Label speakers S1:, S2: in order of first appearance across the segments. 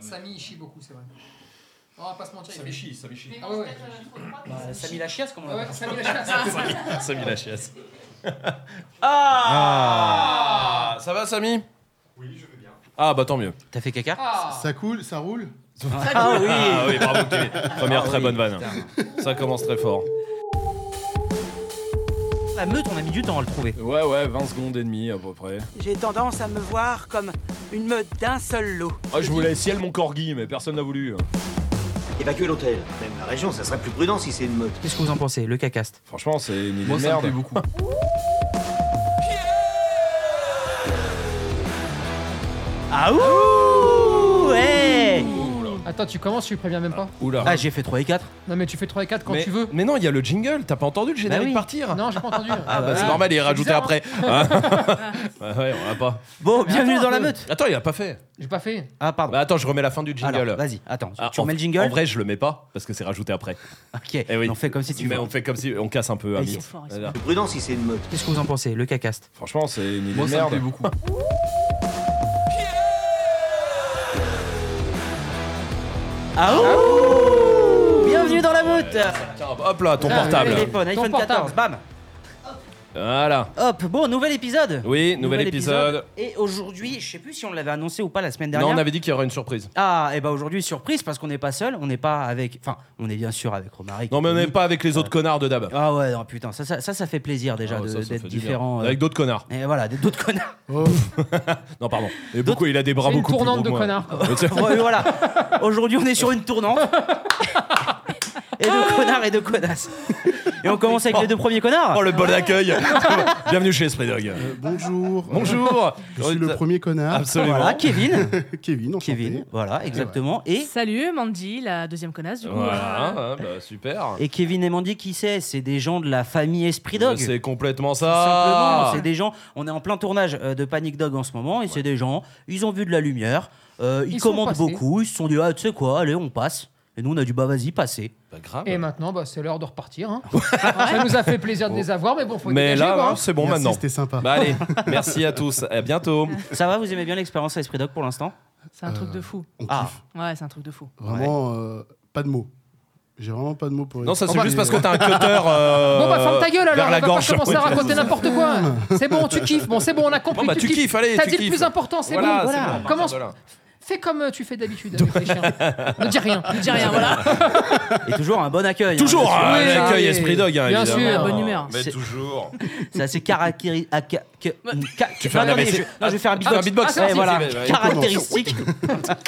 S1: Samy, il chie beaucoup, c'est vrai. Oh, On va pas se mentir, il fait chier.
S2: ça me chie.
S3: Mais
S1: Ah ouais,
S3: vous
S1: ouais.
S3: êtes, euh, trop droite,
S4: Bah, Samy la chiasse, comme on
S1: Ah ouais,
S4: l'appelle.
S1: Samy la chasse.
S2: Samy la chiasse.
S1: Ah
S2: Ah Ça va, Samy
S5: Oui, je veux bien.
S2: Ah, bah tant mieux.
S4: T'as fait caca
S1: Ah
S5: Ça coule, ça roule
S4: Ah
S2: Ah
S4: oui
S2: oui, bravo, Kelly. Première
S4: Ah
S2: très
S4: oui,
S2: bonne vanne.
S4: putain.
S2: Ça commence très fort.
S4: La meute, on a mis du temps à le trouver.
S2: Ouais, ouais, 20 secondes et demie à peu près.
S6: J'ai tendance à me voir comme une meute d'un seul lot.
S2: Ah, je voulais ciel mon corgi, mais personne n'a voulu.
S7: Évacuer l'hôtel, même la région, ça serait plus prudent si c'est une meute.
S4: Qu'est-ce que vous en pensez, le cacaste
S2: Franchement, c'est une idée
S8: Moi,
S2: de
S8: ça me
S2: merde.
S8: plaît beaucoup.
S4: Ah ouh ouais
S1: Attends, tu commences, tu préviens même pas
S2: Oula.
S4: Ah, j'ai fait 3 et 4.
S1: Non, mais tu fais 3 et 4 quand
S2: mais,
S1: tu veux.
S2: mais non, il y a le jingle. T'as pas entendu le générique
S4: oui.
S2: partir
S1: Non, j'ai pas entendu.
S2: Ah, bah c'est normal, il est rajouté après. Bah ouais, on l'a pas. Ah,
S4: Bon,
S1: Mais
S4: bienvenue
S1: attends,
S4: dans la
S1: euh,
S4: meute
S2: Attends, il a pas fait.
S1: J'ai pas fait.
S4: Ah, pardon.
S2: Bah attends, je remets la fin du jingle.
S4: Alors, vas-y, attends.
S2: Ah,
S4: tu
S2: en-
S4: remets le jingle
S2: En vrai, je le mets pas parce que c'est rajouté après.
S4: Ok,
S2: Eh oui.
S4: on fait comme si tu
S2: mais
S4: veux.
S2: on fait comme si on casse un peu.
S4: Ah,
S2: à
S4: ils
S2: mi-
S4: sont forts, ils
S2: Voilà.
S7: Plus prudent si c'est une meute.
S4: Qu'est-ce que vous en pensez, le cacaste
S2: Franchement, c'est une idée
S8: Moi,
S2: de
S8: ça me
S2: merde.
S8: plaît beaucoup.
S4: Ah ouh Bienvenue dans la meute
S2: Tiens, Hop là, ton
S1: Ah,
S2: portable.
S1: oui, oui.
S4: Téléphone, iPhone
S1: portable.
S4: 14, bam
S2: Voilà.
S4: Hop, bon, nouvel épisode
S2: Oui, nouvel, épisode.
S4: Et aujourd'hui, je sais plus si on l'avait annoncé ou pas la semaine dernière.
S2: Non, on avait dit qu'il y aurait une surprise.
S4: Ah, et bah aujourd'hui, surprise, parce qu'on n'est pas seul, on n'est pas avec. Enfin, on est bien sûr avec Romaric.
S2: Non, mais on n'est
S4: Tony.
S2: pas avec les autres connards de Dab.
S4: Ah ouais, non, putain, ça, ça, ça, ça fait plaisir déjà
S2: Ah,
S4: de-
S2: ça, ça
S4: d'être
S2: fait du bien.
S4: différent. euh,
S2: Avec d'autres connards.
S4: Et voilà, des- d'autres connards.
S2: Non, pardon. Et pourquoi il a des bras
S1: C'est une
S2: beaucoup plus
S1: tournante
S2: gros
S1: de
S2: que moi.
S1: connards. quoi.
S4: Ouais, voilà. Aujourd'hui, on est sur une tournante. et de connards et de connasses. Et on commence avec les deux premiers connards.
S2: Oh le bol d'accueil
S4: Ah.
S2: Bienvenue chez Esprit Dog.
S5: Euh, Bonjour.
S2: Euh, Bonjour
S5: Je suis le premier connard.
S2: Absolument.
S4: voilà, Kevin.
S5: Kevin, enchanté.
S4: Kevin, voilà, exactement. Et,
S3: Salut, Mandy, la deuxième connasse du coup. Ah,
S2: Voilà, ouais, bah, super.
S4: et Kevin et Mandy, qui c'est C'est des gens de la famille Esprit Dog.
S2: C'est complètement
S4: Tout
S2: ça. Ah.
S4: simplement, c'est des gens. On est en plein tournage euh, de Panic Dog en ce moment, et c'est des gens. Ils ont vu de la lumière, euh, ils,
S1: Ils sont
S4: commandent
S1: passés.
S4: beaucoup, ils se sont dit ah tu sais quoi, allez on passe. Et nous on a du bah vas-y passez.
S2: Pas grave.
S1: Et maintenant, bah, c'est l'heure de repartir. hein. Ça nous a fait plaisir de les avoir, mais bon, faut
S2: Mais
S1: dégager,
S2: là,
S1: quoi.
S2: hein, c'est bon
S5: Merci,
S2: maintenant.
S5: C'était sympa.
S2: Bah allez, merci à tous. À bientôt.
S4: Ça va, vous aimez bien l'expérience à Esprit Dog pour l'instant
S3: C'est un truc
S5: Euh,
S3: de fou.
S5: On kiffe.
S4: Ah.
S3: Ouais, c'est un truc de fou.
S5: Vraiment, euh, pas de mots. J'ai vraiment pas de mots pour
S2: Non, ça
S5: Oh,
S2: c'est
S5: bah,
S2: juste parce que
S5: euh,
S2: t'as un cutter. euh,
S1: Bon bah ferme ta gueule alors,
S2: vers
S1: on
S2: la
S1: va
S2: gorge.
S1: pas commencer à raconter
S5: Ouais.
S1: n'importe quoi. C'est bon, tu kiffes. Bon, c'est bon, on a compris.
S2: Bon, bah, tu kiffes, allez,
S1: T'as
S2: tu
S1: dit le
S2: kiffes.
S1: plus important, c'est
S2: Voilà,
S1: bon.
S2: c'est bon, à partir
S1: Commence.
S2: de là.
S1: Fais comme euh, tu fais d'habitude avec les chiens. ne dis rien.
S3: Je dis rien, voilà.
S4: Et toujours un bon accueil. hein,
S2: Toujours
S4: parce
S2: hein,
S1: Oui,
S2: l'accueil
S1: Ah, oui.
S2: Esprit Dog. hein,
S1: Bien
S2: évidemment.
S1: sûr.
S3: Bonne humeur.
S2: Mais
S4: C'est-
S2: toujours.
S1: Ah,
S4: que C'est assez caractéristique.
S1: Bah,
S4: Tu
S2: fais un ABC.
S4: je, hmm, non, je vais faire un
S2: Tu fais un
S4: beatbox.
S2: beatbox.
S1: ah,
S2: hein,
S4: Ouais, voilà,
S2: Ouais, ouais.
S4: caractéristique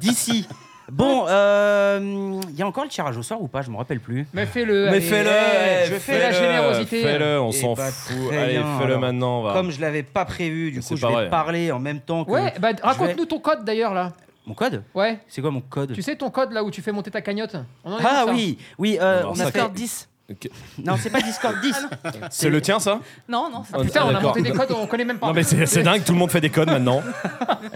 S4: d'ici. Bon, euh, il y a encore le tirage au sort ou pas Je me rappelle plus.
S1: Mais fais-le.
S2: Mais
S1: allez.
S2: fais-le.
S1: Eh,
S2: eh,
S1: Je fais la
S2: fais-le,
S1: générosité.
S2: Fais-le, on
S4: Et
S2: s'en
S4: bah,
S2: fout.
S4: très
S2: Allez,
S4: bien,
S2: fais-le
S4: alors.
S2: maintenant. on va.
S4: Comme je l'avais pas prévu, du
S2: Mais
S4: coup
S2: c'est
S4: je
S2: pas
S4: vais
S2: vrai.
S4: parler en même temps que.
S1: Ouais, bah
S4: je
S1: raconte-nous
S4: vais-
S1: ton code d'ailleurs là.
S4: Mon code
S1: Ouais.
S4: C'est quoi mon code
S1: Tu sais ton code là où tu fais monter ta cagnotte On en est
S4: Ah
S1: où, ça
S4: oui, oui, euh,
S2: Non,
S4: on
S2: ça,
S4: a fait.
S2: Discord
S4: 10.
S2: Ok.
S4: Non, c'est pas Discord 10.
S2: C'est le tien ça
S3: Non, non, c'est
S2: Ah,
S1: Putain, on a
S2: d'accord.
S1: monté des codes, on connaît même pas.
S2: Non mais c'est c'est dingue, tout le monde fait des codes maintenant.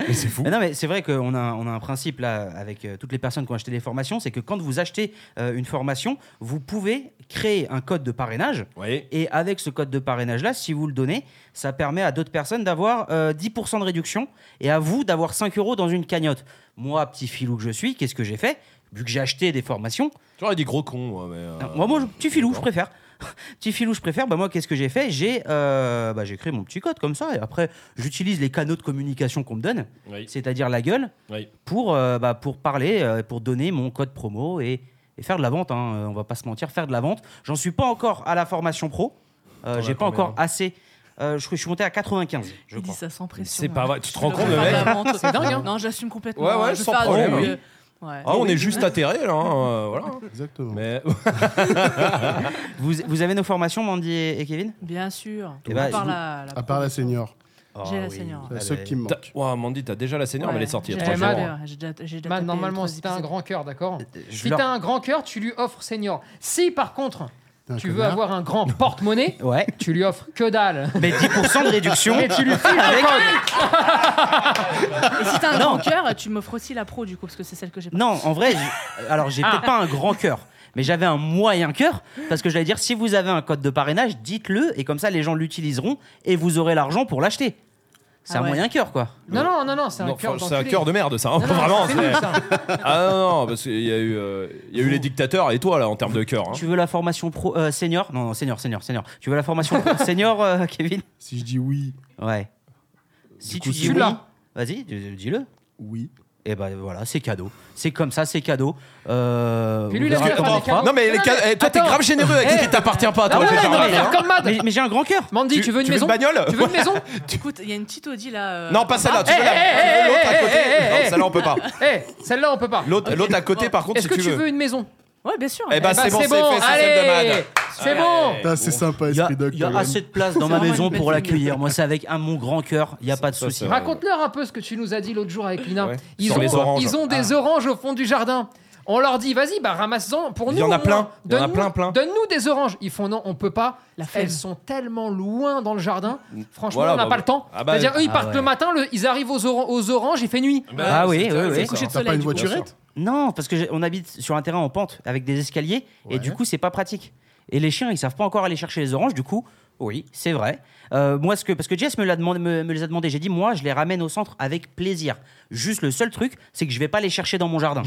S2: Mais c'est fou.
S4: Mais non, mais c'est vrai qu'on a, on a un principe là avec euh, toutes les personnes qui ont acheté des formations, c'est que quand vous achetez euh, une formation, vous pouvez créer un code de parrainage.
S2: Oui.
S4: Et avec ce code de parrainage là, si vous le donnez, ça permet à d'autres personnes d'avoir euh, 10% de réduction et à vous d'avoir 5 euros dans une cagnotte. Moi, petit filou que je suis, qu'est-ce que j'ai fait Vu que j'ai acheté des formations,
S2: J'aurais dit gros con, moi, mais. euh,
S4: Non, moi, moi, je- petit filou, je préfère. petit filou, je préfère. Bah, moi, qu'est-ce que j'ai fait J'ai euh, bah, j'ai créé mon petit code comme ça. Et après, j'utilise les canaux de communication qu'on me donne,
S2: Oui.
S4: c'est-à-dire la gueule,
S2: Oui.
S4: pour, euh, bah, pour parler, euh, pour donner mon code promo et, et faire de la vente. hein. Euh, On va pas se mentir, faire de la vente. J'en suis pas encore à la formation pro. Euh,
S2: T'en as
S4: j'ai pas
S2: combien
S4: encore assez. Euh, je, je suis monté à 95, je
S3: Il dit
S4: crois.
S3: ça sans pression. hein.
S2: C'est pas vrai, tu te rends
S3: Je
S2: compte, le
S3: veux
S2: mec
S3: faire de la vente.
S1: C'est dingue, hein.
S3: Non, j'assume complètement.
S2: Ouais, ouais,
S3: Je
S2: sans
S3: fais un
S2: problème,
S3: truc,
S2: oui.
S3: euh, ouais.
S2: Ah, on est juste atterré là, hein, euh, voilà.
S5: Exactement.
S2: Mais
S4: Vous, vous avez nos formations, Mandy et, et Kevin
S3: Bien sûr.
S4: Eh ben,
S3: à part
S4: je-
S3: la,
S5: À part la senior,
S2: Ah
S3: J'ai la senior.
S5: la
S4: Elle
S5: seule
S4: est-
S5: qui me
S2: T'as-
S5: manque.
S2: Ouah, Mandy, t'as déjà la senior, on va les sortir.
S3: J'ai
S1: trois
S3: déjà-
S1: jours.
S3: j'ai déjà- j'ai déjà
S1: Man,
S3: tapé
S1: Bah, normalement,
S3: trois
S1: si t'as un
S3: épisodes.
S1: grand cœur, d'accord
S4: Euh, Je
S1: Si
S4: leur-
S1: t'as un grand cœur, tu lui offres senior. Si par contre,
S5: T'es un
S1: tu veux
S5: connard.
S1: avoir un grand porte-monnaie,
S4: Ouais.
S1: tu lui offres que dalle.
S4: Mais 10% de réduction.
S1: Et tu lui files le
S4: Avec-
S1: code.
S3: Et si t'as un
S4: Non.
S3: grand cœur, tu m'offres aussi la pro du coup, parce que c'est celle que j'ai pas.
S4: Non, en vrai, j'ai- alors
S1: Ah.
S4: j'ai peut-être pas un grand cœur, mais j'avais un moyen cœur parce que j'allais dire si vous avez un code de parrainage, dites-le et comme ça les gens l'utiliseront et vous aurez l'argent pour l'acheter. C'est
S3: Ah
S4: un
S3: ouais.
S4: moyen cœur, quoi.
S1: Non, non, non, non, c'est un
S2: Non,
S1: cœur
S2: enfin, c'est un
S1: d'enculé.
S2: cœur de merde, ça. hein.
S1: Non, non,
S2: Vraiment.
S1: c'est nul,
S2: c'est-
S1: ça.
S2: Ah non, non, parce qu'il y a eu, euh, il y a eu les dictateurs et toi là en termes de
S5: Oh.
S2: cœur. hein.
S4: Tu veux la formation pro euh, senior Non, non, senior, senior, senior. Tu veux la formation pro senior, euh, Kevin
S5: Si je dis oui,
S4: Ouais. Si
S5: coup,
S4: tu dis
S5: tu
S4: oui,
S1: l'as.
S4: vas-y, dis- dis-le.
S5: oui.
S4: Et ben voilà, c'est cadeau. C'est comme ça, c'est cadeau. Euh,
S1: Puis
S4: on
S1: lui, il a
S4: verra
S1: dû
S4: comment
S1: attendre
S4: on fera.
S1: les
S2: Non mais, les
S1: Attends.
S2: ca- eh, toi t'es grave généreux avec ce qui t'appartient pas,
S1: Ah
S2: toi.
S1: ouais,
S2: Gérard.
S1: non, mais faire comme Mad.
S4: Mais, mais j'ai un grand cœur.
S1: Mandy, tu veux une maison
S2: bagnole
S1: Tu veux une maison
S3: Écoute, il y a une petite Audi là. euh,
S2: Non, pas celle-là. Tu
S1: Eh,
S2: veux la-
S1: eh,
S2: tu veux l'autre à
S1: eh,
S2: côté
S1: eh, eh,
S2: Non, celle-là on peut pas.
S1: Eh, celle-là, on peut pas.
S2: L'autre, l'autre à côté, par contre,
S1: Est-ce
S2: si
S1: que tu veux une maison
S3: Ah, Ouais, bien sûr.
S2: Eh ben,
S1: Eh ben,
S2: c'est bon, c'est fait, c'est celle de
S1: allez
S2: Mad.
S1: C'est
S2: Eh,
S1: bon
S5: Putain, c'est sympa,
S4: Il y a,
S5: Esprit Dog.
S4: il y a
S5: quand même.
S4: assez de place dans
S3: C'est
S4: ma
S3: vraiment
S4: maison
S3: une belle
S4: pour
S3: famille.
S4: l'accueillir. Moi, c'est avec un mon grand cœur. Il n'y a pas de
S2: Ça,
S4: souci.
S2: c'est vrai.
S1: Raconte-leur un peu ce que tu nous as dit l'autre jour avec Lina.
S2: Ouais.
S1: Ils,
S2: Sur
S1: ont,
S2: les oranges. Ah.
S1: ils ont des oranges au fond du jardin. On leur dit, vas-y, bah ramasse-en pour
S2: Il
S1: nous.
S2: y en a
S1: au
S2: plein.
S1: moins.
S2: Il y en a
S1: Donne-nous-
S2: plein, plein.
S1: Donne-nous des oranges. Ils font, non, on peut pas.
S3: La flemme.
S1: Elles sont tellement loin dans le jardin. Franchement,
S2: Voilà,
S1: on n'a
S2: bah,
S1: pas le temps.
S2: ah bah,
S1: C'est-à-dire, eux, ils
S4: ah
S1: partent
S4: ouais.
S1: le matin, le- ils arrivent aux, oran- aux oranges, il fait nuit.
S4: Ah oui, oui, oui.
S2: c'est ça.
S5: T'as pas une
S3: du coup.
S5: voiturette
S4: Non, parce que j'ai- on habite sur un terrain en pente avec des escaliers et du coup c'est pas pratique. Et les chiens ils savent pas encore aller chercher les oranges. Du coup, oui, c'est vrai. Euh, moi ce que parce que Jess me, l'a demandé, me, me les a demandé, j'ai dit moi je les ramène au centre avec plaisir. Juste le seul truc c'est que je vais pas les chercher dans mon jardin.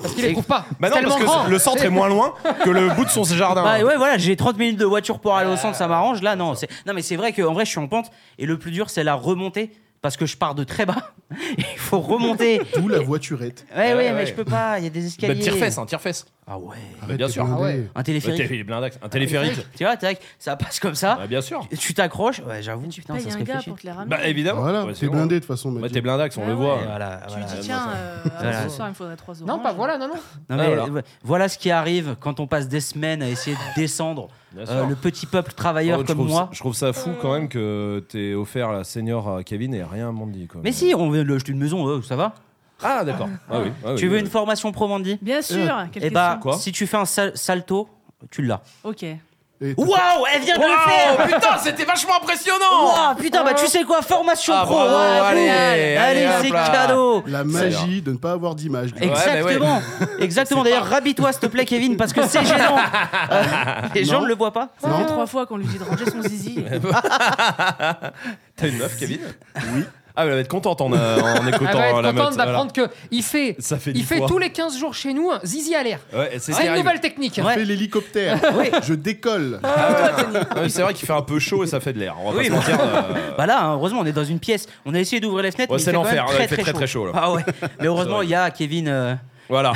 S1: Parce qu'ils les
S4: Et-
S1: trouvent pas. C'est
S2: Bah non,
S1: tellement
S2: parce que
S1: grand.
S2: le centre est moins loin que le bout de son jardin.
S4: Bah ouais voilà j'ai 30 minutes de voiture pour aller au centre ça m'arrange. Là non c'est non mais c'est vrai qu'en vrai je suis en pente et le plus dur c'est la remontée. Parce que je pars de très bas, il faut remonter.
S5: D'où la voiturette.
S4: Ouais, ouais,
S2: Ah ouais, ouais.
S4: mais je peux pas, il y a des
S2: Bah,
S4: escaliers.
S2: tire-fesse, un tire-fesse.
S4: Ah ouais.
S5: Arrête,
S2: bien
S5: t'es
S2: sûr.
S5: blindé.
S1: Ah ouais.
S4: Un
S2: Le
S4: téléphérique.
S2: télé- blindax, Un téléphérique.
S4: Tu vois, tac, ça passe comme ça.
S2: Bah, Bien sûr.
S4: Et Tu t'accroches, ouais, j'avoue, putain,
S3: Eh, Paye
S4: ça se
S3: un gars
S4: réfléchit.
S3: pour te les ramener.
S2: Bah évidemment.
S5: Voilà,
S2: Ouais, c'est
S5: t'es
S2: bon.
S5: blindé de toute façon,
S2: Ouais,
S5: Mathieu.
S2: t'es blindax, on
S3: Ah
S2: le
S3: ouais.
S2: voit.
S4: Et voilà,
S3: Tu lui
S2: bah,
S4: voilà.
S3: dis, tiens, euh,
S4: Voilà.
S3: ce soir, il me faudrait trois oranges.
S1: Non, pas voilà, non, non.
S4: Non, mais,
S2: Ah, voilà.
S4: euh, voilà ce qui arrive quand on passe des semaines à essayer de descendre
S2: Bien
S4: euh,
S2: sûr.
S4: le petit peuple
S2: Par
S4: travailleur
S2: contre, je
S4: comme
S2: trouve
S4: moi.
S2: ça- je trouve ça fou quand même que t'aies offert la senior à Kevin et rien à Mandy. quoi.
S4: Mais si, on veut le jeter une maison, euh, ça va.
S2: Ah d'accord. Ah oui. ah oui,
S4: tu veux
S2: oui.
S4: une formation pro Mandy
S3: Bien
S2: Euh,
S3: sûr. Quelle
S4: Eh bah,
S3: question
S2: Quoi
S4: si tu fais un sal- salto, tu l'as.
S3: Ok.
S5: Et t'as-
S4: Waouh, elle vient de le faire
S2: Putain, c'était vachement impressionnant.
S4: Waouh, putain, bah tu sais quoi, formation
S2: Ah,
S4: pro
S2: bravo,
S4: ouais,
S2: allez,
S4: allez,
S2: allez,
S4: allez,
S2: hop
S4: c'est
S2: là.
S4: cadeau
S5: La magie de ne pas avoir d'image.
S2: ouais.
S4: Exactement, exactement. D'ailleurs, rabis-toi s'il te plaît, Kevin, parce que c'est gênant. Euh, les gens
S5: Non.
S4: ne le voient pas.
S3: Ça fait
S5: Non.
S3: trois fois qu'on lui dit de ranger son zizi.
S2: T'as une meuf, Kevin Oui. Ah, mais elle va être contente en, euh, en écoutant
S1: Elle va être
S2: euh, la meute.
S1: contente d'apprendre que il fait,
S2: Ça fait dix
S1: il fait
S2: fois.
S1: tous les 15 jours chez nous, zizi à l'air.
S2: voilà. Ouais,
S1: C'est
S2: c'est
S1: une
S2: terrible.
S1: nouvelle technique.
S4: Ouais.
S5: Fais l'hélicoptère. Je décolle.
S2: Oh Ah, Ouais, c'est vrai qu'il fait un peu chaud et ça fait de l'air. On va
S4: Oui,
S2: pas se mentir. euh,
S4: Bah là, hein, heureusement, on est dans une pièce. On a essayé d'ouvrir les fenêtres.
S2: Ouais,
S4: mais il
S2: c'est
S4: fait quand
S2: l'enfer,
S4: même
S2: ouais, il fait très, très chaud, là.
S4: Ah ouais. Mais heureusement,
S2: vrai.
S4: il y a Kevin. euh,
S2: Voilà.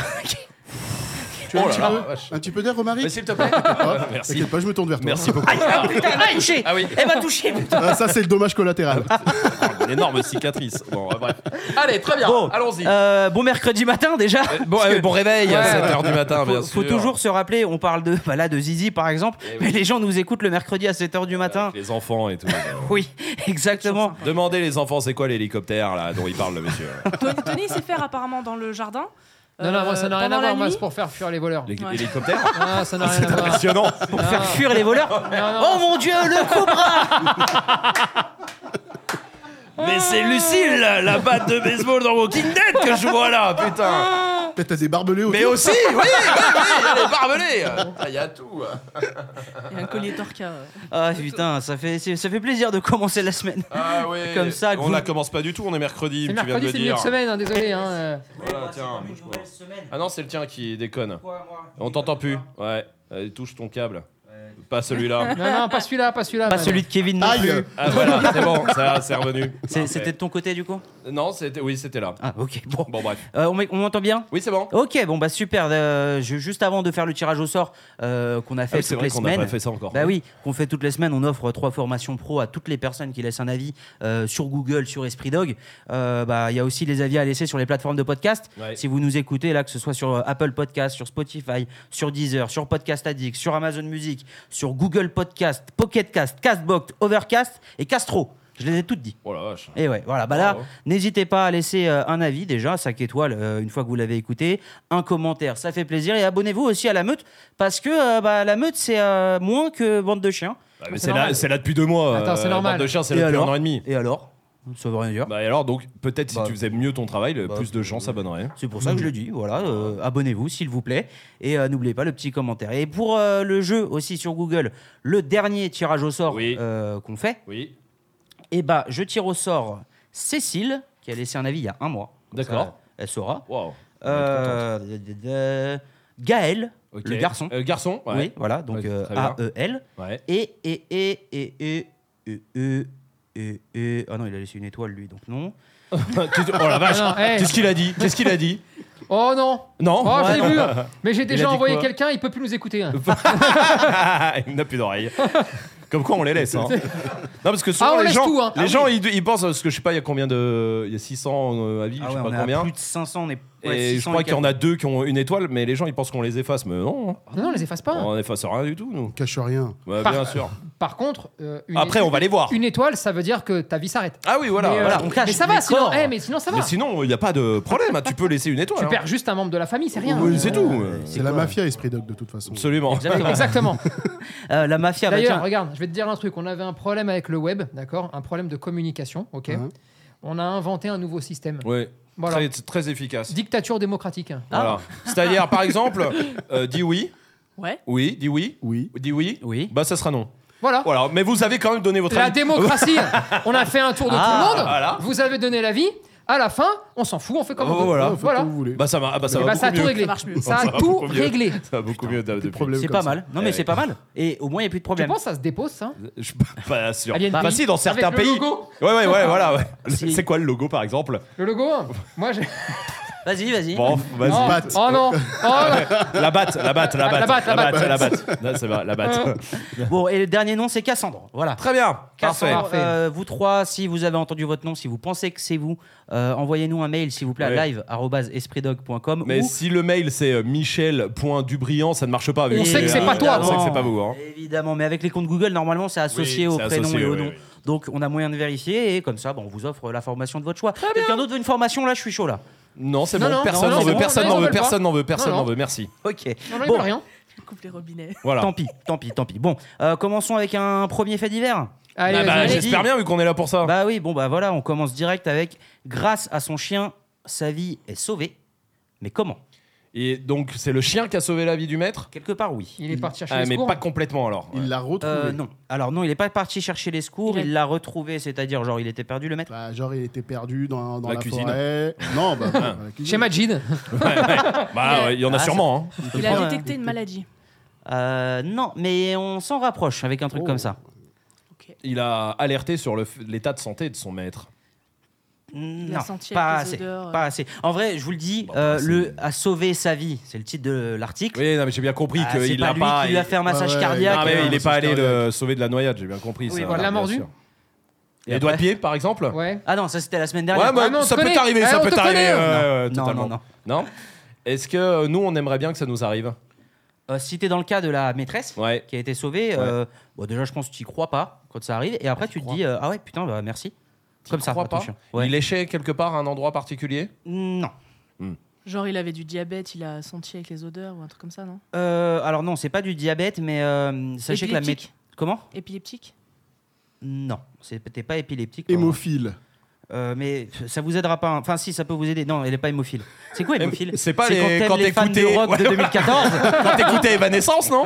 S5: Tu as
S2: Oh là
S5: un petit
S2: là,
S5: peu-
S2: vache.
S5: un petit peu d'air,
S2: Mais
S5: Romaric
S2: s'il te plaît.
S5: Ah,
S2: Merci.
S5: T'inquiète pas, je me tourne vers toi.
S2: Merci beaucoup.
S4: Ah putain, elle m'a touché.
S2: Ah oui. Ah
S4: Elle m'a touché. putain.
S5: Ah, ça, c'est le dommage collatéral.
S2: Une énorme cicatrice. Bon, euh, bref.
S1: Allez, très bien.
S4: Bon, euh, bon mercredi matin déjà.
S2: Bon, euh, bon réveil à
S1: Ouais.
S2: 7h du matin,
S4: Faut,
S2: Ah, bien
S4: faut
S2: sûr.
S4: toujours se rappeler, on parle de, bah là, de Zizi par exemple,
S2: Eh oui. Ah,
S4: mais les gens nous écoutent le mercredi à 7h du matin.
S2: Avec Les enfants et tout.
S4: Oui, exactement.
S2: Demandez les enfants, c'est quoi l'hélicoptère là dont il parle le monsieur
S3: Tony, Tony sait faire apparemment dans le jardin. Euh,
S1: Non, non, moi, ça n'a rien à voir. Moi, c'est
S3: sport.
S1: pour faire fuir les voleurs.
S2: L'hé-
S3: Ouais.
S2: L'hélicoptère
S1: Ah, ça n'a rien à voir.
S2: Impressionnant
S4: Pour faire fuir les voleurs. Oh mon dieu, le cobra
S2: Mais c'est Lucille, la batte de baseball dans Walking Dead que je vois là, putain
S5: Peut-être t'as des barbelés
S2: bah. Mais
S5: autour.
S2: aussi, oui, oui, oui, il y a les barbelés Ah, Il y a tout
S3: Il y a un collier torca. euh.
S4: Ah putain, ça fait, c'est- ça fait plaisir de commencer la semaine.
S2: Ah oui
S4: Comme ça,
S2: On
S4: vous-
S2: la commence pas du tout, on est mercredi,
S1: C'est
S2: tu viens de
S1: mercredi,
S2: le
S1: c'est le milieu
S2: dire.
S1: de semaine, hein, désolé. hein, euh.
S2: Voilà, tiens. Ah non, c'est le tien qui déconne. On t'entend plus. Ouais, Allez, touche ton câble. Pas celui-là.
S1: Non, non, pas celui-là, pas celui-là.
S4: Pas
S1: man.
S4: celui de Kevin non plus.
S5: Aïe
S2: Ah voilà, c'est bon, ça c'est revenu.
S4: C'est-
S2: Parfait.
S4: C'était de ton côté du coup
S2: Non, c'était oui, c'était là.
S4: Ah ok, bon.
S2: Bon bref.
S4: Euh, on m'é- on m'entend bien
S2: Oui, c'est bon.
S4: Ok, bon bah super. Euh, je- juste avant de faire le tirage au sort euh, qu'on a
S2: Ah
S4: fait
S2: oui, c'est
S4: toutes
S2: vrai
S4: les
S2: qu'on n'a pas
S4: semaines.
S2: fait ça encore.
S4: Bah oui, qu'on fait toutes les semaines, on offre trois formations pro à toutes les personnes qui laissent un avis euh, sur Google, sur Esprit Dog. Euh, bah, Il y a aussi les avis à laisser sur les plateformes de podcast.
S2: Ouais.
S4: Si vous nous écoutez, là, que ce soit sur euh, Apple Podcast, sur Spotify, sur Deezer, sur Podcast Addict, sur Amazon Music, sur Google Podcast, Pocket Cast, Castbox, Overcast et Castro. Je les ai toutes dit.
S2: Oh la vache.
S4: Et ouais, voilà. Bah là,
S2: Bravo.
S4: n'hésitez pas à laisser euh, un avis déjà, 5 étoiles euh, une fois que vous l'avez écouté, un commentaire, ça fait plaisir. Et abonnez-vous aussi à la meute parce que euh, bah, la meute c'est euh, moins que bande de chiens.
S2: Bah, mais
S1: Ah, c'est
S2: c'est là,
S1: normal.
S2: c'est là depuis deux mois.
S1: Attends, c'est
S2: la
S1: normal.
S2: bande de chiens, c'est
S4: Et
S2: là depuis un
S4: alors
S2: an et demi.
S4: Et alors Ça veut rien dire.
S2: Bah et alors donc peut-être si
S4: Bah.
S2: tu faisais mieux ton travail, le
S4: Bah,
S2: plus de gens s'abonneraient.
S4: C'est pour ça
S2: mm.
S4: que je le dis, voilà, euh, abonnez-vous s'il vous plaît et euh, n'oubliez pas le petit commentaire. Et pour euh, le jeu aussi sur Google, le dernier tirage au sort
S2: Oui.
S4: euh, qu'on fait,
S2: Oui.
S4: et bah je tire au sort Cécile, qui a laissé un avis il y a un mois. Comme
S2: D'accord.
S4: ça, Elle saura.
S2: Waouh.
S4: Euh, d- d- d- Gaël,
S2: Ok.
S4: le garçon.
S2: Euh, garçon, ouais.
S4: Oui, voilà, donc
S2: Ouais,
S4: euh,
S2: très bien.
S4: A-E-L.
S2: Ouais.
S4: Et, et, et, et, et, et, et, et, et- Ah non, il a laissé une étoile, lui, donc non.
S2: Qu'est-ce- oh la vache.
S1: Ah non, hey.
S2: Qu'est-ce qu'il a dit Qu'est-ce qu'il a dit
S1: Oh non
S2: Non.
S1: Oh, je l'ai vu Mais j'ai
S2: a
S1: déjà
S2: dit
S1: envoyé
S2: quoi
S1: quelqu'un, il peut plus nous écouter. hein.
S2: Il n'a plus d'oreille. Comme quoi, on les laisse. hein. Non, parce que souvent,
S1: Ah, on
S2: les
S1: laisse
S2: gens,
S1: tout, hein.
S2: les
S1: Ah oui.
S2: gens ils, ils pensent, parce que je sais pas, il y a combien de. Il y a 600 euh, avis,
S4: Ah
S2: je
S4: ouais,
S2: sais
S4: on est
S2: pas
S4: à
S2: combien.
S4: plus de 500, on est. ouais,
S2: Et je
S4: 600
S2: crois
S4: et
S2: qu'il y en a deux qui ont une étoile, mais les gens ils pensent qu'on les efface. Mais non,
S1: Non, non, on les efface pas.
S2: on efface rien du tout, nous.
S5: Cache rien.
S2: Ouais,
S1: Ah. Par-
S2: bien sûr.
S1: Par contre, euh, une,
S2: Après, on va les voir.
S1: une étoile, ça veut dire que ta vie s'arrête.
S2: Ah oui, voilà.
S1: mais, euh,
S2: voilà.
S4: on cache
S1: mais ça
S4: les
S1: va, sinon,
S4: corps.
S1: eh, mais sinon ça va.
S2: Mais sinon, il n'y a pas de problème. hein. Tu peux laisser une étoile.
S1: tu
S2: hein.
S1: perds juste un membre de la famille, c'est rien.
S2: Oui, c'est tout.
S1: Euh,
S5: C'est la mafia, Esprit Dog, de toute façon.
S2: Absolument.
S4: Exactement.
S1: Exactement.
S4: Euh, la mafia, bah,
S1: D'ailleurs,
S4: tiens,
S1: regarde, je vais te dire un truc. On avait un problème avec le web, d'accord Un problème de communication, ok
S5: Mhm.
S1: On a inventé un nouveau système.
S2: Ouais.
S1: Voilà. Ah.
S2: Très, très efficace.
S1: Dictature démocratique.
S2: Voilà. C'est-à-dire, par exemple, euh, dis oui,
S3: Ouais.
S2: oui, dis oui,
S5: Oui.
S2: dis oui.
S4: Oui.
S2: Bah, ça sera non.
S1: Voilà.
S2: Voilà. Mais vous avez quand même donné votre
S1: La
S2: avis.
S1: démocratie. on a fait un tour de
S4: Ah,
S1: tout le monde.
S2: voilà.
S1: Vous avez donné l'avis. À la fin, on s'en fout, on fait comme
S2: Oh,
S1: on veut.
S2: voilà.
S5: Ouais, faites comme vous voulez.
S2: Bah, ça, va- ah, bah, ça
S1: Et bah,
S2: va beaucoup
S1: ça a tout
S2: mieux.
S1: réglé.
S3: Ça marche mieux.
S1: Ça
S2: Ça
S1: a
S2: va
S1: tout
S2: beaucoup mieux.
S1: réglé.
S2: Ça va beaucoup mieux depuis.
S5: de problème.
S4: c'est
S5: comme
S4: pas
S5: ça.
S4: mal. Non,
S2: Eh
S4: mais
S2: oui.
S4: c'est pas mal. Et au moins, il n'y a plus de
S1: Tu
S4: problème.
S1: penses ça se dépose ça
S2: Je suis pas sûr.
S1: Alien
S2: Bah,
S1: Pays.
S2: si, dans certains
S1: Avec le
S2: pays.
S1: logo. Ah.
S2: Ouais, ouais, ouais, voilà. ouais.
S4: Si.
S2: C'est quoi le logo, par exemple
S1: Le logo hein. Moi j'ai.
S4: Vas-y, vas-y.
S2: Bon, vas-y. Ah,
S1: Oh,
S5: batte.
S1: oh non Oh,
S2: La batte, la batte, la
S1: Ah, La
S2: batte,
S1: batte, Ah.
S2: la
S1: la
S2: batte, la batte. Non, c'est vrai, la batte.
S4: Bon, et le dernier nom, c'est Cassandre. Voilà.
S2: Très bien. Parfait.
S4: Cassandre,
S1: Parfait.
S4: euh, vous trois, si vous avez entendu votre nom, si vous pensez que c'est vous, euh, envoyez-nous un mail, s'il vous plaît,
S2: Ouais.
S4: à live.espritdog.com.
S2: Mais
S4: ou-
S2: si le mail c'est euh, michel.dubriand, ça ne marche pas. vu
S1: On
S2: que
S1: sait que c'est pas toi.
S2: On sait que c'est pas vous. hein.
S4: Évidemment, mais avec les comptes Google, normalement, c'est associé
S2: Oui,
S4: au
S2: c'est
S4: prénom
S2: associé,
S4: et au
S2: oui,
S4: nom.
S2: oui.
S4: Donc, on a moyen de vérifier et comme ça, bon, on vous offre la formation de votre choix. Quelqu'un d'autre veut une formation Là, je suis chaud là.
S2: Non, c'est
S1: Non,
S2: bon.
S1: non,
S2: Personne
S1: non,
S2: n'en
S1: c'est
S2: veut,
S1: bon,
S2: personne
S1: non,
S2: n'en
S1: ils en
S2: veut,
S1: veulent pas.
S2: personne n'en veut, personne
S1: Non,
S2: n'en
S1: non.
S2: veut. Merci.
S4: Ok.
S1: non, j'en ai
S4: Bon.
S1: pas rien.
S3: Je coupe les robinets.
S2: Voilà.
S4: Tant pis, tant pis, tant pis. Bon, euh, commençons avec un premier fait divers.
S1: Allez,
S2: Ah bah,
S1: vas-y.
S4: allez,
S2: J'espère
S4: dis.
S2: bien vu qu'on est là pour ça.
S4: Bah oui, bon, bah voilà, on commence direct avec grâce à son chien, sa vie est sauvée. Mais comment
S2: Et donc c'est le chien qui a sauvé la vie du maître.
S4: Quelque part, oui.
S1: il est parti chercher
S2: Ah,
S1: les
S2: mais
S1: secours.
S2: pas complètement alors. Ouais.
S5: Il l'a retrouvé.
S4: Euh, non. Alors non, il n'est pas parti chercher les secours,
S3: Il a-
S4: il l'a retrouvé, c'est-à-dire genre il était perdu le maître.
S5: Bah, genre, il était perdu dans, dans
S2: La
S5: la,
S2: cuisine. Ah.
S5: forêt. Non, bah. bah, la cuisine.
S1: Chez Majid.
S2: Bah ouais, il y en a
S4: Ah,
S2: sûrement. hein.
S3: Il
S4: pas,
S3: a
S4: euh,
S3: détecté une maladie.
S4: Euh, non, mais on s'en rapproche avec un truc
S5: Oh.
S4: comme ça.
S2: Il a alerté sur le f- l'état de santé de son maître.
S4: Mmh, Non,
S3: senti avec
S4: pas
S3: les
S4: assez,
S3: odeurs, euh.
S4: pas assez. En vrai, je vous le dis,
S2: Bon,
S4: euh,
S2: bah, c'est-
S4: le a sauvé sa vie, c'est le titre de l'article.
S2: Oui, non, mais j'ai bien compris
S4: Ah, c'est
S2: qu'il
S4: pas
S2: l'a
S4: lui
S2: pas.
S4: qui lui a fait un massage
S5: Ouais, ouais,
S4: cardiaque. euh.
S2: Ah, mais
S5: Ouais,
S2: il
S5: ouais,
S2: est pas
S5: c'est
S2: allé
S5: cardiaque.
S2: le sauver de la noyade, j'ai bien compris.
S4: Oui,
S2: ça,
S4: voilà.
S1: Il l'a
S2: bien
S1: mordu.
S2: sûr.
S4: Et
S2: Les doigts de
S4: après
S2: pied, par exemple
S1: Ouais.
S4: Ah non, ça c'était la semaine
S2: Ouais,
S4: dernière.
S2: mais
S1: Ah non, on
S2: ça
S1: te
S2: peut
S1: connaît.
S2: t'arriver,
S1: Eh,
S2: ça
S1: on
S2: peut
S1: te
S2: t'arriver.
S1: connaît.
S2: euh,
S4: non,
S2: totalement.
S4: non, non.
S2: Non Est-ce que euh, nous, on aimerait bien que ça nous arrive
S4: Euh, si t'es dans le cas de la maîtresse
S2: Ouais.
S4: qui a été sauvée, euh, bon, déjà je pense que tu crois pas quand ça arrive, et après tu te dis euh, ah ouais putain bah merci. Comme ça,
S2: crois
S4: à ton
S2: pas
S4: chien. Ouais. Mmh,
S2: Il est chez quelque part à un endroit particulier
S4: Non.
S3: Genre, il avait du diabète, il a senti avec les odeurs ou un truc comme ça, non
S4: Euh, alors non, c'est pas du diabète, mais euh, sachez que la maîtresse.
S3: Épileptique.
S4: Comment
S3: Épileptique
S4: Non, c'est- t'es pas épileptique. pardon.
S5: Hémophile.
S4: Euh, mais ça vous aidera pas. hein. Enfin, si, ça peut vous aider. Non, elle est pas hémophile. C'est quoi hémophile
S2: Eh, C'est pas
S4: quand
S2: les-
S4: t'aimes
S2: quand
S4: les fans de
S2: t'écoutais-
S4: rock
S2: Ouais.
S4: de 2014.
S2: Quand t'écoutais Evanescence, non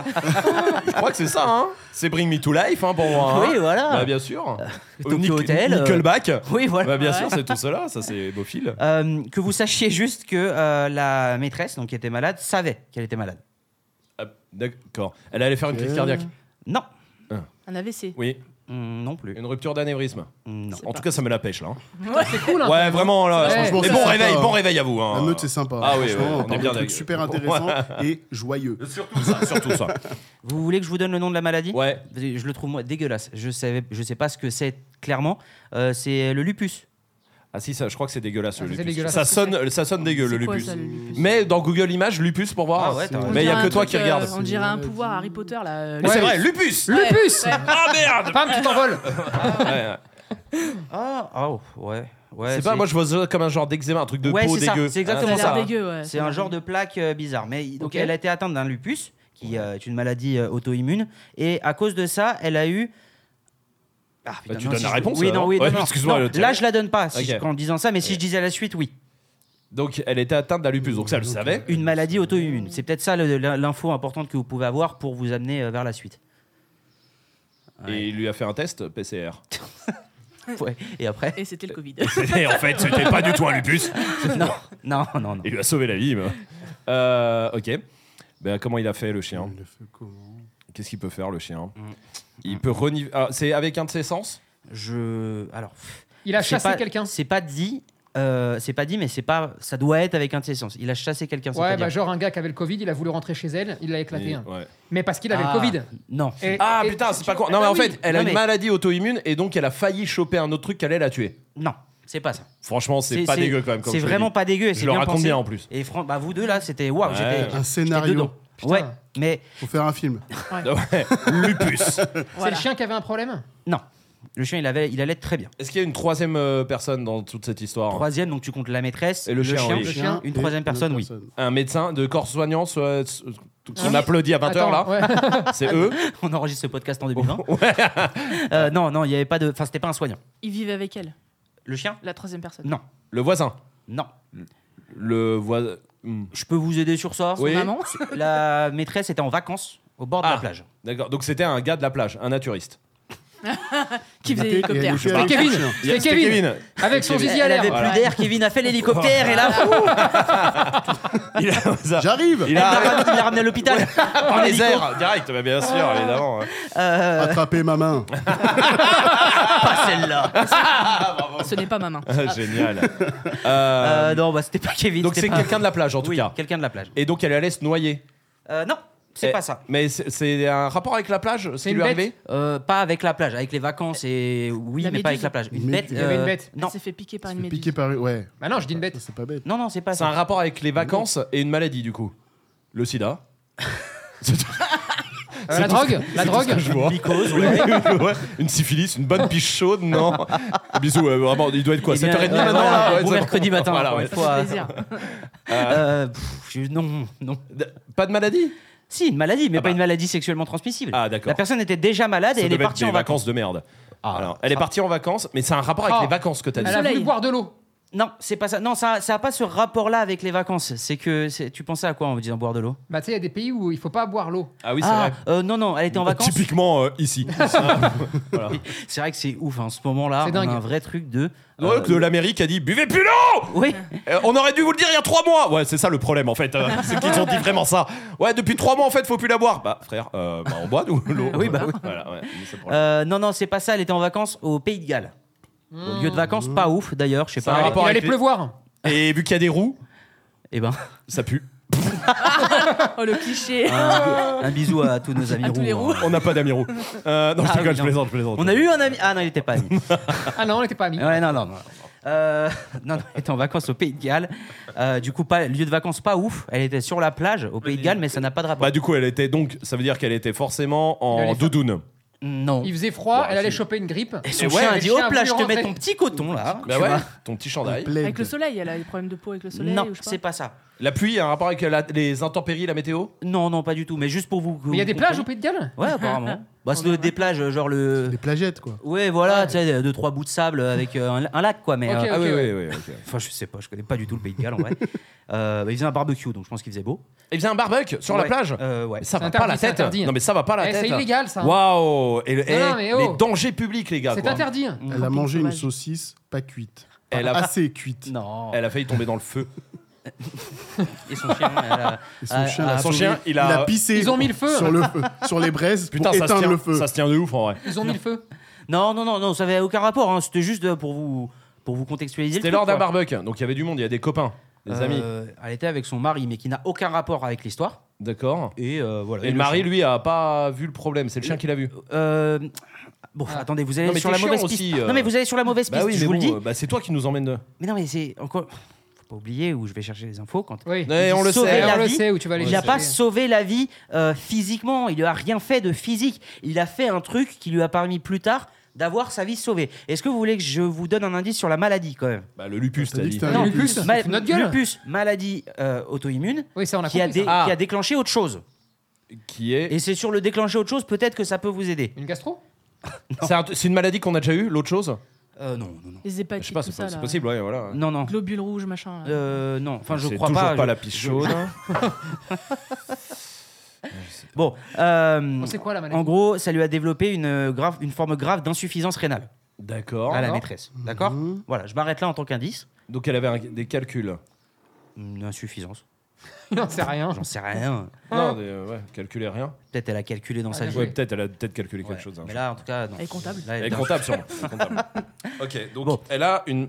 S2: Je crois que c'est ça, hein C'est Bring Me to Life, hein, pour moi. hein.
S4: Oui, voilà.
S2: Bah, bien sûr.
S4: Tokyo
S2: Nic-
S4: Hotel, euh.
S2: Nickelback.
S4: Oui, voilà.
S2: Bah, bien
S3: Ouais.
S2: sûr, c'est tout cela, ça c'est Bophile.
S4: Euh, que vous sachiez juste que euh, la maîtresse, donc qui était malade, savait qu'elle était malade.
S2: Ah, D'accord. Elle allait faire une crise cardiaque.
S4: Non,
S3: Un AVC
S2: Oui,
S4: Mm, non plus. Mm,
S2: une rupture d'anévrisme.
S4: Non. Ah,
S2: En tout cas, ça me la pêche là. hein.
S1: C'est cool. hein.
S2: Ouais, vraiment là.
S1: Ouais.
S2: franchement,
S5: Franchement,
S2: Et
S5: c'est
S2: bon
S5: sympa,
S2: réveil,
S5: hein.
S2: bon réveil à vous. Hein.
S5: La meute, c'est sympa.
S2: Ah oui,
S5: Franchement,
S2: ouais, on
S5: on,
S2: est
S5: parle
S2: bien
S5: de trucs
S2: d'accord.
S5: super intéressants et joyeux.
S2: Surtout ça, surtout ça.
S4: Vous voulez que je vous donne le nom de la maladie
S2: Ouais.
S4: Je le trouve moi dégueulasse. Je savais, je sais pas ce que c'est clairement. Euh, c'est le lupus.
S2: Ah si, ça, je crois que c'est dégueulasse
S1: Ah,
S2: le
S1: c'est
S2: lupus.
S1: dégueulasse.
S2: Ça sonne, ça sonne dégueu le
S3: C'est quoi,
S2: lupus.
S3: ça, le lupus
S2: Mais dans Google Images, lupus pour voir.
S4: Ah ouais, t'as
S5: c'est-
S4: raison.
S3: On
S2: mais il y a
S3: dirait
S2: que
S3: un
S2: toi
S3: truc,
S2: qui
S3: euh,
S2: regarde.
S3: On dirait un pouvoir Harry Potter là. euh,
S2: Mais
S1: Ouais.
S2: c'est vrai, lupus.
S1: Lupus
S2: Ah merde.
S1: Pam, tu t'envoles
S2: Ouais.
S4: Ah, ah, oh, ouais, ouais.
S2: c'est pas, moi je vois ça comme un genre d'eczéma, un truc de
S4: Ouais,
S2: peau
S4: c'est ça,
S2: dégueu.
S4: c'est
S3: Ça a
S4: exactement
S3: l'air
S4: ça.
S3: dégueu, ouais.
S4: C'est un genre de plaque euh, bizarre. Mais donc
S1: Ok.
S4: elle a été atteinte d'un lupus, qui euh, est une maladie euh, auto-immune, et à cause de ça, elle a eu. Ah, putain,
S2: bah, tu
S4: non,
S2: donnes
S4: si
S2: la
S4: je-
S2: réponse,
S4: Oui,
S2: là,
S4: non,
S2: non
S4: oui, non,
S2: Ouais,
S4: non.
S2: excuse-moi,
S4: Non,
S2: le tiers.
S4: Là, je la donne pas si
S2: Ok.
S4: je- en disant ça, mais si
S2: Ouais.
S4: je disais la suite, oui.
S2: Donc elle était atteinte d'un lupus, donc ça elle le savait.
S4: Une maladie auto-immune. C'est peut-être ça le- l'info importante que vous pouvez avoir pour vous amener euh, vers la suite.
S2: Et il lui a fait un test PCR.
S4: Ouais. Et après
S3: Et c'était le Covid.
S2: Et en fait, c'était pas du tout un lupus.
S4: Non, non, non, non.
S2: Il lui a sauvé la vie. mais- Euh, ok. Ben, comment il a fait le chien
S5: Il le fait comment
S2: Qu'est-ce qu'il peut faire le chien
S4: Mm.
S2: Il peut renifler. c'est avec un de ses sens
S4: Je. Alors.
S1: Il a
S4: c'est
S1: chassé
S4: pas-
S1: quelqu'un.
S4: C'est pas dit. euh, c'est pas dit, mais c'est pas. Ça doit être avec un de ses sens. Il a chassé quelqu'un. c'est
S1: Ouais,
S4: pas
S1: bah
S4: dire.
S1: genre un gars qui avait le Covid, il a voulu rentrer chez elle, il l'a éclaté.
S2: Et-
S1: hein.
S2: ouais.
S1: Mais parce qu'il avait
S4: Ah,
S1: le Covid.
S4: Non.
S1: Et-
S2: Ah
S1: et-
S2: putain, c'est pas con.
S1: Ah
S2: Non, mais
S1: bah
S2: en
S1: oui.
S2: fait, elle a
S4: Non,
S2: une
S4: mais-
S2: maladie auto-immune et donc elle a failli choper un autre truc qui allait la tuer.
S4: Non, c'est pas ça.
S2: Franchement, c'est pas dégueu quand même. comme
S4: C'est
S2: je te le
S4: vraiment
S2: dis.
S4: pas dégueu. et
S2: Je
S4: c'est
S2: le
S4: bien
S2: raconte
S4: pensé.
S2: bien en plus.
S4: Et Fran- bah vous deux là, c'était waouh,
S2: Ouais.
S4: j'étais
S5: Un
S4: j'étais
S5: scénario.
S4: dedans. Ouais, mais
S5: Faut faire un film.
S2: Ouais. Lupus.
S1: C'est
S3: Voilà.
S1: le chien qui avait un problème
S4: non. Le chien, il avait, il allait être très bien.
S2: Est-ce qu'il y a une troisième euh, personne dans toute cette histoire
S4: Troisième, donc tu comptes la maîtresse,
S2: Et le chien, oui.
S1: Le chien.
S4: une troisième personne, oui.
S2: Un médecin de corps soignant soit- euh, qu'on
S1: Ah.
S2: applaudit à 20h là
S1: Attends, ouais.
S2: C'est eux
S4: On enregistre ce podcast en
S2: Oh,
S4: 2020. Euh, non, non, il y avait pas de, enfin c'était pas un soignant.
S3: Il vivait avec elle,
S4: Le chien
S3: la troisième personne.
S4: Non,
S2: Le voisin.
S4: non.
S2: Le hmm. voisin.
S4: Je peux vous aider sur ça.
S2: Son Oui.
S3: maman
S4: La maîtresse était en vacances au bord de
S2: Ah.
S4: la plage.
S2: D'accord, donc c'était un gars de la plage, un naturiste.
S3: Qui faisait l'hélicoptère.
S4: Bah,
S1: C'était Kevin. C'était
S2: C'était
S1: Kevin. Avec son
S2: Kevin.
S1: zizi à
S4: Elle
S1: l'air.
S4: avait
S2: Voilà.
S4: plus d'air. Kevin a fait l'hélicoptère et là, ouh,
S2: Il a, ça.
S5: J'arrive
S2: Il
S4: elle l'a
S2: a
S4: ramené- il l'a ramené à l'hôpital. Oh,
S2: par les airs, direct, bah, bien sûr, évidemment.
S4: Euh,
S5: Attraper ma main.
S4: Ah, pas celle-là.
S3: Ce n'est pas ma main.
S2: Génial. Euh,
S4: Euh, non, bah c'était pas Kevin.
S2: donc
S4: c'était
S2: c'est
S4: pas-
S2: quelqu'un de la plage en tout
S4: Oui,
S2: cas.
S4: quelqu'un de la plage.
S2: Et donc elle allait se noyer.
S4: Euh, non, c'est
S2: Eh,
S4: pas ça.
S2: Mais c'est- c'est un rapport avec la plage, ce qui
S1: une
S2: lui est
S1: bête.
S2: arrivé
S4: Euh, pas avec la plage, avec les vacances et oui,
S3: La
S4: mais pas avec
S3: méduse.
S4: la plage. Une
S5: Mais-
S4: bête. euh,
S5: Il
S1: y avait une bête. Ah,
S4: Non,
S3: Elle s'est fait piquer par une
S5: Piqué
S3: méduse.
S5: par. Ouais.
S1: Bah non, je dis une bête.
S5: Ça, C'est pas bête.
S4: non, non, c'est pas
S2: C'est un
S4: ça.
S2: rapport avec les vacances et une maladie du coup. Le sida. C'est tout-
S1: Euh, la drogue La
S2: c'est tout ce
S1: drogue
S2: que je vois.
S4: Mycose, ouais.
S2: Ouais, une syphilis, une bonne piche chaude, non Bisous, ouais, vraiment, il euh, doit être quoi
S4: Eh bien,
S2: 7h30
S4: ouais,
S2: maintenant
S4: voilà,
S2: là Ouais,
S4: bon
S2: c'est
S4: mercredi
S2: bon.
S4: matin,
S2: Voilà,
S4: encore
S2: ouais.
S4: une
S3: Ça
S4: fois.
S3: fait plaisir.
S4: Euh, pff, je- non, non.
S2: D- Pas de maladie
S4: Si, une maladie, mais
S2: Ah
S4: pas
S2: bah.
S4: une maladie sexuellement transmissible.
S2: Ah, d'accord.
S4: La personne était déjà malade
S2: Ça
S4: et elle
S2: devait
S4: est
S2: être
S4: partie
S2: des
S4: en vacances.
S2: vacances
S4: Oh.
S2: de merde.
S4: Ah,
S2: Alors, elle est partie en vacances, mais c'est un rapport avec
S1: Ah.
S2: les vacances que t'as
S1: Elle
S2: dit.
S1: a voulu
S3: soleil.
S1: boire de l'eau.
S4: Non, c'est pas ça. Non, ça, ça a pas ce rapport-là avec les vacances. C'est que c'est- tu pensais à quoi en me disant boire de l'eau
S1: Bah tu sais, il y a des pays où il faut pas boire l'eau.
S2: Ah oui, c'est
S4: Ah,
S2: vrai.
S4: euh, non, non, elle était en vacances.
S2: Typiquement euh, ici. Voilà.
S4: C'est vrai que c'est ouf. hein, En ce moment-là,
S1: C'est
S4: on a
S1: dingue.
S4: un vrai truc de.
S2: Ouais,
S4: euh,
S2: que L'Amérique a dit buvez plus l'eau
S4: Oui.
S2: Euh, On aurait dû vous le dire il y a 3 mois Ouais, c'est ça le problème en fait. euh, c'est qu'ils ont dit vraiment ça. Ouais, depuis 3 mois en fait, faut plus la boire. Bah, frère, euh, bah, on boit nous l'eau.
S4: Oui, bah oui.
S2: Voilà, ouais, c'est le problème.
S4: Euh, non, non, c'est pas ça. Elle était en vacances au Pays de Galles. Au lieu de vacances, pas ouf d'ailleurs. Je sais
S2: Ça
S4: pas.
S2: Ah,
S1: il
S2: rapport
S1: allait
S2: avec les-
S1: pleuvoir.
S2: Et vu qu'il y a des roues,
S4: Eh ben.
S2: ça pue.
S3: Oh le cliché.
S4: Ah, un, un bisou à tous nos amis
S3: À tous les
S4: roux, hein.
S2: On n'a pas d'amis roux. Euh, non, je
S4: Ah
S2: rigole,
S4: oui,
S2: je
S4: non.
S2: plaisante, je plaisante.
S4: On a eu un ami. Ah non, il était pas ami.
S1: Ah non, on n'était pas amis.
S4: Ouais, non, non, non. Euh, non, non, elle était en vacances au Pays de Galles. Euh, du coup, pas, lieu de vacances pas ouf. Elle était sur la plage au Pays de Galles, mais ça n'a pas de rapport.
S2: Bah du coup, elle était donc, ça veut dire qu'elle était forcément
S1: Elle
S2: en
S1: allait faire-
S2: doudoune.
S4: non.
S1: Il faisait froid,
S2: Bon,
S1: elle allait
S2: si.
S1: choper une grippe.
S4: Et son
S2: Et ouais,
S4: chien a
S1: le
S4: dit
S1: chien a
S4: Hop là,
S1: voulu
S4: je te mets
S1: rentrer.
S4: ton petit coton là. hein,
S2: Bah
S4: Tu
S2: ouais,
S4: vois.
S2: ton petit chandail.
S5: Plague.
S3: Avec le soleil, elle a des problèmes de peau avec le soleil
S4: Non,
S3: ou je sais
S4: c'est
S3: pas.
S4: pas ça.
S2: La pluie a un rapport avec la- les intempéries, la météo
S4: Non, non, pas du tout. Mais juste pour vous. que
S1: Mais il y a
S4: vous
S1: des plages au
S4: compreniez.
S1: Pays de Galles
S4: Ouais, apparemment. Bah, c'est des plages, genre
S5: Des
S4: le.
S5: plagettes, quoi.
S4: Ouais, voilà, tu sais, deux, trois bouts de sable avec euh, un, un lac, quoi. Mais.
S1: Ok,
S4: euh,
S2: Ah oui,
S1: ouais.
S2: oui, oui. ok.
S4: Enfin, je sais pas, je connais pas du tout le pays de Galles en vrai. Euh, bah, il faisait un barbecue, donc je pense qu'il faisait beau.
S2: Il faisait un barbecue sur la
S4: Ouais.
S2: plage.
S4: Euh, ouais.
S2: Mais ça
S1: C'est
S2: va pas
S1: interdit,
S2: la
S1: c'est
S2: tête.
S1: interdit.
S2: Non mais ça va pas la
S1: Eh,
S2: tête.
S1: c'est illégal ça.
S2: Waouh Et le-
S1: Non, non,
S2: eh,
S1: mais oh.
S2: les dangers publics les gars.
S1: C'est
S2: quoi.
S1: interdit.
S4: Mm.
S5: Elle a
S3: Camping
S5: mangé une
S3: sauvage.
S5: saucisse pas cuite.
S2: Elle
S5: Elle
S2: a-
S5: assez cuite.
S4: Non.
S2: Elle a failli tomber dans le feu.
S4: Et son chien, elle a-
S5: Et son
S4: Ah,
S5: chien,
S4: ah,
S5: l'a
S2: son
S5: sauvé.
S2: chien, il
S5: il
S2: a-
S5: a... pissé.
S1: Ils ont mis le feu.
S5: Sur le feu. Sur les braises
S2: Putain,
S5: pour
S2: ça se,
S5: éteindre
S2: tient,
S5: le feu.
S2: ça se tient de ouf en vrai.
S1: Ils ont mis le feu.
S4: Non, non, non, non, ça avait aucun rapport. hein, C'était juste euh, pour vous, pour vous contextualiser. le
S2: C'était
S4: truc,
S2: lors d'un
S4: quoi.
S2: barbecue, donc il y avait du monde, il y a des copains, des amis.
S4: Euh, elle était avec son mari, mais qui n'a aucun rapport avec l'histoire.
S2: D'accord.
S4: Et euh, voilà.
S2: Et le mari,
S4: chien.
S2: lui, a pas vu le problème. C'est le chien qui l'a vu.
S4: Euh, Bon,
S1: Ah.
S4: attendez, vous allez
S2: Non, mais
S4: sur
S2: t'es
S4: la
S2: chiant
S4: mauvaise
S2: aussi,
S4: piste.
S2: euh.
S4: Non, mais vous allez sur la mauvaise piste, je
S2: mais
S4: vous le dis.
S2: bon, euh, bah, c'est toi qui nous emmène. De...
S4: Mais non, mais c'est encore. Faut pas oublier où je vais chercher les infos quand.
S1: Oui.
S2: Eh, on le
S4: Sauver
S2: sait.
S1: Eh,
S4: la
S1: on le
S4: vie.
S1: sait où tu vas aller.
S4: Il n'a
S1: chercher.
S4: pas sauvé la vie euh, physiquement, il lui a rien fait de physique. Il a fait un truc qui lui a permis plus tard d'avoir sa vie sauvée. Est-ce que vous voulez que je vous donne un indice sur la maladie quand même
S2: Bah, le lupus,
S5: T'as
S2: t'as
S5: dit
S2: dit.
S5: que t'as-
S1: Non,
S5: Le
S1: lupus,
S4: Ma-
S1: c'est notre gueule.
S4: Lupus, maladie euh, auto-immune,
S1: Oui, ça on a
S4: qui, a
S1: compris.
S4: dé-
S1: ça.
S2: Ah.
S4: qui a déclenché autre chose.
S2: Qui est.
S4: Et c'est sur le déclencher autre chose, peut-être que ça peut vous aider.
S1: Une gastro
S2: C'est un- c'est une maladie qu'on a déjà eue, l'autre chose
S4: Euh, non, non, non.
S3: Les
S2: Je sais
S3: hépatites,
S2: pas,
S3: tout
S2: c'est
S3: ça
S2: pas- c'est
S3: là.
S2: possible, ouais, voilà.
S4: Non, non.
S3: Globules rouges, machin. là.
S4: Euh, non, enfin je
S2: C'est
S4: crois
S2: toujours
S4: pas.
S2: pas
S4: je-
S2: la piste
S4: je-
S2: chaude.
S4: Bon, euh,
S1: C'est quoi la maladie
S4: euh, en gros, ça lui a développé une, euh, grave, une forme grave d'insuffisance rénale.
S2: D'accord.
S4: à la
S1: D'accord.
S4: maîtresse. D'accord
S5: Mhm.
S4: Voilà, je m'arrête là en tant qu'indice.
S2: Donc elle avait un- des calculs.
S4: Une insuffisance.
S1: J'en sais rien.
S4: J'en sais rien.
S2: Non, des- euh, ouais, calculer rien.
S4: Peut-être elle a calculé dans
S1: Ah,
S4: sa
S1: bien
S4: vie.
S1: joué.
S2: Ouais, peut-être, elle a peut-être calculé
S4: Ouais.
S2: quelque chose. hein.
S4: Mais là, en tout cas, non.
S3: Elle est comptable.
S4: Là,
S2: Elle est comptable, sûrement. Elle est comptable. ok, donc
S4: Bon.
S2: elle a une.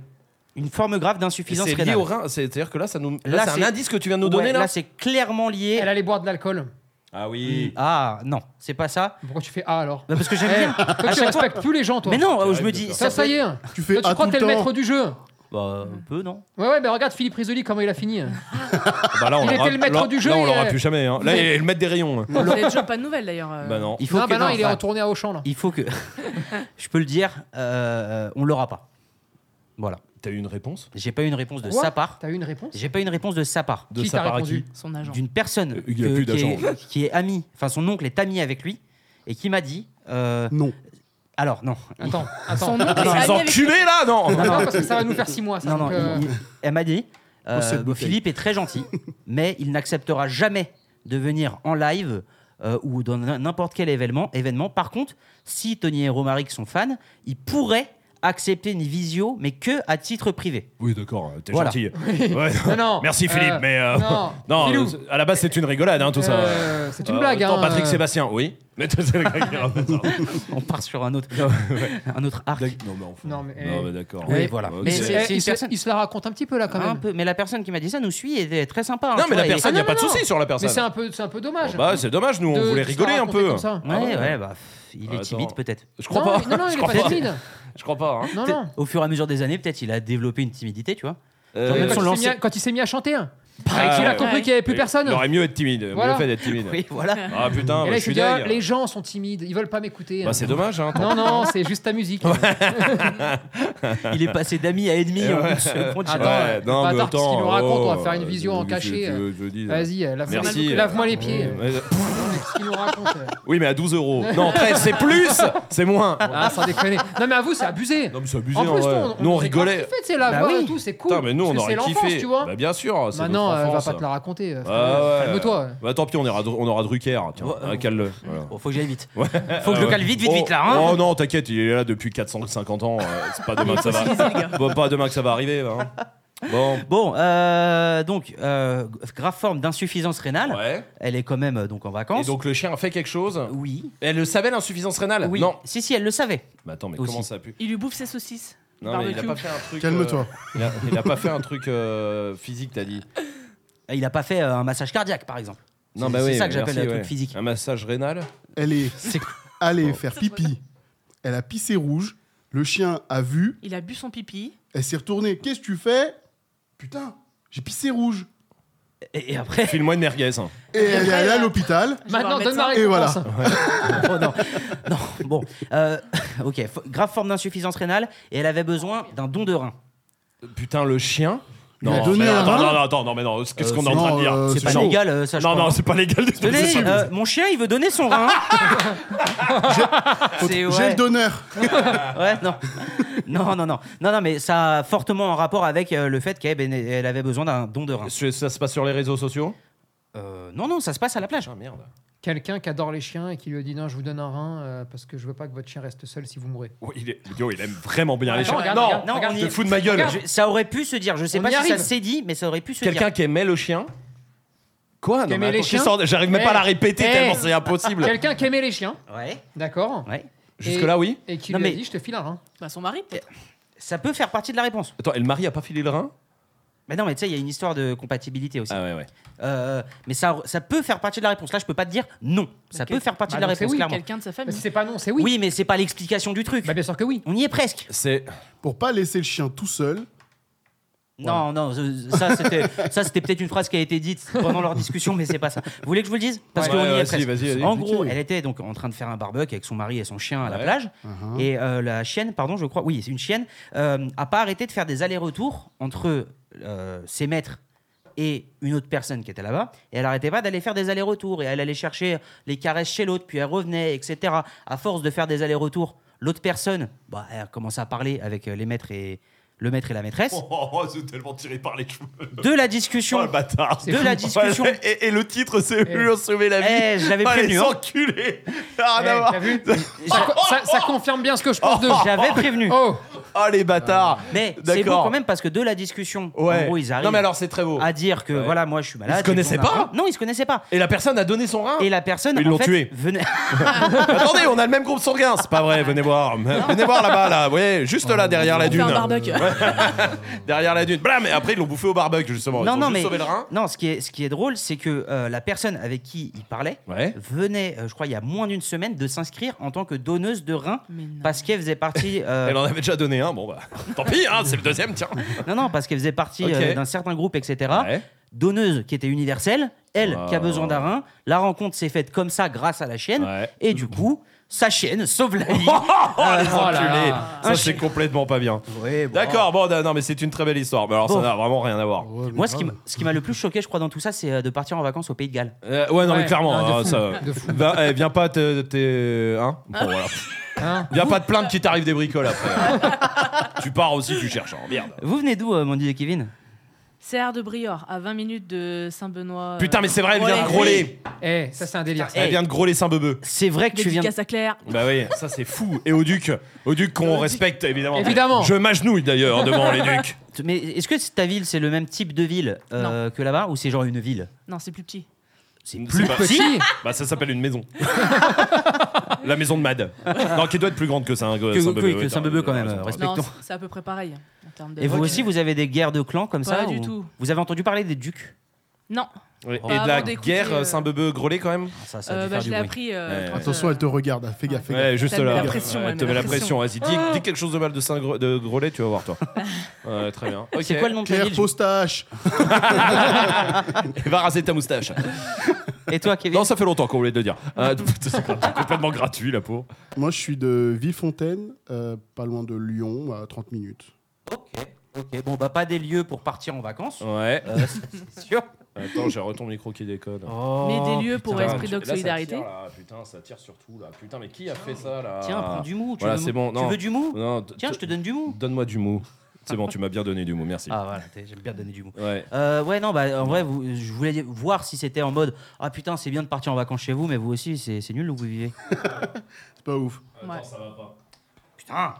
S4: Une forme grave d'insuffisance
S2: C'est
S4: rénale.
S2: lié au rein. c'est- C'est-à-dire que là, ça nous. Là,
S4: Là,
S2: c'est
S4: c'est-
S2: un indice que tu viens de nous
S4: Ouais,
S2: donner là.
S4: c'est clairement lié.
S1: hein. Elle allait boire de l'alcool.
S2: Ah
S1: Hmm.
S2: oui.
S4: Ah non, c'est pas ça.
S1: Pourquoi tu fais A alors
S4: Bah, parce que j'aime
S1: Eh,
S4: bien.
S1: toi,
S4: À
S1: tu
S4: chaque fois-
S1: respectes plus les gens, toi.
S4: Mais non, je
S2: Arrête
S4: me
S2: de
S4: dis.
S2: faire
S1: ça,
S4: peut-
S1: ça y est.
S5: Tu fais
S1: Toi, tu
S5: à
S1: crois
S5: tout
S1: que t'es
S5: le
S1: le maître
S5: temps.
S1: du jeu.
S4: Bah, un peu, non.
S1: Ouais, ouais, bah regarde Philippe Risoli comment il a fini.
S2: Bah là, on
S1: Il était
S2: l'aura-
S1: le maître
S2: là-
S1: du jeu,
S2: Là, on
S1: il
S2: l'aura
S1: est-
S2: plus jamais. hein. Là, il est le maître des rayons. hein.
S3: Vous n'avez toujours pas de nouvelles d'ailleurs. euh.
S2: Bah non.
S4: Il faut
S1: Non,
S4: que.
S1: bah non,
S4: non,
S1: il est
S4: enfin,
S1: retourné à Auchan là.
S4: Il faut que. je peux le dire, euh, on l'aura pas. Voilà.
S2: T'as eu une réponse
S4: J'ai pas eu une réponse de
S1: Quoi
S4: sa part.
S1: T'as eu une réponse
S4: J'ai pas eu une réponse de sa part.
S2: De
S1: Qui
S2: sa
S1: t'a
S2: part à
S1: répondu
S2: qui
S3: Son agent.
S4: D'une personne
S2: Euh, Il y a plus
S4: qui,
S2: d'agent.
S4: est, qui est amie. Enfin, son oncle est ami avec lui et qui m'a dit. euh,
S5: Non.
S4: alors, non. Il-
S1: Attends, attends.
S3: Son nom
S2: Ah,
S3: est
S2: les
S3: ami avec-
S2: enculés là, non
S1: Non, parce que ça va nous faire 6 mois. Ça,
S4: Non, non,
S1: donc, euh,
S4: il- il- elle m'a dit euh,
S5: Oh, cette bouteille.
S4: Philippe est très gentil, mais il n'acceptera jamais de venir en live euh, ou dans n- n'importe quel événement, événement. Par contre, si Tony et Romaric sont fans, ils pourraient accepter une visio, mais que à titre privé.
S2: Oui, d'accord, euh, t'es
S4: Voilà.
S2: gentil. Ouais.
S1: Non, non.
S2: Merci, Philippe, mais, euh,
S1: Non,
S2: Non,
S1: Philou,
S2: euh, à la base, c'est une rigolade, hein, tout ça.
S1: euh, c'est une
S2: Euh,
S1: blague.
S2: attends,
S1: hein,
S2: Patrick
S1: euh,
S2: Sébastien, oui. Mais hein, c'est le gars qui raconte ça.
S4: On part sur un autre, un autre arc.
S2: D'ac- Non, mais enfin.
S1: Non, mais- euh,
S2: d'accord.
S4: Oui,
S1: Ouais.
S4: voilà.
S2: Ok.
S1: Mais
S4: Mais
S1: c'est-
S4: c'est-
S1: eh,
S4: c'est
S1: il,
S4: une
S1: se-
S4: personne-
S1: il se la raconte un petit peu là quand
S4: Un
S1: même.
S4: peu, mais la personne qui m'a dit ça nous suit et est très sympa. hein,
S2: Non,
S4: tu
S2: mais la
S4: vois, et-
S1: Ah,
S2: personne, il n'y a
S1: non,
S2: pas de
S1: non,
S2: souci sur la
S1: Mais
S2: personne.
S1: c'est un peu, c'est un peu dommage.
S2: Bon, bah, c'est dommage, nous,
S1: de-
S2: on
S1: de
S2: voulait
S1: se
S2: rigoler
S1: la
S2: un
S1: raconter
S2: peu.
S1: comme ça.
S2: Ah
S4: Ouais,
S2: ouais.
S4: ouais, bah, pff, il est
S2: Attends.
S4: timide peut-être.
S2: Je crois
S1: non,
S2: pas.
S1: Non, non,
S2: je
S1: il est
S2: crois
S1: pas
S2: pas.
S1: timide.
S2: Je crois pas. hein.
S1: Non, non.
S4: Au fur et à mesure des années, peut-être il a développé une timidité, tu vois.
S2: Euh,
S4: Quand même
S1: Quand
S4: son
S1: il s'est
S4: lancer-
S1: mis à- Quand il s'est mis à chanter, hein.
S2: Ah,
S1: et qu'il a
S2: ouais.
S1: compris
S3: Ouais.
S1: qu'il n'y avait plus
S2: Il-
S1: personne.
S2: Il aurait mieux être timide.
S1: Voilà.
S2: Mieux fait d'être timide.
S4: Oui, voilà.
S2: Ah putain,
S1: Et là,
S2: bah, je
S1: il s'est
S2: suis
S1: dit, ah,
S2: dingue.
S1: les gens sont timides, ils veulent pas m'écouter.
S2: Bah, c'est dommage, hein. tant-
S1: Non, non, c'est juste ta musique.
S4: Il est passé d'ami à ennemi
S2: Eh
S4: en
S2: ouais.
S4: une seconde, je sais
S1: Attends,
S4: pas.
S1: euh, pas tard, parce qu'il nous raconte, on va faire une
S2: euh,
S1: vision
S2: je-
S1: en
S2: je-
S1: cachet,
S2: je-
S1: euh.
S2: je dis, euh,
S1: Vas-y, euh, lave-moi
S2: Merci,
S1: les-
S2: euh,
S1: lave-moi les pieds.
S2: ouais.
S1: Ce qu'il nous raconte. euh.
S2: Oui, mais à 12 euros. Non, 13, c'est plus, c'est moins.
S1: Ah, sans déconner. Non, mais à vous, c'est abusé.
S2: Non, mais c'est abusé,
S1: en
S2: en
S1: plus,
S2: vrai.
S1: nous, on,
S2: Nous, on
S1: on s'est grave
S2: rigolait.
S1: kiffé, tu sais, la
S4: Bah
S1: voix
S4: oui.
S1: et tout, c'est cool.
S2: Putain, mais nous,
S1: parce
S2: on
S1: que
S2: aurait
S1: c'est l'enfance,
S2: kiffé.
S1: tu vois.
S2: Bah, bien sûr, c'est
S1: Maintenant,
S2: notre
S1: euh, va
S2: enfance.
S1: pas te la raconter. euh,
S2: Ah ouais.
S1: Calme-toi.
S2: Bah, tant pis, on, ira, on aura Drucker. Tiens,
S4: Ouais,
S2: Ah, cale-le. Voilà.
S4: Bon, faut que j'aille vite.
S2: Ouais.
S4: Faut que je le cale vite, vite,
S2: oh,
S4: vite là. hein. Ah,
S2: Oh non, t'inquiète, il est là depuis 450 ans. euh, c'est pas demain que ça va. Bon, pas demain que ça va arriver. hein. Bon.
S4: Bon, euh, donc, euh, grave forme d'insuffisance rénale.
S2: Ouais.
S4: Elle est quand même euh, donc en
S2: Et
S4: vacances.
S2: donc le chien a fait quelque chose.
S4: oui.
S2: Elle le savait l'insuffisance rénale.
S4: oui.
S2: Non.
S4: Si, si, elle le savait.
S2: Mais attends, mais
S4: Aussi.
S2: comment ça pue
S3: Il lui bouffe ses saucisses.
S2: Non, mais il a
S3: Barbecue.
S2: pas fait un truc.
S5: Calme-toi.
S2: euh, il, a, il a pas fait un truc euh, physique, t'as dit.
S4: Il n'a pas fait euh, un massage cardiaque, par exemple.
S2: Non,
S4: C'est-
S2: bah
S4: c'est
S2: oui.
S4: ça que
S2: mais
S4: j'appelle
S2: merci,
S4: un truc
S2: ouais.
S4: physique.
S2: Un massage rénal.
S5: Elle est allée faire pipi. Elle a pissé rouge. Le chien a vu.
S3: Il a bu son pipi.
S5: Elle s'est retournée. Qu'est-ce que tu fais Putain, j'ai pissé rouge.
S4: Et, et après,
S2: File-moi une merguez. hein.
S5: Et elle est allée
S1: euh,
S5: à l'hôpital.
S3: Je vais voir
S1: Maintenant,
S3: le
S1: donne ma
S3: médecin.
S1: réponse.
S5: Et voilà.
S4: oh non, non, bon, Euh, ok, fo- grave forme d'insuffisance rénale et elle avait besoin d'un don de rein.
S2: Putain, le chien.
S5: Il a donné
S2: mais non,
S5: un
S2: attends,
S5: rein.
S2: non, non, attends, non, mais non, qu'est-ce
S4: Euh,
S2: qu'on est en train de
S5: non,
S2: dire
S5: euh,
S4: C'est
S5: c'est
S4: pas
S5: chaud.
S4: légal, euh, ça. je
S2: Non,
S4: crois.
S2: non, c'est pas légal de
S4: Tenez, euh, mon chien, il veut donner son rein. Je- c'est- ouais.
S5: J'ai le donneur.
S4: Ouais, non. non, non, non. Non, non, mais ça a fortement en rapport avec euh, le fait qu'elle ben, elle avait besoin d'un don de rein.
S2: Ça ça se passe sur les réseaux sociaux
S4: Euh, non, non, ça se passe à la plage.
S1: Ah,
S2: Putain, merde.
S1: Quelqu'un qui adore les chiens et qui lui a dit non, je vous donne un rein euh, parce que je veux pas que votre chien reste seul si vous mourez.
S2: Oh, il, est- Yo, il aime vraiment bien les
S1: Attends,
S2: chiens.
S1: regarde,
S2: non,
S1: regarde,
S4: non,
S1: regarde.
S4: on y
S2: je
S4: est.
S2: te fous de ma gueule.
S1: Regarde.
S4: Je- ça aurait pu se dire, je sais
S1: On
S4: pas
S1: y
S4: si ça
S1: arrive.
S4: s'est dit, mais ça aurait pu se dire.
S2: Quelqu'un qui aimait le chien Quoi Non,
S1: Qui
S2: mais
S1: aimait
S2: attends,
S1: les
S2: qui
S1: chiens
S2: sort- j'arrive même pas à la
S1: Eh,
S2: répéter
S1: eh.
S2: tellement c'est impossible.
S1: Quelqu'un qui aimait les chiens,
S4: Ouais,
S1: d'accord
S4: ouais.
S2: Jusque-là, oui.
S1: Et qui
S4: Non,
S1: lui a
S4: mais-
S1: dit je te file un rein.
S3: Bah, son mari, peut-être.
S4: Ça peut faire partie de la réponse.
S2: Attends, et le mari a pas filé le rein
S4: Mais non, mais tu sais, il y a une histoire de compatibilité aussi.
S2: Ah ouais, ouais.
S4: Euh, mais ça, ça peut faire partie de la réponse. Là, je peux pas te dire non. Ça
S1: Ok.
S4: peut faire partie
S1: Bah,
S4: de la
S1: donc c'est
S4: réponse,
S1: oui,
S4: clairement.
S3: Quelqu'un de sa
S1: Bah,
S3: famille.
S1: si c'est pas non, c'est oui.
S4: Oui. mais c'est pas l'explication du truc.
S1: Bah, bien sûr que oui.
S4: On y est presque.
S2: C'est.
S5: Pour pas laisser le chien tout seul.
S4: Non, non, ce- ça c'était, ça c'était peut-être une phrase qui a été dite pendant leur discussion, mais c'est pas ça. Vous voulez que je vous le dise Parce
S2: Ouais,
S4: qu'on
S2: ouais,
S4: y est
S2: vas-y,
S4: presque.
S2: vas-y, vas-y,
S4: en
S5: expliquez.
S4: gros, elle était donc en train de faire un barbecue avec son mari et son chien à la
S2: Ouais.
S4: plage,
S5: Uh-huh.
S4: et euh, la chienne, pardon, je crois, oui, c'est une chienne, euh, a pas arrêté de faire des allers-retours entre euh, ses maîtres et une autre personne qui était là-bas, et elle arrêtait pas d'aller faire des allers-retours, et elle allait chercher les caresses chez l'autre, puis elle revenait, etc. À force de faire des allers-retours, l'autre personne, bah, elle commençait à parler avec euh, les maîtres et le maître et la maîtresse.
S2: Oh, oh, oh, c'est tellement tiré par les cheveux.
S4: De la
S2: Oh,
S4: discussion.
S2: le bâtard.
S1: C'est
S4: de
S1: fou.
S4: la discussion.
S2: Ouais, et, et le titre, c'est
S1: Eh.
S2: Lui ont sauvé la vie.
S4: Eh, je l'avais
S2: Ah,
S4: prévenu.
S2: les
S4: hein.
S2: enculés Ah,
S1: Eh, t'as vu ça, co- ça- ça confirme bien ce que je pense de.
S4: J'avais prévenu.
S1: Oh,
S2: ah, Oh, les bâtards
S4: Mais c'est beau
S2: D'accord.
S4: quand même parce que de la discussion,
S2: Ouais.
S4: en gros, ils arrivent
S2: Non, mais alors, c'est très beau.
S4: à dire que
S2: Ouais.
S4: voilà, moi je suis malade.
S2: Ils se connaissaient
S4: et tout, on
S2: pas
S4: apprend. Non, ils se connaissaient pas.
S2: Et la personne a donné son rein
S4: Et la personne.
S2: Ils
S4: en
S2: l'ont
S4: fait,
S2: tué.
S4: Venait...
S2: Attendez, on a le même groupe sanguin C'est pas vrai, venez voir. venez voir là-bas, là. Vous voyez, juste
S4: Oh,
S2: là, derrière la
S3: On fait
S2: dune.
S3: un barbecue.
S2: Derrière la dune. Blam Et après, ils l'ont bouffé au barbecue, justement. Oh, Ils
S4: Non,
S2: ont
S4: non,
S2: juste
S4: mais-
S2: sauvé le rein.
S4: Non, ce qui est, ce qui est drôle, c'est que euh, la personne avec qui il parlait
S2: Ouais.
S4: venait, euh, je crois, il y a moins d'une semaine, de s'inscrire en tant que donneuse de reins
S3: Mais non.
S4: parce qu'elle faisait partie. euh,
S2: Elle en avait déjà donné un, bon bah. Tant pis, hein, c'est le deuxième, tiens.
S4: non, non, parce qu'elle faisait partie
S2: Ok.
S4: euh, d'un certain groupe, etc.
S2: Ouais.
S4: Donneuse qui était universelle, elle qui a
S2: Wow.
S4: besoin d'un rein. La rencontre s'est faite comme ça grâce à la chienne.
S2: Ouais.
S4: Et du coup, sa chienne sauve la vie.
S2: Oh, les
S1: Oh là
S2: enculés.
S1: là.
S2: Ça,
S4: Un
S2: c'est
S4: chi-
S2: complètement pas bien.
S4: Ouais, bon.
S2: D'accord, bon, non, mais c'est une très belle histoire. Mais alors, ça
S4: Bon.
S2: n'a vraiment rien à voir.
S4: Moi, ce qui m- ce qui m'a le plus choqué, je crois, dans tout ça, c'est euh, de partir en vacances au Pays de Galles.
S2: Euh, ouais, non,
S1: Ouais,
S2: mais clairement,
S1: non, de
S2: hein,
S1: fou,
S2: ça.
S1: de fou.
S2: Ben, eh, viens pas te. te- hein Bon, voilà.
S1: hein.
S2: Viens pas te plaindre qu'il t'arrive des bricoles après. tu pars aussi, tu cherches. hein, Merde.
S4: Vous venez d'où, euh, mon dieu Kevin
S3: CR de Briord, à 20 minutes de Saint-Benoît. euh,
S2: Putain, mais c'est vrai, elle vient
S3: ouais.
S2: de grôler.
S1: Eh, ça c'est un délire. ça.
S2: Elle vient de grôler Saint-Bebeu.
S4: C'est vrai que tu viens.
S3: Dédicace à Claire.
S2: Bah oui, ça c'est fou. Et au duc, au duc qu'on respecte évidemment.
S1: Évidemment.
S2: Je m'agenouille d'ailleurs devant les ducs.
S4: Mais est-ce que ta ville, c'est le même type de ville euh, que là-bas ou c'est genre une ville
S3: Non, c'est plus petit.
S4: C'est
S2: C'est
S4: plus
S2: pas-
S1: Petit.
S2: Bah ça s'appelle une maison. La maison de Mad. Non, qui doit être plus grande que ça. hein,
S4: Que-
S2: Saint-Bebeu,
S4: oui, que
S2: ouais, t'as-
S4: Saint-Bebeu, quand
S2: t'as
S4: même,
S2: raison, t'as
S4: respect.
S2: raison.
S3: Non,
S4: Respectons.
S3: c'est- c'est à peu près pareil en termes de.
S4: Et vous
S3: Ok.
S4: aussi, vous avez des guerres de clans comme ça
S3: Pas
S4: ou-
S3: du tout.
S4: Vous avez entendu parler des ducs
S3: Non,
S2: Oui.
S3: Pas
S2: Et de la
S3: avant d'écouter,
S2: guerre
S3: euh,
S2: Saint-Bebeu grôlé quand même
S4: Ah, Ça, ça a
S3: euh,
S4: dû
S3: bah,
S4: faire
S3: je
S4: du
S3: l'ai
S4: bruit.
S3: appris. euh,
S2: Ouais.
S3: quand,
S5: Attention,
S3: euh,
S5: elle te regarde, hein, fais gaffe. fais gaffe.
S2: Ouais, juste
S3: Elle met
S2: là.
S3: la pression,
S2: Ouais,
S3: elle
S2: te
S3: met
S2: met la
S3: la
S2: pression. Vas-y, dis, dis quelque chose de mal de Saint-Gro- de Grolet, tu vas voir toi. Ouais, très bien. Ok.
S4: C'est quoi le nom de ta
S5: Claire
S4: ville
S5: Postache
S2: Et va raser ta moustache.
S4: Et toi, Kevin
S2: Non, ça fait longtemps qu'on voulait te le dire. Euh, c'est complètement gratuit la peau.
S5: Moi, je suis de Villefontaine, euh, pas loin de Lyon, à 30 minutes.
S4: Ok, ok. Bon, bah, pas des lieux pour partir en vacances.
S2: Ouais.
S4: Euh, ça, c'est sûr.
S2: Attends, j'ai retourné le micro qui déconne.
S4: Oh,
S5: Oh,
S3: Mais des lieux pour
S2: Putain,
S3: esprit
S2: tu-
S3: d'oc
S2: là, ça
S3: solidarité.
S2: tire, là. Putain, ça tire sur tout là. Putain, mais qui a fait ça là
S4: Tiens, prends du mou. Tu,
S2: Ah. Voilà,
S4: veux...
S2: c'est bon,
S4: tu
S2: non.
S4: veux du mou
S2: Non, t-
S4: Tiens,
S2: t-
S4: je te donne du mou.
S2: Donne-moi du mou. C'est bon, tu m'as bien donné du mou, merci.
S4: Ah, voilà, t'es- j'aime bien donner du mou.
S2: Ouais.
S4: Euh, ouais, non, bah, en vrai, vous- je voulais dire- voir si c'était en mode Ah putain, c'est bien de partir en vacances chez vous, mais vous aussi, c'est c'est nul où vous vivez.
S5: C'est pas ouf.
S3: Ouais.
S2: ça va pas.
S4: Putain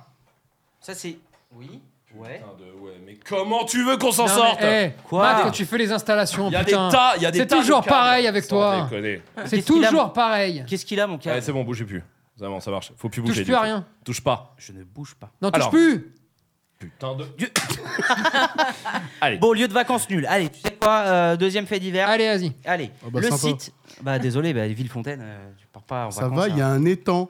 S4: Ça, c'est. Oui Ouais.
S2: Putain de ouais, mais comment tu veux qu'on s'en
S1: Non,
S2: sorte
S1: mais, eh,
S4: Quoi
S1: Matt, quand tu fais les installations,
S2: Il y a
S1: putain,
S2: des tas, il y a des
S1: C'est
S2: tas de
S1: toujours
S2: câbles.
S1: pareil avec
S2: Sans
S1: toi.
S2: déconner.
S1: c'est
S4: Qu'est-ce qu'il a,
S1: toujours pareil.
S4: Qu'est-ce qu'il a, mon cas
S2: Allez, c'est bon, bougez plus. C'est bon, ça marche. Faut plus bouger.
S1: Touche
S2: du
S1: plus à
S2: coup.
S1: rien.
S2: Touche pas.
S4: Je ne bouge pas.
S1: Non, touche
S2: Alors.
S1: plus.
S2: Putain de.
S4: Bon, lieu de vacances nul. Allez, tu sais quoi euh, Deuxième fait d'hiver. Allez.
S1: Allez, vas-y.
S5: Ah bah,
S4: le
S5: sympa.
S4: site. Bah, désolé, bah, Villefontaine, euh, tu pars pas en
S5: Ça
S4: vacances. hein.
S5: va, il y a un étang.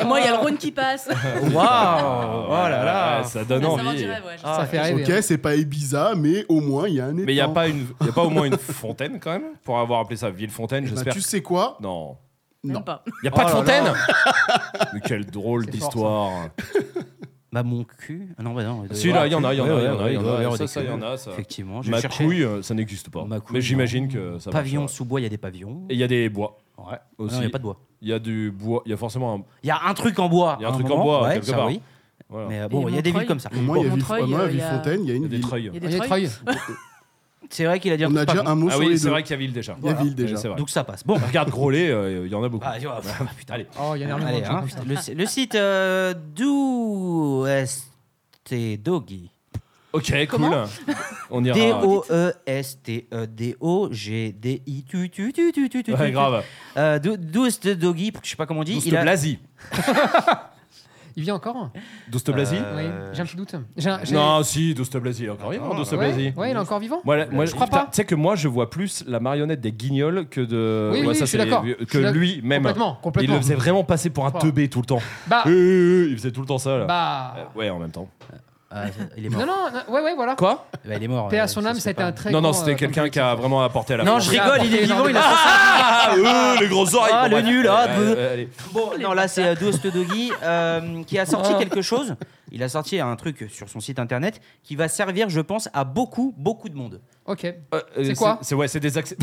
S3: Et moi, il y a le Rhône qui passe.
S4: hein. Waouh Oh là
S2: Ouais,
S4: là
S2: Ça donne
S3: Ça vend
S2: envie.
S3: du rêve, ouais, je-
S4: Ah,
S1: ça fait rêver. hein.
S5: Ok, c'est pas Ibiza, mais au moins, il y a un étang.
S2: Mais il n'y a, pas une- y a pas au moins une fontaine quand même Pour avoir appelé ça Villefontaine,
S5: Eh ben,
S2: j'espère.
S5: tu sais quoi
S2: Non.
S5: Non.
S3: Même pas.
S2: Il n'y a pas de
S5: Oh là
S2: fontaine
S5: là.
S2: Mais quelle drôle
S1: C'est
S2: d'histoire
S4: Bah, mon cul. Ah Non, bah non.
S2: Si, là, il y en a, il y en
S4: Ouais,
S2: a, il y en
S4: ouais,
S2: a, il y en
S4: ouais, ouais,
S2: a.
S4: ouais,
S2: Ça, ça, il y en a. ça.
S4: Effectivement, j'ai
S2: Ma
S4: cherché.
S2: couille, euh, ça n'existe pas.
S4: Ma couille,
S2: Mais
S4: non.
S2: j'imagine que ça va.
S4: Pavillon sous bois, il y a des pavillons.
S2: Et il y a des bois.
S4: Ouais.
S2: Aussi.
S4: Non, il n'y a pas de bois.
S2: Il y a du bois, il y a forcément un.
S4: Il y a un truc en bois.
S2: Il y a un
S4: à
S2: truc en
S4: moment,
S2: bois,
S4: ouais,
S2: quelque
S4: ça,
S2: part.
S4: oui.
S2: Voilà. Mm.
S4: Mais euh, bon,
S3: Et
S4: il y a des villes
S3: Montreuil.
S5: Au
S4: comme ça.
S5: moins, il y a Ville-
S3: Montreuil,
S5: au moins, à
S3: euh, il y a-
S5: Villefontaine, il y a
S2: Il y
S5: une
S2: a des
S5: ville.
S2: treuils.
S3: Il y a
S1: Il
S3: des,
S1: y a des
S3: treuils.
S1: treuils.
S4: C'est vrai qu'il a dit un
S5: On
S4: truc
S5: a
S4: pas
S5: déjà
S4: bon.
S5: un mot
S2: Ah
S5: sur
S2: oui,
S5: les
S2: c'est
S5: deux.
S2: vrai qu'il y a ville déjà.
S5: Il y a ville déjà.
S2: Ouais, c'est vrai.
S4: Donc ça passe. Bon.
S2: Regarde Grollet, euh, il y en a beaucoup.
S4: Ah, tu vois, bah, putain, allez.
S1: Oh, il y en a un
S4: Allez, hein.
S1: moment.
S4: le, si- le site euh, d'où est Doggy
S2: ok,
S3: Comment
S2: cool. On ira.
S4: D O E S T E D O G D I tu tu tu tu tu tu.
S2: Ouais,
S4: tu.
S2: grave.
S4: Euh, d'où- d'où est Doggy Je sais pas comment on dit.
S2: Douste
S4: Il a
S2: Blasi.
S1: Il vient encore un
S2: Douste Blasi
S4: Euh,
S1: Oui, j'ai un petit doute. J'ai un- j'ai-
S2: Non, si, Douste Blasi, il est encore vivant,
S4: Ah,
S2: Douste Blasi.
S1: ouais, ouais, il est encore vivant.
S2: Moi, la- moi,
S1: Je crois
S2: putain,
S1: pas.
S2: Tu sais que moi, je vois plus la marionnette des guignols que de.
S1: Oui,
S2: moi,
S1: oui,
S2: ça,
S1: je suis
S2: c'est-
S1: d'accord. Je suis
S2: Que
S1: d'ac-
S2: lui-même.
S1: Complètement,
S2: Il
S1: complètement.
S2: le faisait vraiment passer pour un
S1: Fort.
S2: teubé tout le temps.
S1: Bah,
S2: Euh, euh, il faisait tout le temps ça, là. Euh,
S1: bah.
S2: Ouais, en même temps.
S4: ah, c'est- il est
S1: Non,
S4: mort.
S1: non, non, ouais, ouais, voilà.
S2: Quoi
S4: Bah, il est mort.
S1: Paix
S4: euh,
S1: à son
S4: ça
S1: âme,
S4: se
S1: ça a
S4: fait
S1: été
S4: pas.
S1: un très
S2: Non,
S1: grand,
S2: non,
S1: euh,
S2: c'était quelqu'un
S1: objectif.
S2: qui a vraiment apporté à la
S4: Non,
S2: France.
S4: je rigole. Il est vivant. Il a.
S2: Ah, euh, les grosses oreilles. euh,
S4: Ah, le
S2: bref.
S4: nul, ah,
S2: Ouais,
S4: beuh.
S2: ouais, allez.
S4: Bon, non, là, c'est Dost Doggy euh, qui a euh, sorti quelque chose il a sorti un truc sur son site internet qui va servir, je pense, à beaucoup, beaucoup de monde.
S1: Ok.
S2: Euh, euh,
S1: C'est quoi
S2: C'est ouais, c'est des accès.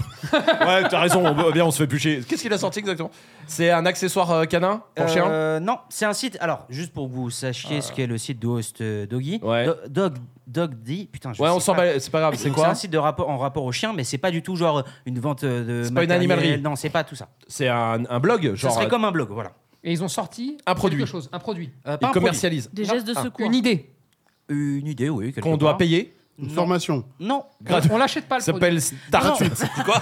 S2: ouais, t'as raison. on- bien, on se fait bûcher. Qu'est-ce qu'il a sorti exactement C'est un accessoire euh, canin pour chien.
S4: Euh, Non, c'est un site. Alors, juste pour que vous sachiez ce qu'est le site de host euh, Doggy.
S2: Ouais.
S4: Do- Dog, Doggy. Putain, je
S2: Ouais,
S4: sais
S2: on
S4: pas.
S2: s'en bat. C'est pas grave. C'est
S4: Donc,
S2: quoi
S4: un site de rapport, en rapport aux chiens, mais c'est pas du tout genre une vente euh, de.
S2: C'est pas une
S4: matériel.
S2: animalerie.
S4: Non, c'est pas tout ça.
S2: C'est un, un blog,
S4: Ce
S2: genre. euh,
S4: serait comme un blog, voilà.
S1: Et ils ont sorti
S2: Un produit.
S1: quelque chose, un produit, Ah,
S4: Euh, pas
S2: Ils
S4: un
S2: commercialisent.
S3: Des
S2: Non,
S3: gestes de
S2: un-
S3: secours.
S1: une idée.
S4: produit. Une idée, oui. quelque
S2: Qu'on doit
S4: part.
S2: payer.
S5: Une
S4: Non.
S5: formation.
S4: Non,
S2: Gratuit.
S1: On l'achète pas le produit.
S2: S'appelle Star
S4: Non.
S2: Quoi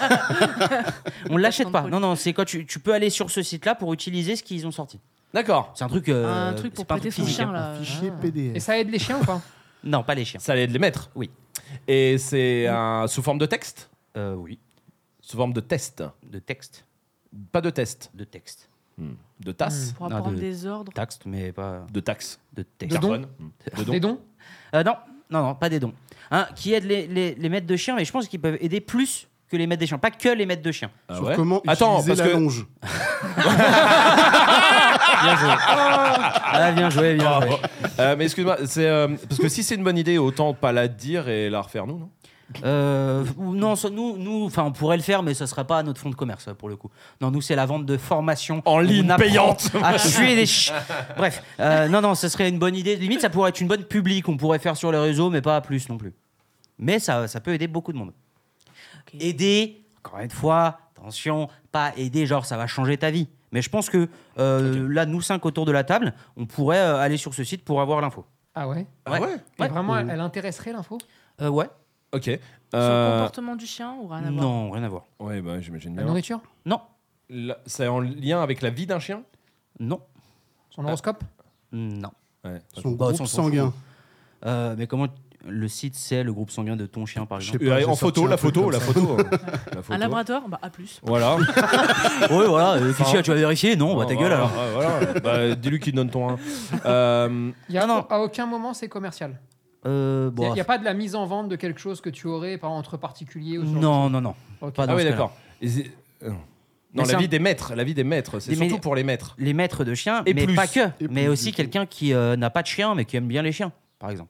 S4: on l'achète pas. Non,
S3: produit.
S4: non, c'est quand tu, tu peux aller sur ce site-là pour utiliser ce qu'ils ont sorti.
S2: D'accord.
S4: C'est un truc. euh,
S3: Un truc pour
S4: c'est pas un
S3: prêter
S4: truc
S3: son
S4: physique,
S3: chien
S4: hein.
S3: là.
S5: Fichier
S1: Et
S5: PDF.
S1: ça aide les chiens ou pas
S4: Non, pas les chiens.
S2: Ça allait de les mettre.
S4: Oui.
S2: Et c'est un sous forme de texte,
S4: Euh, oui,
S2: sous forme de test,
S4: de texte,
S2: pas de test,
S4: de texte.
S2: de tasse,
S3: euh, Pour
S4: Non,
S3: apprendre
S4: Ah, de-
S3: des ordres.
S4: Texte, mais pas
S2: de taxe.
S4: de texte.
S1: Hmm. De dons.
S2: Carbone. Hmm. De dons.
S1: Des dons
S4: Euh, non, non, non, pas des dons. Hein, qui aident les, les, les maîtres de chiens, mais je pense qu'ils peuvent aider plus que les maîtres des chiens. Pas que les maîtres de chiens.
S2: Ah
S5: Sur
S2: ouais
S5: comment
S2: Attends,
S5: utiliser
S2: parce
S5: la
S2: que Bah,
S5: longe.
S4: Bien joué. ah, bien joué, bien joué.
S2: Bravo. Euh, mais excuse-moi, c'est euh, parce que si c'est une bonne idée, autant pas la dire et la refaire nous, non
S4: Euh, ou non, ça- nous, nous, enfin, on pourrait le faire, mais ça sera pas notre fonds de commerce ça, pour le coup. Non, nous, c'est la vente de formation
S2: En ligne
S4: On apprend
S2: payante.
S4: à tuer des chi- Bref, euh, non, non, ce serait une bonne idée. Limite, ça pourrait être une bonne publique. On pourrait faire sur les réseaux, mais pas plus non plus. Mais ça, ça peut aider beaucoup de monde.
S3: Ok.
S4: Aider, encore une fois, attention, pas aider genre ça va changer ta vie. Mais je pense que euh, là, nous cinq autour de la table, on pourrait euh, aller sur ce site pour avoir l'info.
S1: Ah ouais
S2: Ah ouais.
S1: Et
S4: Ouais.
S1: Vraiment, elle,
S4: Euh,
S1: elle intéresserait l'info
S4: euh, ouais.
S2: Ok.
S3: Sur le
S2: Euh,
S3: comportement du chien ou rien à voir
S4: Non, rien à voir.
S2: ouais, bah j'imagine
S1: La
S2: bien.
S1: nourriture
S4: Non,
S2: Là, C'est en lien avec la vie d'un chien
S4: non,
S2: Ah.
S1: Son horoscope
S4: non.
S2: Ouais.
S5: Son
S4: Bah,
S5: groupe
S4: on s'en
S5: sanguin.
S4: Euh, mais comment le site c'est le groupe sanguin de ton chien par exemple
S5: sais pas,
S2: Euh,
S5: j'ai
S2: en
S5: sorti
S2: photo,
S5: un
S2: la
S5: truc
S2: photo,
S5: comme
S2: la
S5: ça.
S2: photo, euh, la photo.
S3: Un laboratoire Bah, à plus.
S2: Voilà.
S4: Oui voilà, euh, Fichia, tu vas vérifier Non, bah ta gueule alors.
S2: Ouais, Oh, voilà. Bah, Dis-lui qu'il donne ton 1. Euh,
S1: Il y a-
S4: Non, non.
S1: À aucun moment, c'est commercial.
S4: Euh, bon,
S1: Il n'y a, pas de la mise en vente de quelque chose que tu aurais par entre particuliers ou ce genre
S4: non, non, non.
S1: de- Ok.
S4: pas dans
S2: ah oui,
S4: ce cas-là.
S2: d'accord. Et c'est- euh, Non,
S4: Mais c'est
S2: la
S4: un-
S2: vie des maîtres, la vie des maîtres, c'est
S4: Des
S2: surtout
S4: maîtres.
S2: pour les maîtres.
S4: Les maîtres de chiens,
S2: Et
S4: mais
S2: plus.
S4: pas que. mais
S5: Et plus, du
S4: aussi
S5: coup.
S4: quelqu'un qui euh, n'a pas de chien mais qui aime bien les chiens, par exemple.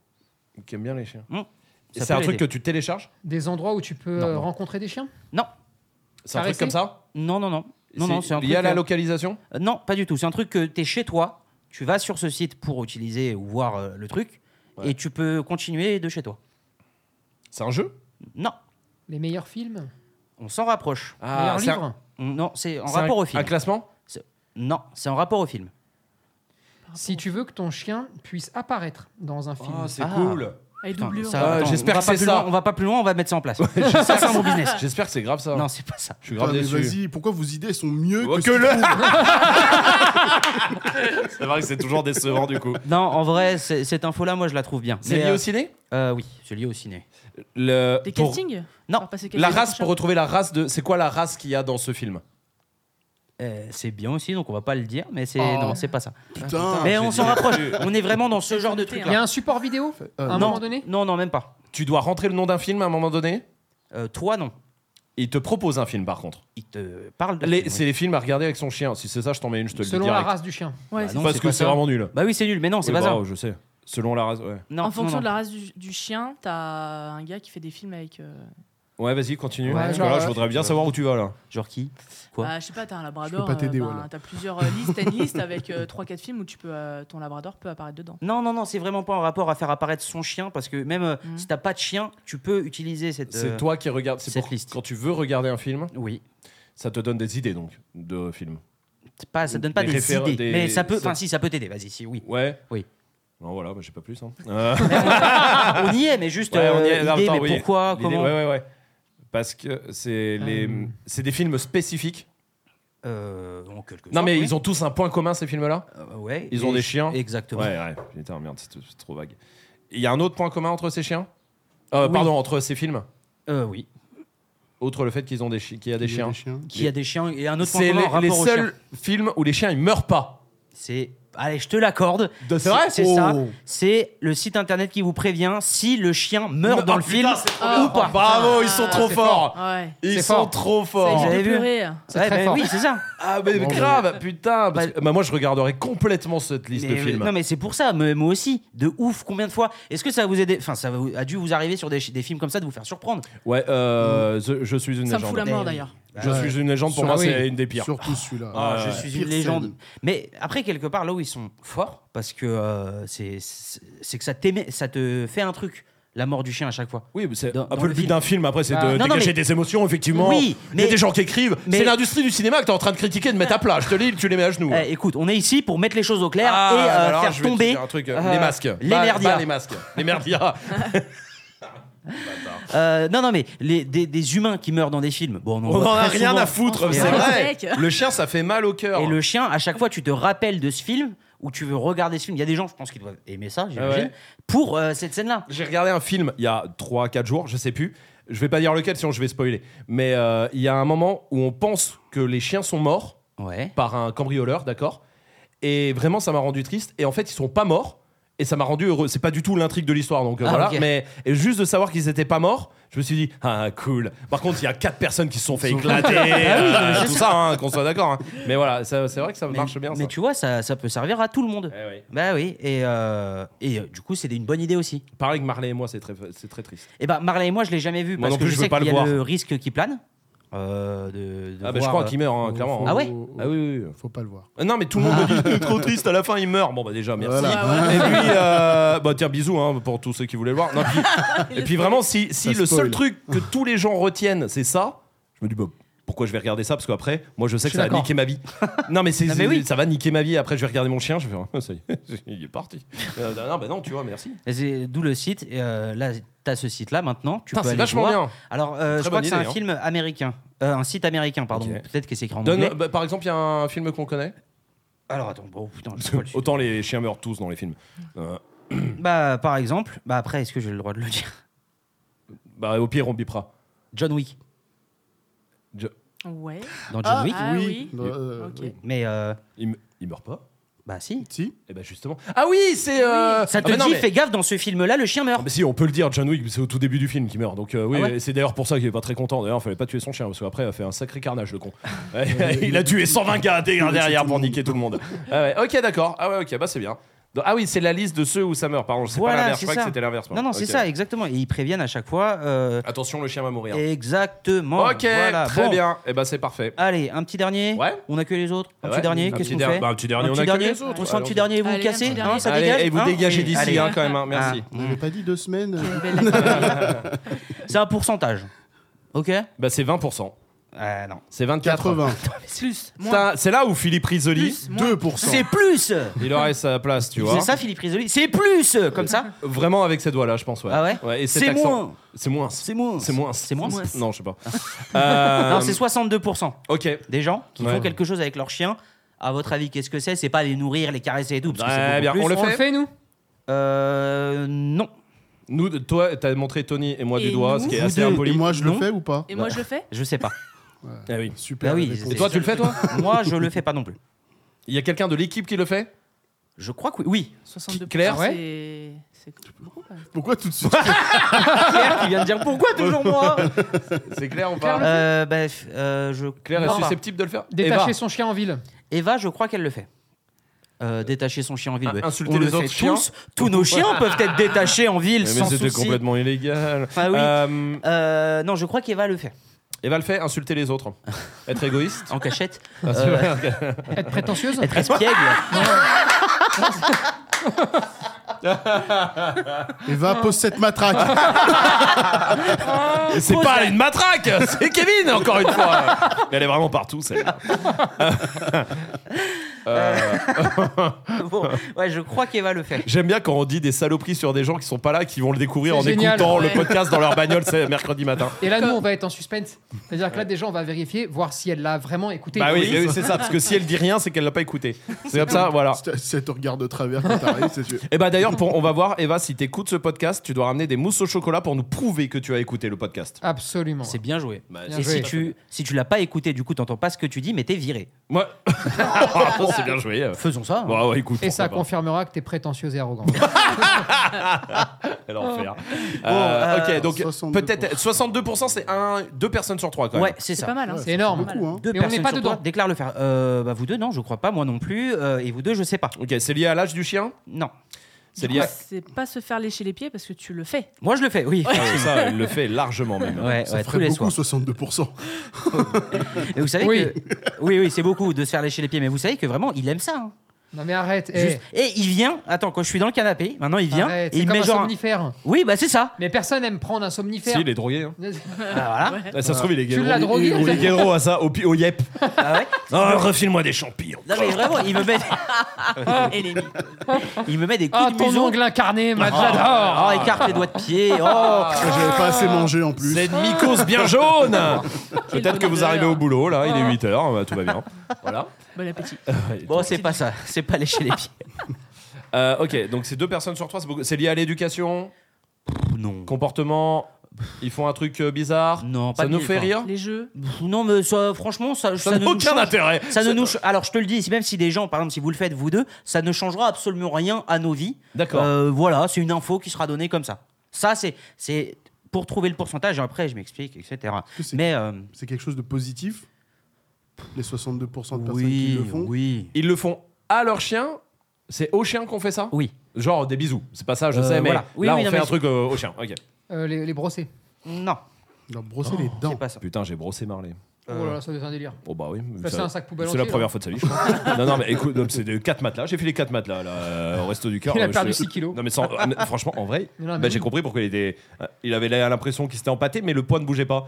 S2: Qui aiment bien les chiens.
S4: Mm.
S2: Et
S4: Ça
S2: C'est
S4: peut
S2: un truc que
S4: l'aider.
S2: tu télécharges
S1: Des endroits où tu peux
S4: Non,
S1: euh,
S4: non.
S1: rencontrer des chiens
S4: Non,
S2: C'est un truc
S1: Caresser
S2: comme ça
S4: non, non, non. Non, non, c'est un
S2: lié à
S4: truc,
S2: la
S4: euh,
S2: localisation
S4: Euh, Non, pas du tout. C'est un truc que tu es chez toi, tu vas sur ce site pour utiliser ou voir euh, le truc,
S2: Ouais.
S4: et tu peux continuer de chez toi.
S2: C'est un jeu
S4: Non,
S1: Les meilleurs films
S4: on s'en rapproche.
S1: Les meilleurs
S2: Ah, c'est un-
S1: livres
S4: On- non, c'est en
S2: c'est un-
S4: rapport au film.
S2: Un classement
S4: Non, c'est en rapport au film.
S1: Si tu veux que ton chien puisse apparaître dans un film.
S2: Ah, c'est
S4: Ah.
S2: cool.
S3: Et
S4: Putain,
S3: doublure. euh,
S4: ça, euh,
S2: Ah,
S4: attends,
S2: j'espère
S4: on va
S2: que
S4: pas
S2: c'est
S4: plus
S2: ça.
S4: loin, on va pas plus loin, on va mettre ça en place. c'est ça mon business.
S2: J'espère que c'est grave ça.
S4: Non, c'est pas ça.
S2: Je suis grave
S5: Putain, mais
S2: déçu.
S5: Vas-y, pourquoi vos idées sont mieux
S2: Oh,
S5: que,
S2: que
S5: ce
S2: le-
S5: qu'on trouve
S2: C'est vrai que c'est toujours décevant du coup.
S4: Non, en vrai, c'est- cette info-là, moi, je la trouve bien.
S2: C'est
S4: Mais,
S2: lié
S4: euh,
S2: au ciné
S4: euh, Oui, c'est lié au ciné.
S2: Le-
S3: Des
S2: pour-
S3: castings
S4: Non,
S3: Faire passer
S2: La
S3: quelqu'un
S2: race,
S3: dans
S2: pour
S3: le
S2: retrouver la race de. C'est quoi la race qu'il y a dans ce film
S4: Euh, c'est bien aussi, donc on va pas le dire, mais c'est
S1: Oh.
S4: non, c'est pas ça.
S5: Putain.
S2: Oh. Ah, j'ai
S4: mais on s'en
S2: dit-
S4: rapproche. on est vraiment dans ce genre de
S3: J'ai
S4: truc.
S3: tenté,
S1: Il y a un support vidéo
S2: Euh,
S1: à un
S4: non,
S1: moment donné
S4: non, non, même pas.
S2: Tu dois rentrer le nom d'un film à un moment donné.
S4: Euh, toi, non.
S2: Et il te propose un film par contre.
S4: Il te parle. d'un
S2: Les-
S4: film, oui.
S2: C'est les films à regarder avec son chien. Si c'est ça, je t'en mets une, je te le dis
S1: Selon la
S2: direct.
S1: race du chien.
S3: chien. Ouais,
S4: Bah
S3: c'est-
S4: non,
S2: Parce
S4: c'est
S2: que
S4: pas
S2: Ah c'est
S4: ça.
S2: vraiment nul.
S4: Bah oui, c'est nul, mais non, c'est
S2: Oui,
S4: pas
S2: bah,
S4: ça.
S2: Je sais. Selon la race. Ouais,
S4: Non,
S3: en
S4: non,
S3: fonction
S4: non.
S3: de la race du, du chien, t'as un gars qui fait des films avec. euh,
S2: Ouais, euh, vas-y, continue.
S1: Ouais,
S2: Parce que
S1: genre,
S2: là, je
S1: ouais.
S2: voudrais bien savoir où tu vas là.
S4: Genre qui Quoi
S3: bah, je sais pas, t'as un labrador.
S5: pas t'aider,
S3: euh, ben,
S5: voilà.
S3: T'as plusieurs euh, listes. T'as une liste avec 3-4 films où tu peux, euh, ton labrador peut apparaître dedans.
S4: Non, non, non, c'est vraiment pas en rapport à faire apparaître son chien, parce que même euh,
S1: Mm.
S3: Mhm.
S4: si t'as pas de chien, tu peux utiliser cette.
S2: C'est
S4: euh,
S2: toi qui regarde. C'est
S4: cette
S2: pour-
S4: liste.
S2: Quand tu veux regarder un film,
S4: Oui.
S2: ça te donne des idées donc de films.
S4: C'est Pas, ça donne pas
S2: Des
S4: des,
S2: réfé-
S4: idées,
S2: des-
S4: mais ça peut.
S2: ça-
S4: Enfin, si, ça peut t'aider. Vas-y, si, oui.
S2: Ouais.
S4: Oui.
S2: Non, voilà, bah, j'ai pas plus. hein. Euh,
S4: Ah, on y est, mais juste.
S2: ouais, on y est,
S4: euh,
S2: en même
S4: idée,
S2: temps,
S4: mais
S2: oui.
S4: pourquoi
S2: L'idée-
S4: Comment
S2: Ouais, ouais, ouais. Parce que c'est les,
S1: Euh.
S2: c'est des films spécifiques.
S4: Euh, en quelque
S2: Non,
S4: sorte,
S2: mais
S4: oui.
S2: ils ont tous un point commun ces films-là.
S4: Euh, ouais,
S2: ils ont
S4: et-
S2: des chiens. Ouais,
S4: Exactement.
S2: ouais. Putain, merde, c'est c'est trop vague. Il y a un autre point commun entre ces chiens. Euh,
S4: Oui.
S2: Pardon, entre ces films.
S4: Euh, oui.
S2: Outre le fait qu'ils ont des chi- qu'il y a des
S5: Il y a
S2: chiens.
S5: chiens.
S4: Qui a des chiens et un autre point
S2: C'est
S4: commun en
S2: les, les
S4: rapport aux chiens.
S2: seuls films où les chiens ils meurent pas.
S4: C'est allez, je te l'accorde.
S5: C'est vrai
S4: C'est
S5: Oh.
S4: ça. C'est le site internet qui vous prévient si le chien meurt
S2: Ah,
S4: dans le
S2: putain,
S4: film
S2: c'est trop bien.
S4: ou pas.
S2: Bravo, ils sont
S3: Ah,
S2: trop
S1: c'est
S2: forts.
S3: Ouais.
S2: Ils
S1: C'est
S2: sont
S1: fort.
S2: trop
S3: Ça,
S2: forts.
S4: j'ai-
S3: j'ai
S4: Oh. j'avais vu.
S3: pleuré.
S1: C'est
S4: Ouais,
S1: très
S4: ben
S1: fort.
S4: Oui, c'est ça.
S2: Ah mais
S1: Bravo.
S2: grave, putain. parce que- bah, moi, je regarderais complètement cette liste
S4: Mais,
S2: de
S4: euh,
S2: films.
S4: Non mais c'est pour ça, mais moi aussi, de ouf, combien de fois Est-ce que ça vous aidé Enfin, ça vous- a dû vous arriver sur des, des films comme ça de vous faire surprendre.
S2: Ouais, euh, The- je suis une
S3: Ça me fout
S2: légende.
S3: la mort
S4: Eh oui.
S3: d'ailleurs.
S2: Je
S5: Ouais.
S2: suis une légende. Pour
S1: Sur-
S2: moi,
S1: ah oui.
S2: c'est une des pires.
S5: Surtout celui-là.
S2: Ah,
S4: je
S2: ouais.
S4: suis une
S5: Pire
S4: légende.
S5: scène.
S4: Mais après, quelque part, là où ils sont forts, parce que euh, c'est c'est c'est que ça, t'émet- ça te fait un truc, la mort du chien à chaque fois.
S2: Oui, mais c'est
S4: Dans-
S2: un
S4: dans
S2: peu le,
S4: le
S2: but
S4: film.
S2: d'un film. Après, c'est
S1: Ah.
S2: de
S4: Non, non,
S2: dégager
S4: mais-
S2: des émotions, effectivement.
S4: Oui,
S2: Il y
S4: mais-
S2: a des gens qui écrivent.
S4: mais-
S2: C'est l'industrie du cinéma que t'es en train de critiquer, de mettre à plat. Je te lis, tu les mets à genoux.
S4: Eh, écoute, on est ici pour mettre les choses au clair
S2: Ah,
S4: et euh,
S2: alors,
S4: faire
S2: je vais te
S4: tomber
S2: dire un truc, euh,
S4: euh,
S2: les masques.
S4: les
S2: Bas-
S4: merdias.
S2: bas les masques. Les merdias.
S4: Euh, non, non, mais les, des, des humains qui meurent dans des films, bon, on en
S2: On
S4: voit
S2: en a
S4: très
S2: rien
S4: souvent.
S2: à foutre,
S4: Mais
S2: c'est
S4: ouais.
S2: vrai.
S3: Mec.
S2: Le chien, ça fait mal au cœur.
S4: Et le chien, à chaque fois, tu te rappelles de ce film ou tu veux regarder ce film. Il y a des gens, je pense, qui doivent aimer ça, j'imagine,
S2: ouais.
S4: pour euh, cette scène-là.
S2: J'ai regardé un film il y a 3-4 jours, je sais plus. Je vais pas dire lequel, sinon je vais spoiler. Mais euh, il y a un moment où on pense que les chiens sont morts
S4: Ouais.
S2: par un cambrioleur, d'accord Et vraiment, ça m'a rendu triste. Et en fait, ils sont pas morts. Et ça m'a rendu heureux. C'est pas du tout l'intrigue de l'histoire, donc euh,
S4: Ah,
S2: voilà.
S4: ok.
S2: Mais et juste de savoir qu'ils étaient pas morts, je me suis dit ah cool. Par contre, il y a quatre personnes qui se sont fait éclater,
S4: Ah
S2: euh, tout ça, hein, qu'on soit d'accord. hein. Mais voilà, ça- c'est vrai que ça marche bien.
S4: Mais
S2: ça.
S4: tu vois, ça, ça peut servir à tout le monde.
S2: Eh oui.
S4: Bah oui, et, euh, et euh, du coup, c'est une bonne idée aussi.
S2: Pareil que Marley et moi, c'est très, c'est très triste.
S4: Et bah, Marley et moi, je l'ai jamais vu
S2: Moi
S4: parce
S2: non
S4: que
S2: plus,
S4: je
S2: je
S4: sais
S2: veux pas
S4: qu'il y
S2: le
S4: a
S2: voir.
S4: le risque qui plane. euh, de, de
S2: Ah bah, je
S4: voir,
S2: crois
S4: euh,
S2: qu'il meurt hein, clairement. hein.
S4: Ah ouais
S2: Ah oui, oui, oui.
S5: Faut pas le voir.
S2: Euh, Non, mais tout le monde me dit trop triste, à la fin il meurt. Bon, bah déjà, merci.
S5: Voilà.
S2: Et puis, euh, bah tiens, bisous hein, pour tous ceux qui voulaient le voir. Non, puis- et puis vraiment, si, si
S5: Ça
S2: le seul
S5: spoil.
S2: truc que tous les gens retiennent, c'est ça, je me dis, bah, pourquoi je vais regarder ça Parce qu'après, moi je sais que
S1: suis
S2: ça va
S1: d'accord.
S2: niquer ma vie. Non, mais, c'est,
S4: Non, mais oui.
S2: ça va niquer ma vie. Après, je vais regarder mon chien, je vais faire, ah, ça y est, il est parti. Euh, non, bah non, tu vois, merci.
S4: euh, Et c'est D'où le site. Et, euh, là, t'as ce site-là maintenant. Tu
S2: Putain,
S4: peux
S2: c'est
S4: aller
S2: vachement
S4: voir.
S2: bien.
S4: Alors, euh, je
S2: Très
S4: crois
S2: bonne
S4: que c'est un
S2: idée, hein.
S4: film américain. Euh, un site américain, pardon.
S2: Ok.
S4: Peut-être que c'est écrit en
S2: Donne,
S4: anglais.
S2: bah, par exemple, il y a un film qu'on connaît.
S4: Alors, attends, bon, putain, je sais pas le
S2: Autant les chiens meurent tous dans les films. Euh,
S4: Bah, par exemple, bah après, est-ce que j'ai le droit de le dire
S2: bah, au pire, on bipera.
S4: John Wick.
S3: Ouais.
S4: Dans John
S3: Ah,
S4: Wick
S3: ah oui.
S5: Euh,
S3: Ok.
S5: oui.
S4: Mais, euh,
S2: Il, me- il meurt pas
S4: bah si.
S5: Si.
S2: Eh ben justement. Ah oui, c'est. euh,
S4: Ça
S2: ah
S4: te
S2: bah non,
S4: dit,
S2: mais-
S4: fais gaffe, dans ce film-là, le chien
S2: Ah
S4: meurt.
S2: bah si, on peut le dire, John Wick, c'est au tout début du film qui meurt. Donc euh, oui,
S4: Ah ouais
S2: et c'est d'ailleurs pour ça qu'il est pas très content. D'ailleurs, il fallait pas tuer son chien, parce qu'après, il a fait un sacré carnage, le con. il a tué 120 gars derrière- derrière pour niquer tout le monde. Ah ouais, ok, d'accord. Ah ouais, ok, bah c'est bien. Donc- ah oui, c'est la liste de ceux où ça meurt, pardon. C'est
S4: Voilà,
S2: pas l'inverse, je
S4: c'est
S2: croyais que
S4: ça.
S2: c'était l'inverse. moi.
S4: Non, non, c'est
S2: Ok.
S4: ça, exactement. Et ils préviennent à chaque fois. euh,
S2: Attention, le chien va mourir.
S4: exactement.
S2: Ok,
S4: Voilà,
S2: très
S4: bon.
S2: bien. Et bah c'est parfait.
S4: Allez, un petit dernier.
S2: Ouais.
S4: On a que les autres. Un
S2: Ouais.
S4: petit dernier,
S2: Un
S4: qu'est-ce
S2: petit
S4: qu'on
S2: der-
S4: fait
S2: bah, un petit dernier,
S4: Un
S2: on a
S4: petit
S2: que
S4: dernier
S2: les autres.
S4: On se fait un
S2: Allez,
S4: petit dernier et vous
S3: Allez,
S4: me
S3: un
S4: cassez
S3: petit
S4: Hein,
S3: dernier.
S4: ça
S2: Allez,
S4: dégage
S2: et vous
S4: Hein
S2: dégagez d'ici
S4: Allez.
S2: hein, quand même, hein, merci.
S4: Ah,
S5: On
S4: mm.
S5: avait pas dit deux semaines.
S4: C'est un pourcentage. Ok
S2: Bah c'est 20%.
S4: Ah non.
S2: C'est 24.
S5: 80.
S3: Plus. Moins.
S2: Putain, C'est là où Philippe Risoli,
S5: 2%.
S4: C'est plus
S2: il aurait sa place, tu vois.
S4: C'est ça, Philippe Risoli C'est plus Comme ça
S2: Vraiment avec ces doigts-là, je pense. Ouais.
S4: Ah ouais
S2: et cet
S4: C'est
S2: accent.
S4: moins.
S2: C'est moins.
S4: C'est moins.
S2: C'est moins.
S4: C'est moins.
S2: Non, je sais pas. Euh,
S4: Non, c'est 62%.
S2: Ok.
S4: des gens qui
S2: Ouais.
S4: font quelque chose avec leur chien. À votre avis, qu'est-ce que c'est C'est pas les nourrir, les caresser et tout. Parce que
S2: Ouais,
S4: c'est
S2: bien.
S4: bien.
S2: On le
S1: On le
S2: fait
S1: fait, nous
S4: Euh, non.
S2: Nous, toi, t'as montré Tony et moi
S3: Et
S2: du doigt,
S3: nous
S2: ce qui est
S5: Vous
S2: assez
S5: deux.
S2: impoli.
S5: Et moi, je
S4: Non.
S5: le fais ou pas
S3: Et moi, je le fais
S4: Je sais pas.
S2: Ah oui.
S5: Super.
S4: Bah oui,
S5: la réponse.
S2: Et toi, tu le fais, toi
S4: Moi, je le fais pas non plus.
S2: Il y a quelqu'un de l'équipe qui le fait
S4: Je crois que oui. oui.
S3: 62%.
S2: Claire
S3: c'est... c'est beaucoup, quand même.
S5: Pourquoi tout de suite
S4: Claire qui vient de dire pourquoi toujours moi
S2: C'est clair ou
S1: pas
S2: pas
S4: euh, Bref, euh, je.
S2: Claire
S4: Non,
S2: est
S4: pas.
S2: susceptible de le faire
S1: Détacher
S2: Eva.
S1: son chien en ville.
S4: Eva, je crois qu'elle le fait. Euh, détacher son chien en ville.
S2: Ah,
S4: ouais.
S2: insulter
S4: On
S2: les
S4: le
S2: autres
S4: fait
S2: chiens.
S4: Tous, tous nos chiens peuvent être détachés en ville
S2: Eh, Mais,
S4: sans
S2: c'était
S4: souci.
S2: complètement illégal.
S4: Ah oui.
S2: Euh,
S4: Euh, non, je crois qu'Eva le fait.
S2: Eva le fait, insulter les autres. Être égoïste.
S4: En cachette.
S2: Ah, c'est
S4: Euh,
S2: vrai.
S1: Être prétentieuse
S4: être espiègle.
S5: Eva, pose cette matraque.
S2: Et C'est pas une matraque, c'est Kevin encore une fois. Mais elle est vraiment partout celle-là. Euh,
S4: Bon, ouais, je crois qu'Eva le fait.
S2: J'aime bien quand on dit des saloperies sur des gens qui sont pas là, qui vont le découvrir
S1: C'est
S2: en
S1: génial,
S2: écoutant
S3: ouais.
S2: le podcast dans leur bagnole c'est mercredi matin.
S1: Et là, nous, on va être en suspense. C'est-à-dire que là, déjà, on va vérifier, voir si elle l'a vraiment écouté.
S2: Bah oui, oui, c'est ça, parce que si elle dit rien, c'est qu'elle l'a pas écouté. C'est comme ça, voilà.
S5: Si t'as- Si elle te regarde de travers quand t'arrives, c'est sûr.
S2: Et bah d'ailleurs, pour- on va voir, Eva, si t'écoutes ce podcast, tu dois ramener des mousses au chocolat pour nous prouver que tu as écouté le podcast.
S1: Absolument.
S4: C'est bien joué.
S2: Bah,
S1: Bien
S4: Et
S1: joué.
S4: si tu, si tu l'as pas écouté, du coup, t'entends pas ce que tu dis, mais t'es viré.
S2: Moi. oh, c'est bien joué.
S4: Faisons ça. hein.
S2: Bon, ouais, écoute,
S1: Et ça
S2: pourquoi
S1: confirmera que t'es prétentieuse et arrogant.
S2: pas. Elle en fait, hein.
S4: euh,
S2: ok, donc
S5: 62%.
S2: peut-être 62%, c'est un, deux personnes sur trois quand même.
S4: Ouais, c'est
S3: C'est
S4: ça.
S3: pas mal, hein.
S1: C'est énorme.
S5: Beaucoup, hein.
S4: Deux
S1: Mais on
S4: personnes
S1: n'est pas
S4: sur
S1: dedans.
S4: trois déclarent le faire. Euh, bah vous deux, non, je crois pas, moi non plus. euh, et vous deux, je sais pas.
S2: Ok, c'est lié à l'âge du chien
S4: Non.
S2: C'est
S3: Du
S2: lié
S3: coup,
S2: à.
S3: C'est pas se faire lécher les pieds parce que tu le fais.
S4: Moi, je le fais, oui.
S2: Ah ouais, ça, elle le fait largement même.
S4: Ouais,
S5: Ça
S4: ouais, tous
S5: ferait
S4: les
S5: beaucoup,
S4: soirs.
S5: 62%.
S4: Et vous savez
S1: Oui.
S4: que... Oui, oui, c'est beaucoup de se faire lécher les pieds, mais vous savez que vraiment, il aime ça. hein.
S1: Non mais arrête. eh,
S4: Juste- Et il vient, attends, quand je suis dans le canapé, maintenant il vient,
S1: arrête,
S4: et
S1: c'est
S4: il
S1: comme
S4: met
S1: un
S4: genre... un-
S1: somnifère.
S4: Oui, bah c'est ça.
S1: Mais personne aime prendre un
S2: Si,
S1: somnifère.
S2: il est drogué. hein.
S4: Ah, voilà.
S2: Ah, ça se trouve, il est
S1: Tu l'as
S2: guéro.
S1: drogué
S2: Il est guéro à ça, au, pi- au yep.
S4: Ah ouais.
S2: Oh, refile-moi des champignons.
S4: Non mais vraiment, il me met,
S3: Et les
S4: il Ah. me met des
S1: Ah
S4: coups de
S1: ton
S4: museau.
S1: ongle incarné, Ah. Matt, j'adore.
S4: Oh, écarte les doigts de pied. Oh.
S5: J'avais pas assez mangé en plus.
S2: C'est
S1: Ah.
S2: une mycose bien jaune Peut-être
S3: bonheur.
S2: que vous arrivez au boulot, là,
S1: Ah.
S2: il est 8h, tout va bien. Voilà.
S3: Bon appétit.
S4: Bon, c'est pas ça. C'est pas lécher les pieds.
S2: Euh, ok, donc c'est deux personnes sur trois, c'est beaucoup- c'est lié à l'éducation,
S4: Non.
S2: comportement, ils font un truc euh, bizarre,
S4: Non, pas
S2: ça
S4: de
S2: nous
S4: mille,
S2: fait
S4: quoi.
S2: rire
S3: Les jeux.
S4: Pff, Non, mais ça, franchement, ça,
S2: Ça n'a
S4: ne nous
S2: aucun
S4: change-
S2: intérêt
S4: Ça ne nous. ch- Alors, je te le dis, si- même si des gens, par exemple, si vous le faites vous deux, ça ne changera absolument rien à nos vies.
S2: D'accord.
S4: Euh, voilà, c'est une info qui sera donnée comme ça. Ça, c'est, c'est pour trouver le pourcentage. Après, je m'explique, etc.
S5: que c'est-
S4: Mais euh,
S5: C'est quelque chose de positif. Les 62% de personnes qui
S4: oui,
S5: le font.
S4: oui,
S2: Ils le font à leur chien c'est au chien qu'on fait ça
S4: oui.
S2: Genre des bisous, c'est pas ça, je
S4: Euh,
S2: sais, mais
S4: voilà. Oui,
S2: là
S4: oui,
S2: on
S4: non,
S2: fait
S4: mais
S2: un truc euh, au chien. Ok.
S1: Euh, les, les brosser.
S4: Non,
S5: Leur brosser les dents.
S4: c'est pas ça.
S2: Putain, j'ai brossé Marley.
S1: Oh là là, ça devient un délire.
S2: Oh bah oui.
S1: Ça,
S2: ça-
S1: c'est un sac poubelle
S2: C'est la
S1: entier, hein.
S2: première
S1: là.
S2: fois de sa vie, je crois. non, non, mais écoute, non, c'est des 4 matelas. J'ai fait les 4 matelas là, euh, au resto du cœur.
S1: Il a
S2: Euh, je
S1: perdu
S2: te-
S1: 6 kilos.
S2: Non, mais, sans- ah, mais franchement, en vrai,
S1: Mais non, mais
S2: bah,
S1: oui.
S2: j'ai compris pourquoi il était. euh, Il avait la- l'impression qu'il s'était empâté, mais le poids ne bougeait pas.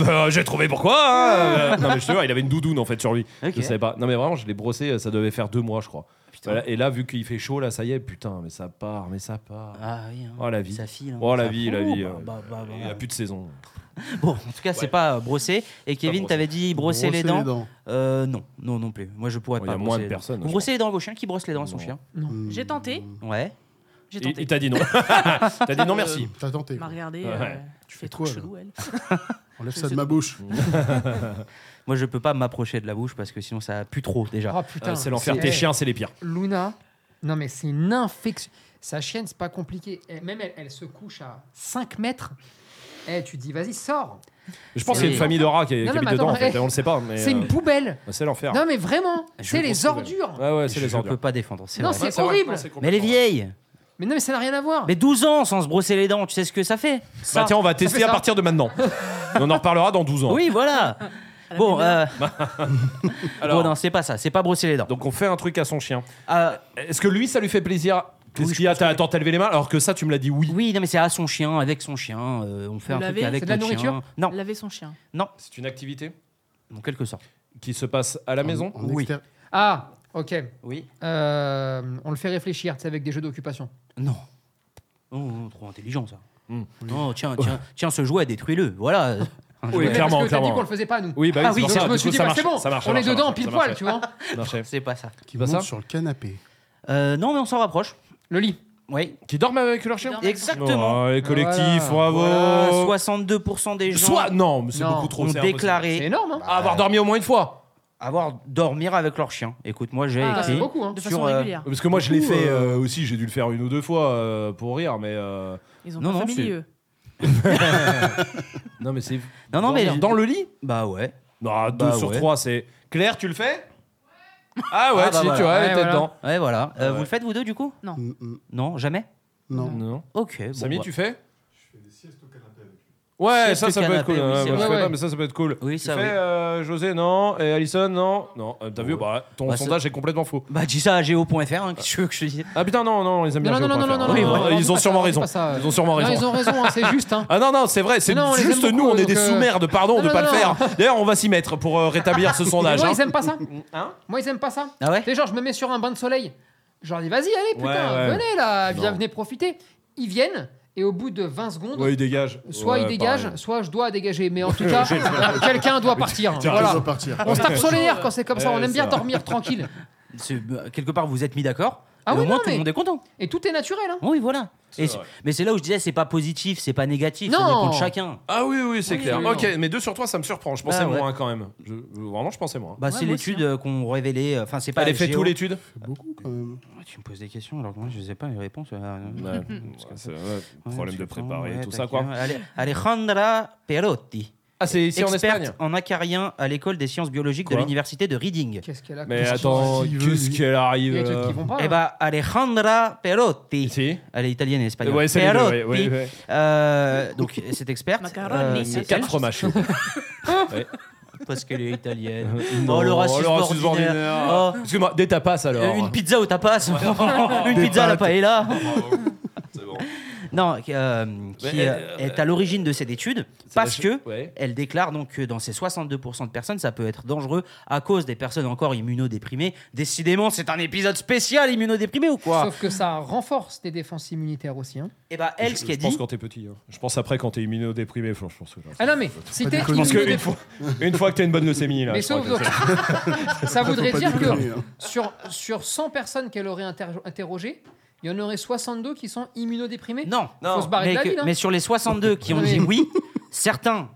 S2: bah, j'ai trouvé pourquoi. hein,
S1: Ah.
S2: euh, non, mais je te jure, il avait une doudoune en fait sur lui.
S4: Ok.
S2: Je savais pas. Non, mais vraiment, je l'ai brossé, euh, ça devait faire 2 mois, je crois.
S4: Putain.
S2: Voilà, et là, vu qu'il fait chaud, là, ça y est, putain, mais ça part, mais ça part.
S4: Ah oui. hein.
S2: Oh, la vie.
S4: Ça file. hein.
S2: Oh, la
S4: Ça-
S2: vie, la
S4: Ouh,
S2: vie,
S4: bah,
S2: euh.
S4: bah, bah, bah.
S2: Il n'y a plus de saison.
S4: Bon, en tout cas, c'est pas euh, brosser. Et Kevin,
S2: brosser.
S4: t'avais dit brosser, les dents. Euh, non, non, non plus. Moi, je pourrais
S2: Il y
S4: pas.
S2: a
S4: brosser
S2: moins de
S4: les dents.
S2: personnes,
S4: Vous
S2: je
S4: brossez les dents à vos chiens Qui brosse les dents à son
S2: Non.
S4: chien
S5: Hmm.
S3: J'ai tenté.
S4: Ouais.
S3: J'ai
S2: Il,
S3: tenté.
S2: il t'a dit non. T'as dit non, merci.
S5: T'as tenté.
S3: m'a regardé.
S2: Ouais.
S3: euh, tu fais trop
S5: toi, là
S3: chelou, elle.
S5: Enlève
S3: je
S5: ça de
S3: sais
S5: ma bouche.
S4: Moi, je peux pas m'approcher de la bouche parce que sinon, ça pue trop déjà.
S1: Oh putain.
S2: Euh, c'est l'enfer.
S1: c'est-
S2: Tes
S1: eh,
S2: chiens, c'est les pires.
S1: Luna, non mais c'est une infection. Sa chienne, c'est pas compliqué. Elle- même elle, elle se couche à 5 mètres. Eh, tu te dis, vas-y, sors.
S2: Je pense
S4: C'est-
S2: qu'il y a une famille de rats qui, qui
S1: non,
S2: habite
S1: mais
S2: dedans, en
S1: attends,
S2: fait.
S1: eh,
S2: On le sait pas, mais.
S1: c'est
S2: euh,
S1: une poubelle.
S2: bah, C'est l'enfer.
S1: Non mais vraiment,
S2: Je
S1: c'est
S2: le
S1: les
S2: pense que-
S1: ordures.
S2: Ouais, ouais, c'est les
S4: Je
S2: ordures.
S4: peux pas défendre. C'est
S1: Non,
S4: vrai.
S1: c'est horrible.
S4: Mais les vieilles
S1: Mais non mais ça n'a rien à voir.
S4: Mais 12 ans sans se brosser les dents, tu sais ce que ça fait
S2: Bah
S4: Ça.
S2: tiens, on va
S1: fait
S2: tester à
S1: ça.
S2: partir de maintenant. Et on en reparlera dans 12 ans.
S4: Oui, voilà. Bon, euh,
S2: Alors,
S4: bon, non, c'est pas ça. C'est pas brosser les dents.
S2: donc on fait un truc à son chien.
S4: Euh,
S2: Est-ce que lui, ça lui fait plaisir Qu'est-ce
S4: Oui,
S2: qu'il y a T'as- Attends, t'as levé les mains alors que ça, tu me l'as dit oui.
S4: oui, non, mais c'est à son chien, avec son chien. euh, on fait
S3: Vous
S4: un truc
S3: l'avez
S4: avec
S1: C'est de la
S4: le chien.
S1: nourriture
S4: Non,
S3: Laver son chien.
S2: C'est une activité
S4: en quelque sorte.
S2: qui se passe à la maison.
S5: En
S4: Oui.
S5: extérieur.
S1: Ah, ok.
S4: Oui.
S1: Euh, on le fait réfléchir, tu sais, avec des jeux d'occupation.
S4: Non. Oh, non, trop intelligent ça.
S2: Mm.
S4: Non, tiens, tiens, tiens, ce jouet, détruis-le. Voilà. Un
S2: Oui,
S4: jouet.
S1: Mais
S2: clairement,
S1: parce que t'as dit
S2: clairement.
S1: qu'on le faisait pas nous.
S2: Oui, bah oui,
S4: Ah
S2: c'est
S4: oui,
S2: pour
S1: Donc
S2: ça,
S1: je me
S2: du
S1: suis
S2: coup,
S1: dit,
S2: ça
S1: bah,
S2: marche,
S1: c'est bon,
S2: ça marche,
S1: on
S2: ça
S1: est
S2: marche,
S1: dedans
S2: ça
S1: pile
S2: marche.
S1: poil, tu vois.
S2: Ça marchait.
S4: C'est pas ça.
S5: Qui
S2: Bah,
S5: monte
S2: ça.
S5: sur le canapé.
S4: Euh, non, mais on s'en rapproche.
S1: Le lit.
S4: Oui,
S2: Qui dorment avec leur chien
S3: Qui dorment.
S4: exactement.
S2: Oh, les collectifs,
S1: Voilà.
S4: Voilà,
S2: bravo.
S4: 62% des gens
S2: Soit non, mais c'est
S1: Non.
S2: beaucoup trop.
S4: ont
S2: c'est impossible.
S1: C'est
S4: déclaré
S1: énorme, hein.
S2: Ah, avoir dormi au moins une fois.
S4: avoir dormir avec leur chien. Écoute, moi j'ai
S3: Ah,
S1: Ah, c'est
S4: écrit.
S1: beaucoup, hein.
S3: De
S4: Sur,
S3: façon
S4: euh,
S3: régulière.
S2: Parce que moi, je l'ai
S5: Ouh,
S2: fait
S5: euh,
S2: euh, aussi. J'ai dû le faire une ou deux fois euh, pour rire, mais euh,
S3: Ils ont
S4: non,
S3: pas
S4: non,
S3: familier,
S4: c'est-
S3: eux.
S2: non, mais c'est
S4: Non, non, mais
S2: Dormir dans le lit.
S4: Bah ouais.
S2: Non, deux
S4: Bah
S2: sur
S4: ouais.
S2: trois, c'est. Claire, tu le fais Ah ouais,
S4: Ah, bah
S2: si,
S4: voilà.
S2: tu vois,
S1: Ouais,
S2: t'es
S1: voilà.
S2: dedans.
S4: Ouais, voilà. Euh,
S2: Ouais.
S4: Vous le faites vous deux du coup
S5: Mm, mm.
S4: Non, jamais
S5: Non.
S2: Non.
S4: Ok. bon,
S2: Samy,
S4: bah.
S2: tu fais
S4: Sieste
S2: Ouais,
S4: au
S2: ça, ça peut être
S4: canapé,
S2: cool.
S4: oui,
S2: Ouais,
S4: c'est
S2: moi, je
S1: vrai.
S2: fais pas,
S1: Ouais.
S2: mais ça, ça peut être cool. Tu
S4: Oui, ça,
S2: fais,
S4: oui.
S2: euh, José, non. Et Alison, non. Non, euh, t'as vu, bah, ton
S4: Bah, c'est-
S2: sondage est complètement faux.
S4: Bah dis ça à géo.fr, hein, qu'est-ce que tu veux que je te dise
S2: Ah putain, non, non, ils aiment
S1: Non,
S2: bien
S1: non, non, non,
S2: Géo.fr.
S1: non, non,
S2: Oui,
S1: non,
S2: voilà,
S1: non,
S2: Ils
S1: non,
S2: ont
S1: pas
S2: sûrement
S1: ça,
S2: raison.
S1: pas ça.
S2: Ils ont sûrement
S1: Non,
S2: raison.
S1: ils ont raison, hein, c'est juste. Hein.
S2: Ah non, non, c'est vrai, c'est
S1: Non, on les aime
S2: juste
S1: beaucoup,
S2: nous, on est des
S1: donc, euh,
S2: sous-merdes, pardon
S1: non,
S2: de
S1: non,
S2: pas le
S1: non.
S2: faire. D'ailleurs, on va s'y mettre pour euh, rétablir ce sondage.
S1: Moi,
S2: hein.
S1: ils aiment pas ça.
S2: Hein
S1: Moi, ils aiment pas ça.
S4: Ah ouais
S1: Tu sais, genre, je me mets sur un bain de soleil. Je leur dis, vas-y, allez, putain,
S2: Ouais, ouais.
S1: venez là, viens,
S2: Non.
S1: venez profiter. Ils viennent, et au bout de 20 secondes,
S2: Ouais, il dégage.
S1: soit
S2: Ouais,
S1: ils dégagent,
S2: pareil.
S1: soit je dois dégager. Mais en tout cas, quelqu'un doit partir.
S5: Tiens,
S1: Voilà.
S5: je vais repartir.
S1: On se tape sur les nerfs quand c'est comme ça,
S2: Ouais,
S1: on aime
S2: c'est
S1: bien
S2: vrai.
S1: dormir tranquille.
S4: C'est- bah, Quelque part, vous vous êtes mis d'accord
S1: Ah
S4: Et au
S1: oui,
S4: moins,
S1: non,
S4: tout le
S1: mais-
S4: monde est content.
S1: Et tout est naturel. Hein.
S4: Oui, voilà.
S2: C'est
S4: Et
S2: vrai.
S4: c'est- mais c'est là où je disais, c'est pas positif, c'est pas négatif, ça
S1: Non.
S4: dépend de chacun.
S2: Ah oui, oui, c'est
S1: Oui,
S2: clair.
S1: oui,
S2: ok,
S1: non.
S2: mais 2 sur 3, ça me surprend. Je pensais
S4: Bah, ouais.
S2: moins quand même. Je- Vraiment, je pensais moins.
S4: Bah,
S3: Ouais,
S4: c'est
S3: moi aussi,
S1: hein.
S4: l'étude euh, qu'on révélait. Enfin, c'est pas.
S2: Elle est fait
S4: Géo.
S2: tout l'étude
S5: Beaucoup quand même.
S4: Ouais, Tu me poses des questions alors que moi je sais pas les réponses. euh, euh,
S2: Ouais, parce que c'est- ouais,
S4: ouais,
S2: Bah, Problème
S4: tu
S2: de
S4: prends,
S2: préparer et
S4: ouais,
S2: tout ça,
S4: tac,
S2: quoi.
S4: ouais. Ale- Alejandra Perotti,
S2: Ah, c'est ici en Espagne
S4: experte en acarien à l'école des sciences biologiques de
S2: Quoi
S4: l'université de Reading.
S1: Qu'est-ce qu'elle a
S2: Mais
S1: comme-
S2: attends,
S5: qu'il veut,
S2: qu'est-ce
S5: lui
S2: qu'elle
S1: Il
S2: arrive
S1: y a des trucs qui
S2: euh,
S1: vont pas. hein.
S4: Eh
S1: là.
S4: bah, Alejandra Perotti.
S2: Si
S4: Elle est italienne et espagnole.
S2: Ouais, c'est les deux,
S4: Perotti.
S2: ouais, ouais, ouais.
S4: Euh, donc, cette experte. euh,
S3: Macaroni, c'est
S4: c'est
S3: quatre
S4: elle,
S2: Quatre fromages.
S4: Parce qu'elle est italienne.
S2: Non,
S4: oh, le racisme,
S2: le racisme
S4: ordinaire.
S2: ordinaire.
S4: Oh,
S2: Excuse-moi, des tapas alors.
S4: Euh, Une pizza au tapas, une pizza à la
S2: Ah,
S4: paella.
S2: bah, C'est bon.
S4: Non, euh, qui
S2: Mais,
S4: euh,
S2: euh,
S4: est à l'origine de cette étude parce
S2: la-
S4: que
S2: ouais.
S4: elle déclare donc que dans ces 62% de personnes, ça peut être dangereux à cause des personnes encore immunodéprimées. Décidément, c'est un épisode spécial immunodéprimé ou quoi
S1: Sauf que ça renforce tes défenses immunitaires aussi. hein.
S4: Et bah elle, ce
S2: Je-
S4: qu'elle
S2: Je pense
S4: dit,
S2: quand t'es petit. hein. Je pense après quand t'es immunodéprimé. Flan, Je pense que.
S1: Ah non, mais si t'es
S5: déconner. Parce que
S1: immunodéprimé-
S2: une fois, une fois que t'as une bonne leucémie là.
S1: Mais
S2: je crois
S1: sauf
S2: que c'est-
S1: que- ça voudrait
S5: Faut pas
S1: dire que
S5: déconner, hein.
S1: sur, sur 100 personnes qu'elle aurait inter- interrogées, il y en aurait 62 qui sont immunodéprimés.
S4: non,
S1: Faut se barrer
S4: mais,
S1: de la
S4: que-
S1: ville, hein.
S4: mais sur les 62 qui ont
S1: Oui.
S4: dit oui, certains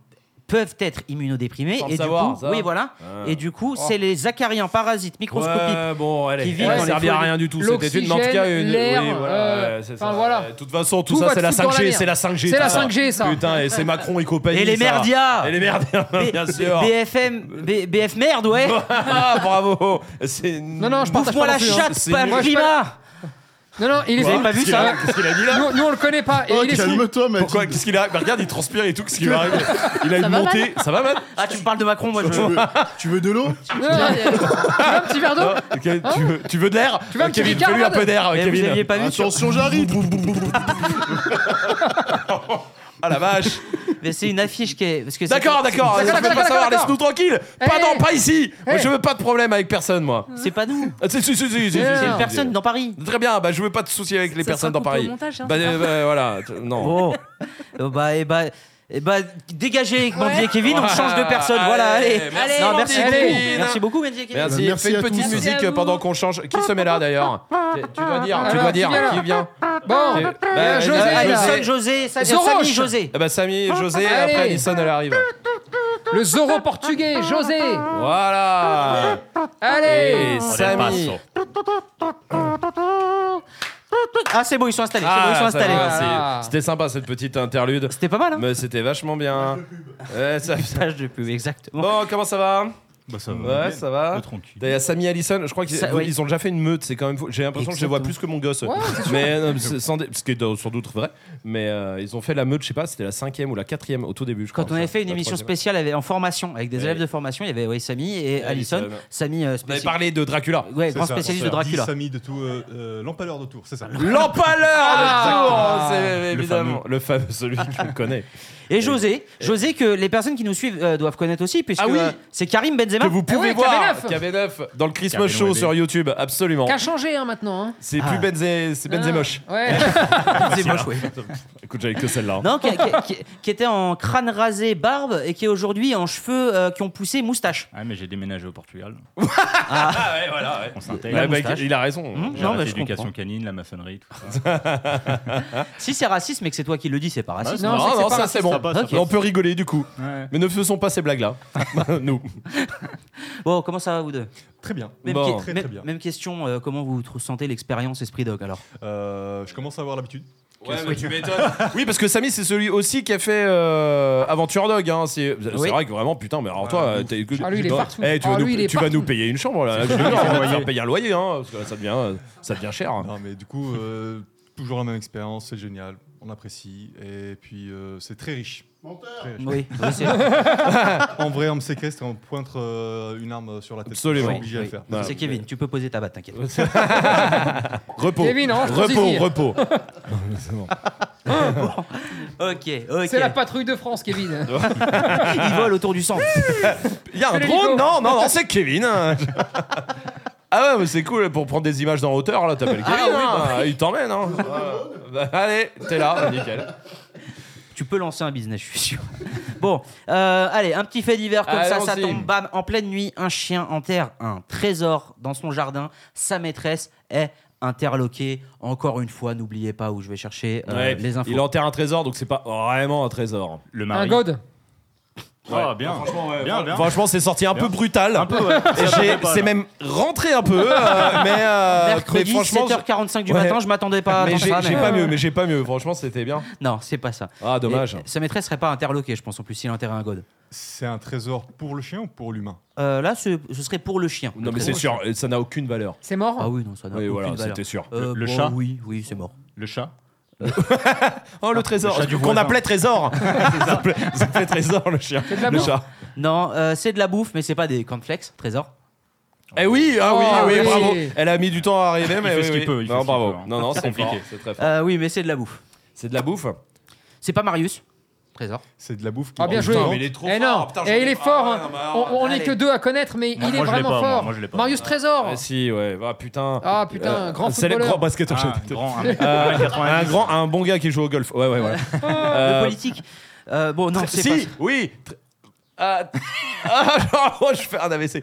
S4: peuvent être immunodéprimés
S2: Sans le
S4: et du
S2: savoir,
S4: coup,
S2: ça.
S4: oui voilà,
S2: Ah.
S4: et du
S1: Oh.
S4: coup, c'est les acariens parasites microscopiques
S2: Ouais, bon, allez,
S4: qui vivent
S2: elle
S4: dans
S2: ne
S4: les
S2: servi à
S1: foyers.
S2: rien du tout cette étude, mais en tout cas, une.
S1: L'oxygène,
S2: oui,
S1: l'air,
S2: voilà,
S1: euh,
S2: ouais, c'est
S1: enfin,
S2: ça.
S1: voilà.
S2: De toute façon, tout,
S1: Tout
S2: ça,
S1: va
S2: c'est
S1: te
S2: la
S1: foutre dans la
S2: 5G,
S1: merde.
S2: c'est la 5G.
S1: C'est
S2: tout
S1: la 5G, ça.
S2: Putain, et c'est Macron et compagnie.
S4: Et les
S2: ça.
S4: merdias
S2: Et les merdias, bien
S4: B-
S2: sûr.
S4: BFM, B- BF merde, ouais
S2: Ah, bravo. C'est.
S1: Non, non, je partage
S4: Bouffe-moi
S1: pas non
S4: la
S1: plus, hein.
S4: chatte,
S2: C'est
S4: pas
S2: nul.
S4: le climat
S1: Non, non, il est.
S4: Vous avez pas vu
S2: Qu'est-ce qu'il a-
S4: ça
S2: Qu'est-ce qu'il a dit là
S1: Nous, nous, on le connaît pas. Et
S5: Oh,
S1: il est fou.
S5: calme-toi,
S2: Pourquoi
S5: Mathilde.
S2: Qu'est-ce qu'il a Bah, Regarde, il transpire et tout. Qu'est-ce qui lui arrive Il a
S3: Ça
S2: une
S3: va,
S2: montée. Ça va, man
S4: Ah, tu me parles de Macron, moi je
S5: Tu veux, tu veux de l'eau
S1: Non, non, Tu veux un petit verre d'eau
S2: Ok, tu, veux, tu veux de l'air
S1: Tu veux un
S2: Euh, Kevin,
S1: petit
S2: fais-lui un
S1: Ricard,
S2: peu d'air,
S4: Mais Eh, Vous aviez
S2: Kevin.
S4: pas vu sur-
S5: Attention, j'arrive.
S2: Ah la vache.
S4: Mais c'est une affiche qui est. parce que c'est-
S2: D'accord, d'accord.
S1: D'accord,
S2: Je veux
S1: d'accord,
S2: pas
S1: d'accord,
S2: savoir.
S1: d'accord.
S2: Laisse-nous tranquille. Pas
S1: Eh.
S2: dans, pas ici. Moi,
S1: Eh.
S2: je veux pas de problème avec personne, moi.
S4: C'est pas nous,
S2: Ah, Si, si, si, si, si, si,
S1: Eh.
S2: si,
S4: c'est
S2: si,
S4: une
S2: si.
S4: Eh. personne dans Paris
S2: Très bien, bah, je veux pas de soucis avec les
S3: Ça
S2: personnes
S3: sera
S2: dans
S3: coupé au
S2: Paris.
S3: montage, hein.
S2: Bah, euh, bah, voilà, t- non.
S4: Oh Euh, Bah, et bah. Et bah, dégagez Mandy et Kevin, on
S2: Ouais.
S4: change de personne, voilà,
S2: Allez,
S4: allez
S2: merci,
S4: Non, merci,
S1: Mandy et
S4: beaucoup.
S2: Kevin.
S4: merci beaucoup, Mandy et Kevin
S2: Merci,
S5: Bah, Merci
S2: fais
S5: à
S2: une petite
S5: tous.
S2: musique euh,
S3: Merci à
S2: pendant
S3: vous.
S2: qu'on change. Qui se met là d'ailleurs Ah, Tu tu dois dire, tu
S1: Alors,
S2: dois
S1: qui
S2: dire
S1: vient là
S2: qui vient.
S1: Bon,
S2: Ok.
S1: il y a
S2: Bah,
S1: José, là.
S2: euh, José.
S4: Alison Ah, José, Sa-
S1: Soros.
S4: Samy José
S2: Eh bah, Samy, José, et
S1: Allez.
S2: après Alison, elle arrive.
S1: le Zorro portugais, José.
S2: Voilà.
S1: Allez.
S2: Et Samy.
S4: Ah, c'est bon, ils sont installés, c'est bon, ils
S2: Ah,
S4: sont
S2: ça va,
S4: installés
S2: c'est-
S1: Ah.
S2: C'était sympa cette petite interlude.
S4: C'était pas mal, hein
S2: Mais c'était vachement bien. Ouais, ça-
S4: Page de pub, exactement.
S2: Bon, comment ça va
S8: Bah ça va.
S2: Ouais, ça va.
S8: Euh, Tranquille.
S2: Il y a Sami Allison, je crois qu'ils
S4: Ça, oui.
S2: ils ont déjà fait une meute, c'est quand même fou. J'ai l'impression que je les vois plus que mon gosse. mais euh, non, c'est sans dé- ce qui est euh, sans doute vrai. Mais euh, ils ont fait la meute, je sais pas, c'était la cinquième ou la quatrième au tout début. Je
S4: Quand
S2: crois,
S4: on avait
S2: ça,
S4: fait une
S2: la
S4: émission
S2: troisième.
S4: spéciale avec- en formation avec des
S2: Ouais.
S4: élèves de formation, il y avait ouais, Samy et Alison.
S2: Alison.
S4: Samy, euh,
S2: On avait
S4: spécial-
S2: parlé de Dracula.
S4: ouais, grand spécialiste de Dracula.
S8: Samy de tout. Euh, euh, L'empaleur de Tours, c'est ça.
S2: L'empaleur
S4: Ah.
S2: de tour C'est
S8: Le
S2: évidemment le fameux, celui qu'on connaît.
S4: Et José, José que les personnes qui nous suivent euh, doivent connaître aussi, puisque
S2: Ah oui.
S4: euh, c'est Karim Benzema.
S2: Que vous
S1: Ah
S2: pouvez
S1: ouais,
S2: voir
S1: KB9.
S2: KB9, dans le Christmas
S8: KB9,
S2: Show
S8: ouais.
S2: sur YouTube, absolument.
S1: Qui a changé hein, maintenant. Hein.
S2: C'est
S4: Ah.
S2: plus Benzé, c'est Benzé moche.
S1: Ah, Ouais.
S4: C'est moche, ouais.
S2: Écoute, j'avais que celle-là. hein.
S4: Non, qui, qui- qui- qui était en crâne rasé, barbe, et qui est aujourd'hui en cheveux euh, qui ont poussé moustache.
S8: Ah mais j'ai déménagé au Portugal.
S2: Ah ouais, voilà. ouais.
S8: On
S2: Ouais,
S8: s'intègre.
S2: bah,
S4: moustache.
S2: il a raison.
S4: Hmm.
S8: J'ai
S4: Non,
S8: arrêté
S4: mais je
S8: l'éducation
S4: comprends.
S8: canine, la maçonnerie, tout ça.
S4: Si c'est raciste, mais que c'est toi qui le dis, c'est pas raciste.
S1: Non,
S2: Non,
S1: c'est que
S2: non,
S1: c'est pas
S2: ça Ah, c'est bon.
S8: Ça passe, ça
S2: Mais On peut rigoler du coup.
S8: Ouais.
S2: Mais ne faisons pas ces blagues-là. Nous.
S4: Bon, comment ça va vous deux
S8: Très bien.
S4: même,
S2: Bon.
S4: que-
S8: Très,
S4: même-
S8: très bien.
S4: même question, euh, comment vous trou- sentez l'expérience Esprit Dog alors
S8: Euh, je commence à avoir l'habitude.
S2: Oui, parce que Samy, c'est celui aussi qui a fait euh, Aventure Dog. hein. C'est c'est
S4: Oui.
S2: vrai que vraiment, putain, mais alors toi, t'as-
S1: Ah, lui, il est
S2: tu-
S1: partout.
S2: Eh, tu, vas
S1: Ah,
S2: nous,
S1: lui, il est
S2: tu vas
S1: partout.
S2: nous payer une chambre là. Je veux dire, on va te faire payer un loyer, hein, parce que là, ça devient, euh, ça devient cher.
S8: Non mais du coup, euh, toujours la même expérience, c'est génial. On apprécie et puis euh, c'est très riche. Très riche.
S4: Oui, oui, c'est-
S8: En vrai, on me séquestre et on pointe euh, une arme sur la tête.
S2: Absolument.
S8: Je suis obligé à le faire.
S2: Ouais.
S4: c'est Kevin, tu peux poser ta batte, t'inquiète.
S2: Repos.
S1: Kevin, range ton zizi.
S2: repos, repos.
S4: Ok, ok.
S1: C'est la patrouille de France, Kevin.
S4: Il vole autour du sang.
S2: Il y a un
S1: Fais les
S2: drone
S1: Lego.
S2: Non, non, non, c'est Kevin. hein. Ah ouais, mais c'est cool pour prendre des images en hauteur. Là, t'appelles
S1: Ah
S2: Kevin. hein. Il t'emmène. Hein. Bah, allez, t'es là, nickel.
S4: Tu peux lancer un business, je suis sûr. Bon, euh, allez, un petit fait divers comme ça, ça
S2: Allons-y.
S4: tombe, bam, en pleine nuit, un chien enterre un trésor dans son jardin. Sa maîtresse est interloqué. Encore une fois, n'oubliez pas où je vais chercher euh,
S2: Ouais,
S4: les infos.
S2: Il enterre un trésor, donc c'est pas vraiment un trésor.
S9: Le
S1: Un
S9: mari.
S1: god.
S9: Ah, bien. Bien, bien.
S2: Franchement, c'est sorti un
S9: Bien.
S2: peu brutal.
S9: Un peu, ouais.
S2: Et
S9: Ça
S2: j'ai-
S9: va pas,
S2: c'est
S9: là.
S2: même rentré un peu, euh, mais, euh,
S4: Mercredi,
S2: mais franchement, je-
S4: 7h45 du
S2: Ouais.
S4: matin, je m'attendais pas à
S2: mais
S4: tant que
S2: j'ai
S4: ça,
S2: j'ai
S4: mais- euh,
S2: pas mieux, mais j'ai pas mieux. Franchement, c'était bien.
S4: Non, c'est pas ça.
S2: Ah, dommage.
S4: Et sa maîtresse serait pas interloquée, je pense, en plus, s'il enterrait un god.
S8: C'est un trésor pour le chien ou pour l'humain
S4: Euh, là, ce, ce serait pour le chien.
S2: Non,
S4: Le
S2: mais c'est
S4: trésor.
S2: sûr, ça n'a aucune valeur.
S1: C'est mort.
S4: Ah oui, non, ça n'a
S2: Oui,
S4: aucune
S2: voilà,
S4: valeur.
S2: c'était sûr.
S4: Euh,
S9: Le- le
S4: bon,
S9: chat
S4: Oui, oui, c'est mort.
S9: Le chat.
S2: Oh, le trésor,
S9: chat du
S2: qu'on
S9: voisin.
S2: appelait trésor. Ça s'appelait- ça s'appelait trésor, le chien.
S1: de la
S2: Le
S1: bouffe.
S2: chat.
S4: Non, euh, c'est de la bouffe, mais c'est pas des cornflakes, trésor.
S2: Eh oui, ah oui,
S1: Oh,
S2: oui,
S1: oui.
S2: bravo. Elle a mis du temps à arriver, mais
S9: fait
S2: oui,
S9: ce qu'il
S2: oui.
S9: peut, il fait
S2: non,
S9: ce qu'il
S2: bravo.
S9: peut, hein.
S2: Non, non, c'est
S9: C'est compliqué.
S2: compliqué. C'est très fort.
S4: Euh, oui, mais c'est de la bouffe.
S2: C'est de la bouffe.
S4: C'est pas Marius, trésor.
S8: C'est de la bouffe qui
S1: Ah, bien
S8: Oh,
S1: joué.
S8: putain, mais
S2: il est trop
S1: Eh
S2: fort,
S1: non.
S2: putain, j'en
S1: Et il
S2: ai
S1: est
S2: pas.
S1: fort.
S2: Ah,
S1: hein.
S2: ouais, non, bah,
S1: On- On
S4: allez.
S1: n'est que deux à connaître, mais
S9: Moi,
S1: il est
S9: moi, je l'ai
S1: vraiment
S9: pas, moi,
S1: fort.
S9: moi, je l'ai pas.
S1: Marius Trésor.
S2: Ah, si, ouais. Ah, putain.
S1: Ah putain,
S2: Euh,
S1: grand
S2: C'est le
S1: footballeur.
S2: grand basket.
S9: Ah, grand, un mec.
S2: Euh, un grand, un bon gars qui joue au golf. Ouais, ouais, ouais.
S4: Le
S1: Ah.
S2: Euh,
S4: politique. Euh, bon, non, c'est
S2: si,
S4: pas.
S2: oui. tr- Ah, ah, genre, oh, je fais un AVC.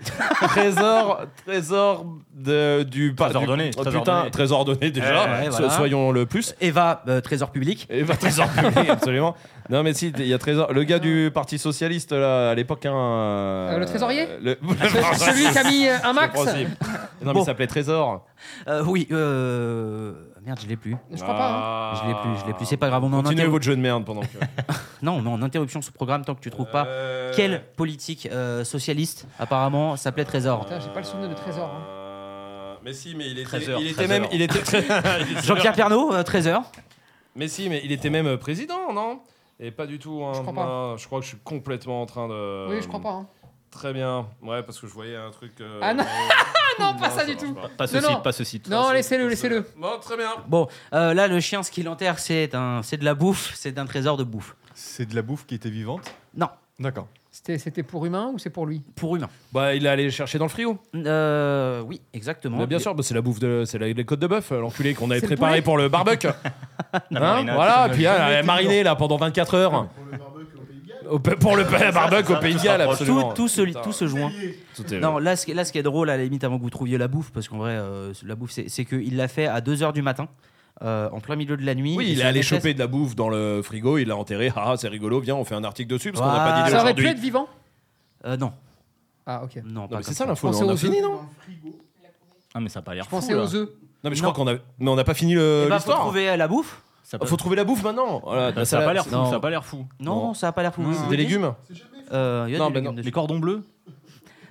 S2: Trésor, trésor de, du pas-
S9: Trésor
S2: du-
S9: donné,
S2: oh,
S9: trésor
S2: putain,
S9: donné.
S2: trésor donné déjà.
S9: Eh, ouais,
S2: so-
S4: voilà.
S2: Soyons le plus.
S4: Eva, euh, trésor public.
S2: Et bah, trésor public, absolument. Non, mais si, il y a trésor. Le gars du Parti socialiste là, à l'époque, hein, euh,
S1: Ah. Euh, le trésorier
S2: le-
S1: Ce- Celui qui a mis euh, un
S2: C'est
S1: max
S2: possible. Non, mais
S4: Bon.
S2: il s'appelait Trésor.
S4: Euh, oui, euh... Merde, je l'ai plus.
S1: Je crois pas.
S2: Ah.
S1: hein.
S4: Je l'ai plus, je l'ai plus. C'est pas grave, on en
S2: Continuez
S4: interroge-
S2: votre jeu de merde pendant que.
S4: Non, mais en interruption ce programme tant que tu trouves pas.
S2: Euh,
S4: Quelle politique euh, socialiste, apparemment, s'appelait Trésor
S1: Putain, j'ai pas le souvenir de Trésor. hein.
S2: euh, Mais si, mais il était,
S9: Trésor,
S2: il était
S9: trésor.
S2: même, il était.
S4: Jean-Pierre Pernaud, euh, Trésor.
S2: Mais si, mais il était même euh, président, non Et pas du tout. hein.
S1: Je crois pas.
S2: Non, je crois que je suis complètement en train de.
S1: Oui, je crois pas. hein.
S2: Très bien. Ouais, parce que je voyais un truc. euh,
S1: Ah non. non, pas ça du
S2: marche
S1: tout.
S2: pas.
S9: Pas ce
S1: Non, non.
S9: site, pas ce site.
S1: Non, laissez-le, laissez-le.
S2: Bon, très bien.
S4: Bon, euh, là, le chien, ce qu'il enterre, c'est un... c'est de la bouffe, c'est un trésor de bouffe.
S8: C'est de la bouffe qui était vivante
S4: Non,
S8: D'accord.
S1: C'était, c'était pour humain ou c'est pour lui
S4: pour humain.
S2: Bah, il est allé chercher dans le frigo.
S4: Euh, oui, exactement.
S2: Mais bien sûr, bah, c'est la bouffe de, c'est la- les côtes de bœuf, euh, l'enculé qu'on avait
S1: C'est le
S2: préparé
S1: poulet.
S2: pour le barbecue.
S9: La
S2: Hein,
S9: marinade.
S2: voilà, puis
S8: jamais
S2: elle est
S8: été
S2: marinée là pendant 24 heures. Au pe- Pour le pa- barbecue au Pays de Galles, absolument.
S4: Tout, tout, se,
S2: Putain,
S4: tout se joint.
S2: tout est-
S4: Non, là ce, qui- là, ce qui est drôle, à la limite, avant que vous trouviez la bouffe, parce qu'en vrai, euh, la bouffe, c'est c'est qu'il l'a fait à 2h du matin, euh, en plein milieu de la nuit.
S2: Oui,
S4: Et
S2: il est
S4: sa
S2: allé
S4: maîtresse-
S2: choper de la bouffe dans le frigo, il l'a enterré. Ah, c'est rigolo, viens, on fait un article dessus parce qu'on n'a pas
S4: Voilà.
S2: d'idée
S1: Ah, Ça aurait pu
S2: aujourd'hui.
S1: être vivant
S4: Euh, non,
S1: Ah, ok.
S4: non,
S2: Non,
S4: pas
S2: mais c'est
S4: comme
S2: ça
S4: ça.
S2: l'info,
S1: Je pensais
S2: on a
S1: aux
S2: fini,
S1: œufs.
S2: non
S9: Ah, mais ça a pas l'air
S1: Je
S9: fou.
S1: pensais
S9: là.
S1: aux œufs.
S2: Non, mais je
S4: Non.
S2: crois qu'on a. Mais on n'a pas fini le-
S4: Eh ben, faut
S2: euh, l'histoire.
S4: trouver la bouffe
S9: Ça
S2: Ah,
S9: a pas-
S2: faut trouver la bouffe maintenant. Voilà,
S9: Eh ben, Ça,
S2: bah,
S9: ça a pas l'air fou. hein.
S4: non.
S9: Ça a pas l'air fou.
S4: Non,
S2: Non.
S4: ça a pas l'air fou.
S2: Des légumes
S4: Euh, il y a
S2: Non,
S4: des
S2: ben
S4: légumes
S2: non.
S9: Les
S4: dessus.
S9: cordons bleus.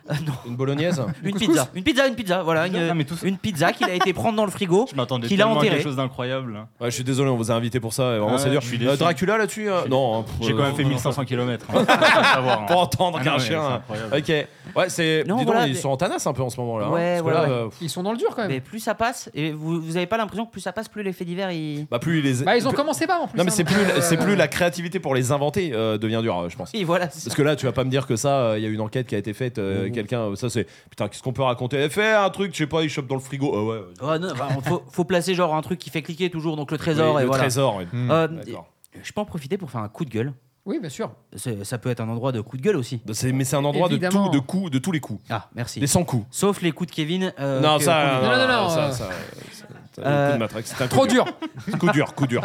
S4: Euh, non.
S2: Une bolognaise
S4: Une
S1: couscous
S4: pizza, une pizza, une pizza, voilà,
S9: Non, mais
S4: une,
S9: tout ça-
S4: une pizza qu'il a été prendre dans le frigo.
S9: Je m'attendais
S4: Qu'il a
S9: tellement à
S4: enterré.
S9: quelque chose d'incroyable. hein.
S2: Ouais, je suis désolé, on vous a invité pour ça. et Vraiment,
S9: Ouais,
S2: c'est dur.
S9: je suis
S2: Euh,
S9: déçu.
S2: Dracula là-dessus euh, Non, hein, pff,
S9: J'ai quand
S2: euh,
S9: même Ah fait
S2: non, non,
S9: 1500 km. hein. Pour
S2: Pour entendre qu'un
S9: hein.
S2: chien. Ok. Ouais, c'est. Dis
S4: Non,
S2: donc,
S4: voilà,
S2: ils
S4: mais-
S2: sont en tanasse un peu en ce moment là. hein,
S4: Ouais,
S2: parce que
S4: voilà,
S2: là,
S4: ouais.
S2: euh, pff,
S1: Ils sont dans le dur quand même.
S4: Mais plus ça passe, et vous, vous avez pas l'impression que plus ça passe, plus les faits divers ils.
S2: Bah, plus les.
S1: Bah, ils ont commencé bas en plus.
S2: Non, mais
S1: hein.
S2: c'est plus,
S1: Euh,
S2: c'est plus la créativité pour les inventer euh, devient dure, euh, je pense.
S4: Oui, voilà. c'est ça.
S2: Parce que là, tu vas pas me dire que ça, euh, il y a une enquête qui a été faite.
S4: Mmh.
S2: euh, Quelqu'un, euh, ça c'est. Putain, qu'est-ce qu'on peut raconter Eh, Fais un truc, je sais pas, il chope dans le frigo. Ah ouais, ouais.
S4: Ouais, non, bah, faut, faut placer genre un truc qui fait cliquer toujours, donc le trésor
S2: Oui,
S4: et
S2: le
S4: voilà.
S2: trésor. oui. Ah,
S4: Euh,
S2: D'accord.
S4: je peux en profiter pour faire un coup de gueule.
S1: Oui, bien sûr.
S4: C'est- Ça peut être un endroit de coup de gueule aussi.
S2: Bah, C'est- Mais c'est un endroit de, tout,
S1: Évidemment.
S2: de, coups, de tous les coups.
S4: Ah, merci.
S2: Les 100 coups.
S4: Sauf les coups de Kevin. euh,
S2: non,
S4: que-
S2: ça.
S4: qu'on-
S1: Non, non, non,
S2: ça,
S1: euh,
S2: ça, ça-
S4: euh,
S2: coup de matraque, c'est un
S1: Trop
S2: coup
S1: dur.
S2: Coup dur, coup dur.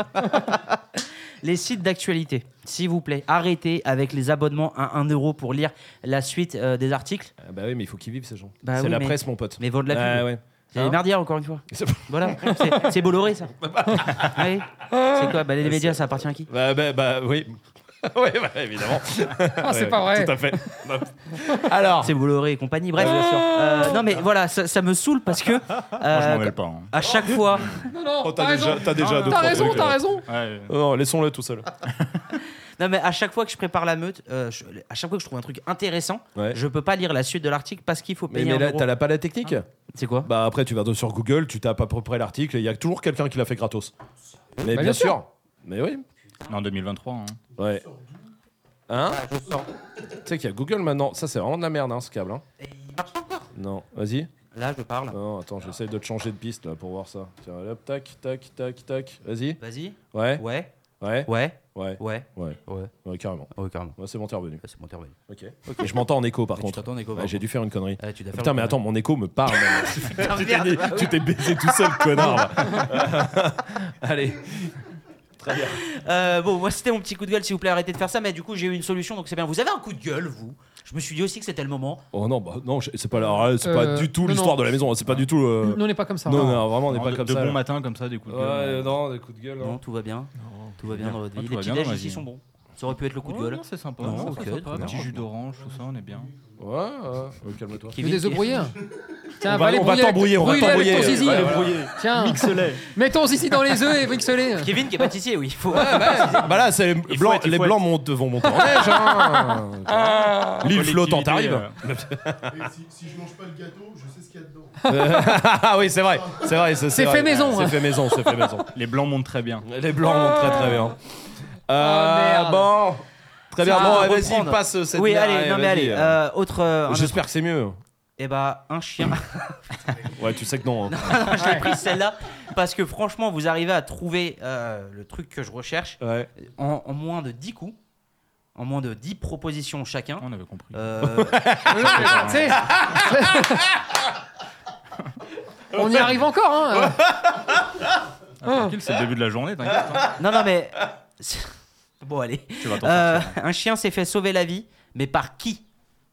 S4: Les sites d'actualité, s'il vous plaît, arrêtez avec les abonnements à 1 euro pour lire la suite euh, des articles.
S2: Ah bah oui, mais il faut qu'ils vivent ces gens.
S4: Bah
S2: c'est
S4: oui,
S2: la
S4: mais-
S2: presse, mon pote.
S4: Mais vendre la pub.
S2: Ah ouais.
S4: C'est les
S2: Hein
S4: merdières, encore une fois.
S2: C'est-
S4: Voilà, C'est- c'est Bolloré, ça. Oui. C'est quoi bah, Les médias, ça appartient à qui
S2: Bah, bah, bah oui. oui, bah, évidemment.
S1: Ah,
S2: Ouais,
S1: c'est pas
S2: Tout
S1: vrai.
S2: à fait. Alors,
S4: C'est Bolloré et compagnie. Bref, Euh, non, mais voilà, ça, ça me saoule parce que. euh,
S9: Moi, je m'en mêle pas. hein.
S4: à chaque fois,
S1: Non, non,
S2: Oh,
S1: t'as
S2: t'as
S1: raison.
S2: déjà, t'as déjà
S9: Non,
S2: deux,
S1: T'as
S2: trois
S1: raison,
S2: trucs,
S1: t'as
S2: là.
S1: raison.
S9: Ouais.
S2: Non, non, laissons-le tout seul.
S4: non mais à chaque fois que je prépare la meute, euh, je- à chaque fois que je trouve un truc intéressant,
S2: Ouais.
S4: je peux pas lire la suite de l'article parce qu'il faut
S2: Mais,
S4: payer
S2: mais
S4: un
S2: là,
S4: euro.
S2: t'as la palette technique
S4: C'est quoi
S2: Bah après, tu vas sur Google, tu tapes à peu près l'article et il y a toujours quelqu'un qui l'a fait gratos. Mais bien,
S1: bien
S2: sûr.
S1: sûr.
S2: Mais oui.
S9: Non, En 2023. hein.
S2: Ouais. Hein
S4: Bah,
S2: Tu sais qu'il y a Google maintenant. Ça, c'est vraiment de la merde, hein, ce câble. Hein. Non, vas-y.
S4: Là, je parle.
S2: Non, attends, j'essaye de te changer de piste là pour voir ça. Tiens, hop, tac, tac, tac, tac. Vas-y.
S4: Vas-y.
S2: Ouais.
S4: Ouais.
S2: Ouais,
S4: Ouais,
S2: ouais,
S4: ouais,
S2: ouais,
S4: ouais,
S2: ouais, carrément.
S4: ouais, carrément.
S2: Ouais, c'est bon, t'es revenu.
S4: Ouais, c'est bon, t'es revenu.
S2: Ok. Et je m'entends en écho par
S4: Mais tu
S2: contre.
S4: t'entends en écho,
S2: Ouais,
S4: par
S2: J'ai
S4: contre.
S2: dû faire une connerie.
S4: Ouais, tu dois
S2: Ah,
S4: faire
S2: putain,
S4: le-
S2: mais attends, mon écho me parle. même. tu t'es
S4: Ah
S2: dit- tu t'es baisé tout seul, connard. là. Allez. Très bien.
S4: Euh, bon, moi c'était mon petit coup de gueule, s'il vous plaît, arrêtez de faire ça. Mais du coup, j'ai eu une solution, donc c'est bien. Vous avez un coup de gueule, vous Je me suis dit aussi que c'était le moment.
S2: Oh non, bah, non, je- c'est pas, alors, euh, c'est pas
S1: Euh,
S2: du tout
S1: non,
S2: l'histoire
S1: non.
S2: de la maison. C'est pas du tout. euh,
S1: Nous, on n'est pas comme ça. hein.
S2: Non, non, vraiment, on n'est
S9: Non,
S2: pas
S9: de-
S2: comme
S9: de
S2: ça.
S9: bon
S2: là.
S9: matin comme ça, du coup.
S2: Ouais, euh, non, des coups de gueule.
S4: Non,
S2: hein.
S4: tout va bien. Tout va bien dans votre
S9: Ah,
S4: vie.
S9: tout
S4: Les
S9: va
S4: petits
S9: bien dans
S4: déj
S9: ma
S4: ici
S9: vie.
S4: sont bons. Ça aurait pu être le coup de
S9: Ouais,
S4: gueule.
S9: non, c'est sympa.
S4: Non,
S9: ça,
S4: ok,
S9: c'est sympa.
S4: non.
S9: Petit jus d'orange, tout ça, on est bien.
S2: Ouais, ouais. ouais, calme-toi.
S1: Mais
S4: Kevin-
S1: désembrouiller. Tiens,
S2: On va-
S1: aller
S2: on
S1: brouiller
S2: va
S1: avec-
S2: t'embrouiller, on va
S1: brûler avec ton
S2: t'embrouiller.
S1: zizi.
S2: Ouais,
S1: Le
S2: voilà.
S1: brouiller. Tiens, mettons ici dans les œufs et brixe-les.
S4: Kevin qui est pâtissier, oui. il Faut...
S2: Bah là, c'est les blancs,
S9: être- il
S2: les
S9: faut
S2: blancs montent, vont monter en neige. hein. L'île flottante
S9: Collectivité, euh.
S2: arrive.
S5: Et si, si je mange pas le gâteau, je sais ce qu'il y a dedans.
S2: ah oui, c'est vrai, c'est vrai.
S1: C'est
S2: vrai.
S1: fait maison.
S2: C'est fait maison, c'est fait maison.
S9: Les blancs montent très bien.
S2: Les blancs montent très très bien. Ah
S1: merde.
S2: bon, très bien.
S4: Ah,
S2: Bon, eh, vas-y,
S4: reprendre.
S2: passe euh, cette.
S4: oui,
S2: merde,
S4: allez, non mais
S2: vas-y,
S4: allez.
S2: euh,
S4: euh, autre. euh, un autre-
S2: J'espère que c'est mieux.
S4: Eh bah, un chien.
S2: Ouais, tu sais que non. hein.
S4: je l'ai pris celle-là parce que franchement, vous arrivez à trouver euh, le truc que je recherche
S2: Ouais.
S4: en, en moins de 10 coups, en moins de 10 propositions chacun.
S9: On avait compris.
S4: Euh,
S1: Ah, tu sais. On y arrive encore, hein.
S9: Ah, tranquille, c'est le début de la journée, t'inquiète. hein.
S4: non, non, mais. Bon, allez.
S9: Tu vas t'en
S4: Euh,
S9: sortir.
S4: un chien s'est fait sauver la vie, mais par qui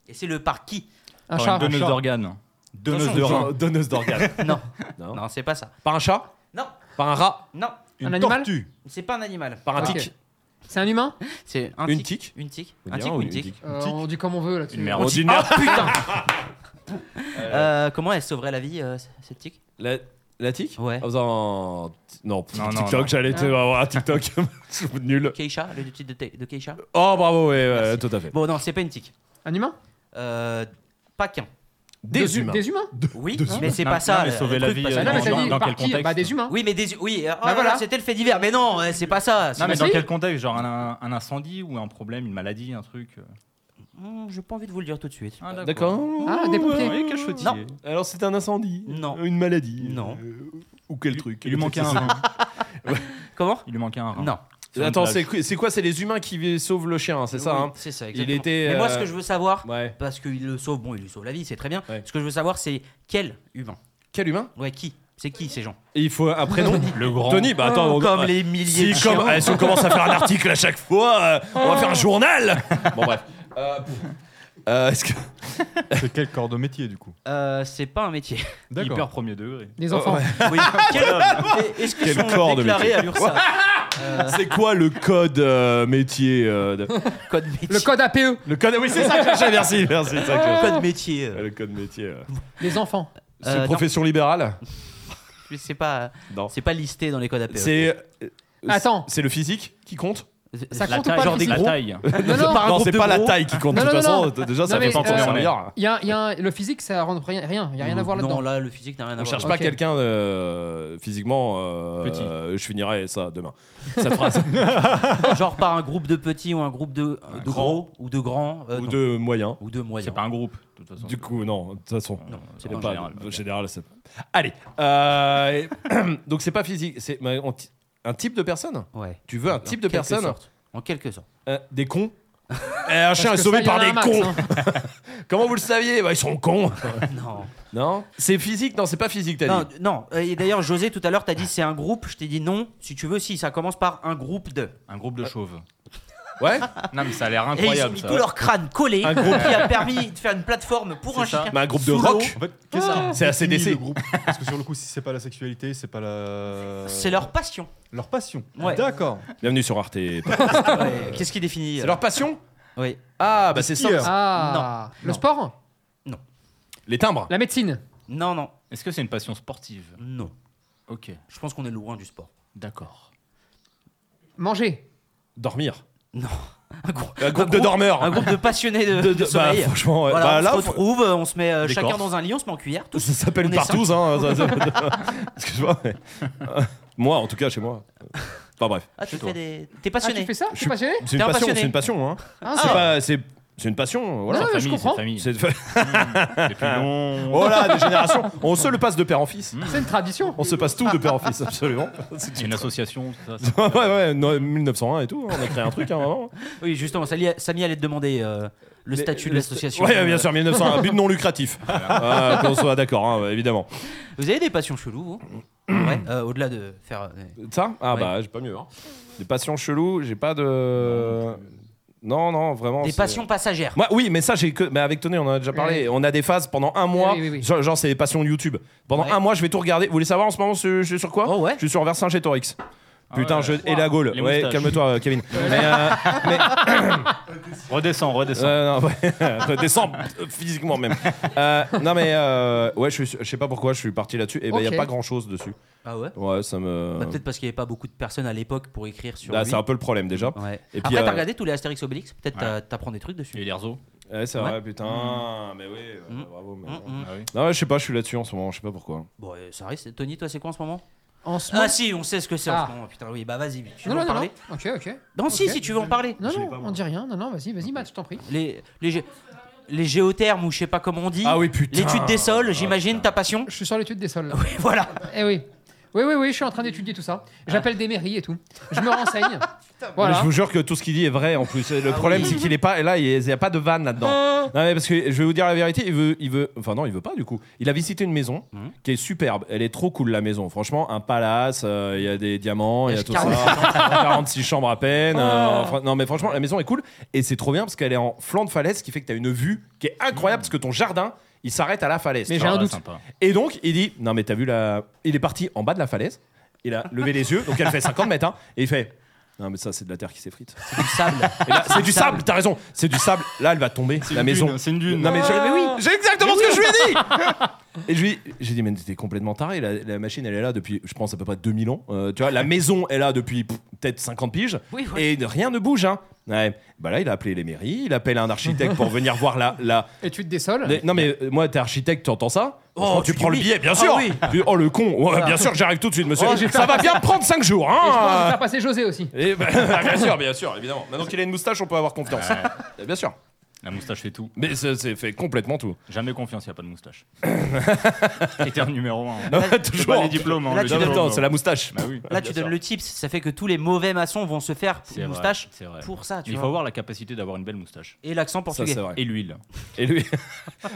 S4: Et c'est le par qui
S1: Un
S9: Par
S1: chat.
S9: une donneuse d'organes. Donneuse de reins.
S2: Donneuse d'organes.
S4: Non,
S2: Non.
S4: non, c'est pas ça.
S2: Par un chat
S4: Non,
S2: Par un rat
S4: non,
S1: Un
S2: Une
S1: animal
S2: tortue
S4: c'est pas un animal.
S2: Par un
S1: Ok.
S2: tic
S1: C'est un humain
S4: C'est un
S2: Une
S4: tic.
S2: tique
S4: Une tique.
S2: On
S4: Un
S2: dit
S4: tic
S2: un
S4: ou
S2: ou
S4: une tique
S1: Euh, On dit comme on veut là-dessus.
S9: Une merde.
S2: On dit une
S1: Oh,
S2: merde.
S4: Euh, Comment elle sauverait la vie, euh, cette tique
S2: La, la tic
S4: Ouais.
S2: En faisant un... Non, pff,
S9: Non, non,
S2: TikTok,
S9: non.
S2: j'allais te avoir un TikTok. C'est Nul.
S4: Keisha, le titre de, Te- de Keisha
S2: Oh, bravo, ouais, ouais, tout à fait.
S4: Bon, non, c'est pas une tique.
S1: Un humain
S4: Euh, pas qu'un.
S2: Des, humains.
S1: Des humains
S4: Oui,
S2: Deux
S4: mais c'est
S9: Non,
S4: pas
S9: non,
S4: ça.
S9: mais
S4: le-
S9: sauver
S4: le
S9: la
S4: truc,
S9: vie,
S4: pas
S9: euh,
S4: ça.
S1: Ah non, mais
S9: dans-
S1: t'as dit
S9: dans
S1: par
S9: quel
S1: qui
S9: contexte
S1: Bah des humains.
S4: Oui, mais des. Oui, euh, oh
S2: Ah,
S4: là
S1: voilà.
S4: là, c'était le fait divers. Mais non, euh, c'est pas ça. c'est-
S9: Non, mais
S1: Si.
S9: dans quel contexte Genre un, un incendie ou un problème, une maladie, un truc euh.
S4: Hmm, J'ai pas envie de vous le dire tout de suite.
S9: Ah,
S2: D'accord.
S1: Ah, des pompiers.
S9: Oui, quel chouettier.
S4: Non.
S2: Alors, c'était un incendie
S4: Non.
S2: Une maladie
S4: Non.
S2: euh, ou quel truc
S9: Il lui manquait un rein.
S4: Comment
S9: Il lui manquait un rein.
S4: Non.
S9: Sur une
S2: Attends,
S9: plage.
S2: c'est quoi- c'est quoi C'est les humains qui vi- sauvent le chien, hein, c'est ça
S4: Oui,
S2: hein
S4: C'est ça,
S2: Il
S4: exactement.
S2: était,
S4: Mais moi,
S2: euh,
S4: ce que je veux savoir,
S2: Ouais.
S4: parce qu'il le sauve, bon, il lui sauve la vie, c'est très bien.
S2: Ouais.
S4: Ce que je veux savoir, c'est quel humain
S2: Quel humain
S4: Ouais, qui C'est qui ces gens
S2: Et Il faut un prénom
S9: Le grand.
S2: Tony, bah attends, on-
S4: Comme
S2: ah,
S4: les milliers
S2: si,
S4: de
S2: comme,
S4: chiens.
S2: eh, si on commence à faire un article à chaque fois, euh, on va faire un journal Bon, bref. Euh, euh, Est-ce que.
S8: C'est quel corps de métier du coup
S4: Euh, c'est pas un métier.
S8: D'accord.
S9: Hyper premier degré.
S1: Des enfants.
S4: Oui. Quel- Est-ce
S2: Quel
S4: qu'ils sont
S2: corps de
S4: déclarés
S2: métier.
S4: à l'URSSAF
S2: C'est quoi le code euh, métier euh, de-
S4: Code métier.
S1: Le code E, APE.
S2: Le code, oui, c'est ça que je cherchais, merci, merci, c'est ça que je cherchais.
S4: Code métier. euh,
S2: Ouais, Le code métier. euh.
S1: Des enfants.
S2: C'est
S4: Euh, non.
S2: profession libérale
S4: C'est pas,
S2: Non.
S4: c'est pas listé dans les codes E. APE.
S2: C'est. euh,
S1: Attends.
S2: C'est le physique qui compte
S1: Ça
S9: La
S1: compte ou pas
S9: taille,
S1: le
S9: la
S1: physique
S9: taille.
S1: Non, non.
S2: Non, c'est pas la taille qui compte,
S1: Non,
S2: de toute
S1: non,
S2: façon,
S1: non.
S2: t- déjà,
S1: Non,
S2: ça
S1: mais,
S2: fait pas
S1: euh,
S2: combien on est.
S1: Il y a, il y a un- le physique, ça rentre rien. Rien. Il y a rien à voir là-dedans.
S4: Non, là, le physique n'a rien à
S2: On
S4: voir.
S2: cherche pas
S1: Ok.
S2: quelqu'un euh, physiquement euh,
S9: Petit.
S2: euh, Je finirai ça demain. Cette phrase.
S4: Genre par un groupe de petits ou un groupe de, de
S9: grand.
S4: gros ou de grands. euh,
S2: Ou
S4: non.
S2: de moyen.
S4: ou de moyens.
S9: C'est pas un groupe, de toute façon.
S2: Du coup, non, de toute façon.
S4: Non, c'est
S2: C'est
S4: pas
S9: en
S2: pas
S9: général.
S2: en général. c'est- Allez. euh, donc c'est pas physique. C'est mais on ti- un type de personne.
S4: Ouais.
S2: Tu veux un
S4: En
S2: type de
S4: quelque
S2: personne
S4: sorte. En quelque sorte.
S2: Euh, Des cons. Eh, un chien
S1: Parce
S2: est
S1: que
S2: sauvé
S1: ça,
S2: par
S1: il y
S2: des
S1: en a un
S2: cons.
S1: max, hein.
S2: Comment vous le saviez Bah, Ils sont cons.
S4: Non.
S2: non. C'est physique. Non, c'est pas physique. T'as
S4: Non,
S2: dit.
S4: non. Euh, Et d'ailleurs, José, tout à l'heure, t'as dit c'est un groupe. Je t'ai dit non. Si tu veux, si ça commence par un groupe de.
S9: Un groupe de chauves.
S2: Ouais.
S9: Non, mais ça a l'air
S4: Et ils ont
S9: incroyable.
S4: mis
S9: ça.
S4: tout leur crâne collé,
S2: Un groupe.
S4: qui a permis de faire une plateforme pour un
S9: C'est ça.
S4: chien.
S2: Mais un groupe de
S4: Sous
S2: rock.
S8: En fait, qu'est-ce qui
S2: C'est
S8: définit
S2: ACDC.
S8: le groupe Parce que sur le coup, si c'est pas la sexualité, c'est pas la.
S4: C'est leur passion.
S8: Leur passion.
S4: Ouais.
S8: D'accord.
S2: Bienvenue sur Arte.
S4: Ouais, Qu'est-ce qui définit
S2: c'est
S4: euh,
S2: leur passion.
S4: Oui.
S2: Ah bah c'est ça.
S8: skieurs.
S1: Ah.
S4: Non.
S1: Le sport
S2: Les timbres.
S1: La médecine
S4: Non, non,
S9: Est-ce que c'est une passion sportive
S4: non.
S9: Ok,
S4: Je pense qu'on est loin du sport.
S9: d'accord.
S1: Manger Ah,
S2: Dormir.
S4: Non. Un, grou-
S2: Un groupe de dormeurs.
S4: un groupe de passionnés de,
S2: De-
S4: de
S2: de- bah,
S4: sommeil.
S2: franchement, ouais.
S4: Voilà,
S2: Bah,
S4: on
S2: là,
S4: se
S2: faut-
S4: retrouve, euh, on se met euh,
S2: Des
S4: chacun
S2: Corses.
S4: dans un lit, on se met en cuillère. tous.
S2: Ça s'appelle
S4: On est
S2: partouze, hein. ça- ça- Excuse-moi. mais- moi, en tout cas, chez moi. Enfin bref.
S4: Ah, tu
S2: Chez toi.
S4: fais des...
S1: Ah,
S4: T'es passionné.
S1: tu fais ça
S2: Je
S1: Tu
S2: suis-
S1: es passionné
S2: C'est une
S4: T'es un
S2: passion,
S4: passionné.
S2: c'est une passion. Hein.
S1: Ah,
S2: C'est
S1: c'est-
S2: pas, c'est C'est une passion, voilà.
S1: Non, mais je
S9: famille,
S1: comprends.
S9: c'est famille.
S2: C'est-
S9: Depuis long.
S2: Oh là, des générations. On se le passe de père en fils.
S4: Mm.
S1: C'est une tradition.
S2: On se passe tout de père en fils, absolument.
S9: C'est une association, tout ça. c'est-
S2: ouais, ouais, no- 1901 et tout. hein, On a créé un truc, hein, vraiment.
S4: Oui, justement, Samy, Samy allait te demander euh, le statut de l'association.
S2: Ouais,
S4: Euh,
S2: bien sûr, 1901, but non lucratif. Euh, Qu'on soit d'accord, hein, évidemment.
S4: Vous avez des passions cheloues, vous
S2: Mm.
S4: Ouais, euh, au-delà de faire. euh,
S2: Ça Ah
S4: Ouais.
S2: bah, j'ai pas mieux. hein. Des passions cheloues, j'ai pas de. Non, non, vraiment.
S4: des
S2: c'est-
S4: passions passagères.
S2: Moi, oui, mais ça, j'ai que. Mais avec Tony, on en a déjà parlé. On a des phases pendant un mois.
S1: Oui, oui, oui.
S2: Genre, genre, c'est les passions YouTube. Pendant
S4: Ouais.
S2: un mois, je vais tout regarder. Vous voulez savoir en ce moment, ce- je suis sur quoi
S4: Oh ouais.
S2: Je suis sur Vercingétorix.
S9: Ah
S2: Putain,
S9: ouais.
S2: je... et la Gaule.
S9: Les
S2: Ouais,
S9: moustaches.
S2: calme-toi, euh, Kevin. mais, euh,
S9: Redescends, redescends.
S2: euh, non, ouais. Descends, euh, physiquement même. Euh, non, mais euh, ouais, je, suis- je sais pas pourquoi je suis parti là-dessus. Et ben, il
S1: Ok.
S2: a pas grand-chose dessus.
S4: Ah ouais
S2: Ouais, ça me.
S4: Bah, Peut-être parce qu'il n'y avait pas beaucoup de personnes à l'époque pour écrire sur.
S2: Ah,
S4: lui.
S2: c'est un peu le problème déjà.
S4: Ouais.
S2: Et puis,
S4: Après,
S2: euh,
S4: t'as regardé tous les Astérix Obélix Peut-être t'as- t'apprends des trucs
S9: Et
S4: dessus.
S9: les Erzo.
S2: Ouais, c'est
S4: Ouais.
S2: vrai, putain. Mais oui, euh,
S4: Mm.
S2: bravo. mais
S4: Hum,
S2: bon.
S4: hum.
S9: Ah oui.
S2: Non, ouais, je sais pas, je suis là-dessus en ce moment, je sais pas pourquoi.
S4: Bon, euh, ça risque. Tony, toi, c'est quoi en ce moment
S1: En ce moment.
S4: Ah si, on sait ce que c'est en
S1: Ah.
S4: ce moment. Putain, oui, bah vas-y. Tu
S1: non,
S4: veux en
S1: non, non,
S4: parler
S1: non. Ok, ok.
S4: Non, si,
S1: Ok.
S4: si tu veux en parler.
S1: Non, non, on dit rien. Non, non, vas-y, vas-y, Matt, je t'en prie.
S4: Les, les, gé- les géothermes ou je sais pas comment on dit.
S2: Ah oui, putain. Ah,
S4: L'étude des sols, j'imagine, ta passion.
S1: Je suis sur l'étude des sols.
S4: Oui, voilà.
S1: Eh oui. Oui, oui, oui, je suis en train d'étudier tout ça. J'appelle des mairies et tout. Je me renseigne.
S2: Mais
S1: voilà. Ah
S2: je vous jure que tout ce qu'il dit est vrai en plus. Le problème, c'est qu'il est pas. Là, il n'y a pas de vanne là-dedans.
S1: Hein.
S2: Non, mais parce que je vais vous dire la vérité, il veut, il veut. Enfin, non, il veut pas du coup. Il a visité une maison
S4: Mhm.
S2: qui est superbe. Elle est trop cool, la maison. Franchement, un palace, euh, il y a des diamants, il y a tout ça. 46 chambres à peine.
S1: Oh.
S2: euh, fran- non, mais franchement, la maison est cool. Et c'est trop bien parce qu'elle est en flanc de falaise, ce qui fait que tu as une vue qui est incroyable parce que ton jardin, il s'arrête à la falaise.
S1: Mmh. Mais
S2: tu
S1: j'ai
S2: vois.
S1: un
S9: Ah,
S1: doute.
S9: sympa.
S2: Et donc, il dit Non, mais t'as vu la. Il est parti en bas de la falaise, il a levé les yeux, donc elle fait 50 mètres, hein, et il fait Non, mais ça, c'est de la terre qui s'effrite.
S4: C'est du sable.
S2: Et là, C'est du sable, t'as raison, c'est du sable. Là, elle va tomber,
S9: C'est
S2: la
S9: une
S2: maison.
S9: dune, C'est une dune.
S2: Non, mais j'ai Ah, mais oui, j'ai exactement ce que je lui ai dit Et je lui j'ai dit, mais t'es complètement taré, la, la machine, elle est là depuis, je pense, à peu près 2000 ans. Euh, tu vois, la maison est là depuis pff, peut-être 50 piges,
S4: Oui, ouais.
S2: et rien ne bouge, hein. Ouais. Bah là, il a appelé les mairies, il appelle un architecte pour venir voir la, la,
S1: Étude des sols.
S2: mais- non mais euh, moi t'es architecte, tu entends ça Franchement, tu
S4: tu
S2: prends le
S4: dis
S2: billet, bien
S4: Ah
S2: sûr.
S4: oui.
S2: Tu- oh le con, Ouais, bien sûr que j'arrive tout de suite, monsieur.
S1: Oh, j'ai
S2: ça va bien prendre 5 jours,
S1: Et je pourrais vous
S2: hein
S1: faire passer José aussi.
S2: Et bah, Bien sûr, bien sûr, évidemment. Maintenant qu'il a une moustache, on peut avoir confiance. Euh, Bien sûr.
S9: La moustache fait tout.
S2: Mais c'est- c'est fait complètement tout.
S9: Jamais confiance, il n'y a pas de moustache. Critère numéro 1.
S2: Toujours.
S9: les diplômes. hein,
S4: Là,
S9: le
S4: tu
S2: Non,
S9: diplôme.
S2: non, non, c'est la moustache.
S9: Bah oui.
S4: Là, tu donnes le tips. Ça fait que tous les mauvais maçons vont se faire
S9: C'est
S4: une
S9: vrai,
S4: moustache
S9: c'est vrai.
S4: pour ça. Tu
S9: Il faut
S4: vois.
S9: avoir la capacité d'avoir une belle moustache.
S4: Et l'accent
S2: Ça
S4: portugais.
S2: c'est vrai.
S9: Et l'huile.
S2: Et lui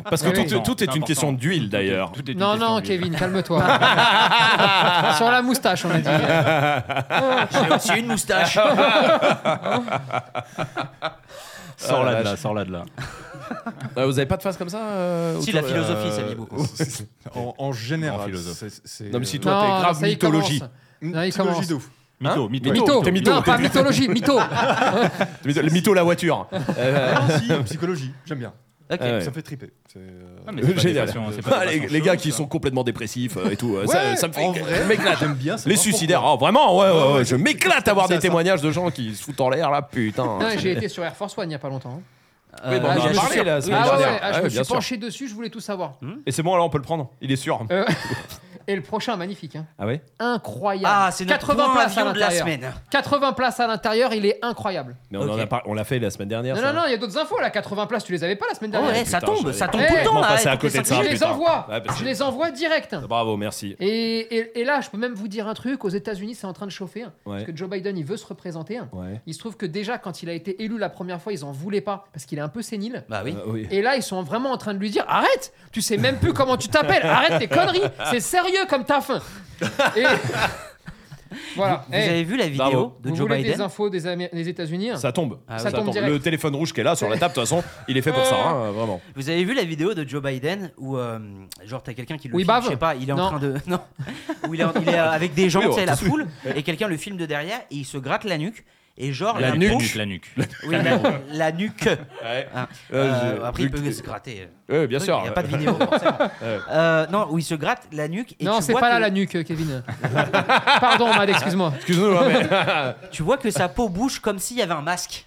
S2: Parce que
S1: Oui,
S2: tout,
S9: oui.
S2: tout
S9: C'est
S2: est une
S9: important.
S2: question d'huile d'ailleurs.
S9: Tout est une
S1: Non,
S9: question
S1: non,
S9: d'huile.
S1: Kevin, calme-toi. Sur la moustache, on a dit.
S4: J'ai aussi une moustache.
S2: Ah,
S9: Sors
S2: la
S9: là de là,
S2: vache.
S9: sors là de là.
S2: Euh, vous avez pas de face comme ça euh,
S4: si
S2: autour-
S4: la philosophie, ça vit
S8: Euh,
S4: beaucoup.
S8: en, en
S9: Grand
S8: général,
S9: philosophe.
S8: c'est- c'est.
S2: Non mais si
S8: euh,
S2: toi t'es grave
S1: ça y est,
S2: mythologie.
S1: commence.
S8: une
S1: Là, il
S8: trilogie
S1: commence.
S8: de ouf.
S9: Mytho, mytho.
S1: Mytho,
S2: Hein mytho,
S1: non, pas mythologie, mytho.
S2: Le mytho la voiture. Euh,
S8: Ah, si, psychologie, j'aime bien.
S4: Ok.
S2: ah ouais.
S8: Ça me fait triper. C'est, euh,
S9: Ah, mais c'est pas des
S2: Génial.
S9: passions, c'est pas
S2: Ah,
S9: des
S2: les,
S9: passions
S2: les gars
S9: cheloues,
S2: qui
S9: ça.
S2: sont complètement dépressifs euh, et tout, euh, ça,
S8: ouais,
S2: ça me fait.
S8: en vrai,
S2: je m'éclate.
S8: J'aime bien.
S2: Les
S8: savoir
S2: suicidaires,
S8: pourquoi.
S2: ah, vraiment, ouais, ouais,
S8: Ouais,
S2: ouais,
S8: ouais,
S2: je m'éclate à avoir
S8: c'est
S2: des
S8: ça, ça.
S2: témoignages de gens qui se foutent en l'air là, putain.
S1: Non, J'ai été sur Air Force One il n'y a pas longtemps.
S4: Euh,
S2: bon, on
S1: je
S2: en a
S1: me
S2: parlé
S1: suis-
S2: la semaine
S1: Ah ouais,
S2: dernière.
S1: ouais, ah, je
S2: Ah ouais,
S1: me
S2: bien
S1: suis
S2: sûr. Hmm.
S1: penché dessus, je voulais tout savoir.
S2: Et c'est bon, alors on peut le prendre, il est sûr.
S1: Euh, Et le prochain, magnifique. hein.
S2: Ah ouais
S1: Incroyable.
S4: Ah, c'est notre
S1: 80
S4: grand
S1: places à
S4: avion de la
S1: l'intérieur.
S4: semaine.
S1: 80 places à l'intérieur, il est incroyable.
S2: Mais on, en
S4: Ok.
S2: a par- on l'a fait la semaine dernière.
S1: Non,
S2: ça.
S1: non, non, il y a d'autres infos là. 80 places, tu les avais pas la semaine
S4: Oh, Ouais,
S1: dernière.
S4: ça
S2: putain,
S4: tombe,
S2: je
S4: ça
S2: savais
S4: tombe
S1: pas.
S4: tout le temps.
S2: Complètement
S4: là,
S2: passé à
S4: toutes
S2: côté
S4: les
S2: de
S1: je
S2: ça.
S4: cinq
S1: les
S2: Ah, putain.
S1: envoie.
S2: Ouais, parce
S1: je
S2: que-
S1: les envoie direct.
S2: Bravo, merci.
S1: Et, et- et là, je peux même vous dire un truc. Aux États-Unis, c'est en train de chauffer. hein,
S2: Ouais.
S1: Parce que Joe Biden, il veut se représenter. hein.
S2: Ouais.
S1: Il se trouve que déjà, quand il a été élu la première fois, ils en voulaient pas parce qu'il est un peu sénile.
S4: Bah oui.
S2: Euh, oui.
S1: Et là, ils sont vraiment en train de lui dire Arrête Tu sais même plus comment tu t'appelles Arrête tes conneries C'est sérieux comme ta faim Et. Voilà.
S4: Vous
S1: Eh,
S4: avez vu la vidéo
S2: Bravo.
S4: de
S1: vous
S4: Joe
S1: voulez
S4: Biden
S1: des infos des, Amé- des États-Unis hein
S2: Ça tombe.
S4: Ah
S1: oui. Ça tombe direct.
S2: Le téléphone rouge qui est là sur la table, de toute façon, il est fait pour ça, hein, vraiment.
S4: Vous avez vu la vidéo de Joe Biden où euh, genre t'as quelqu'un qui le
S1: Oui,
S4: filme,
S1: bave.
S4: je sais pas, il est en
S1: Non.
S4: train de non, où il est, en- il est avec des gens,
S2: Oui,
S4: tu sais,
S2: ouais,
S4: la
S2: tout de
S4: foule, et quelqu'un le filme de derrière et il se gratte la nuque et genre
S9: La
S4: la
S9: nuque,
S4: peau-
S9: la nuque.
S4: oui, la, la nuque.
S2: Ouais.
S4: hein.
S2: Euh,
S4: Euh,
S2: je-
S4: après il peut
S2: Luc-
S4: se gratter.
S2: Ouais, bien sûr.
S4: Il n'y a pas de vidéo forcément. Euh, non, où il se gratte la nuque et
S1: Non,
S4: tu
S1: c'est
S4: vois
S1: pas là
S4: que,
S1: la nuque, euh, Kevin. Pardon, Mad, excuse-moi.
S2: Excuse-nous, hein, mais.
S4: tu vois que sa peau bouge comme s'il y avait un masque.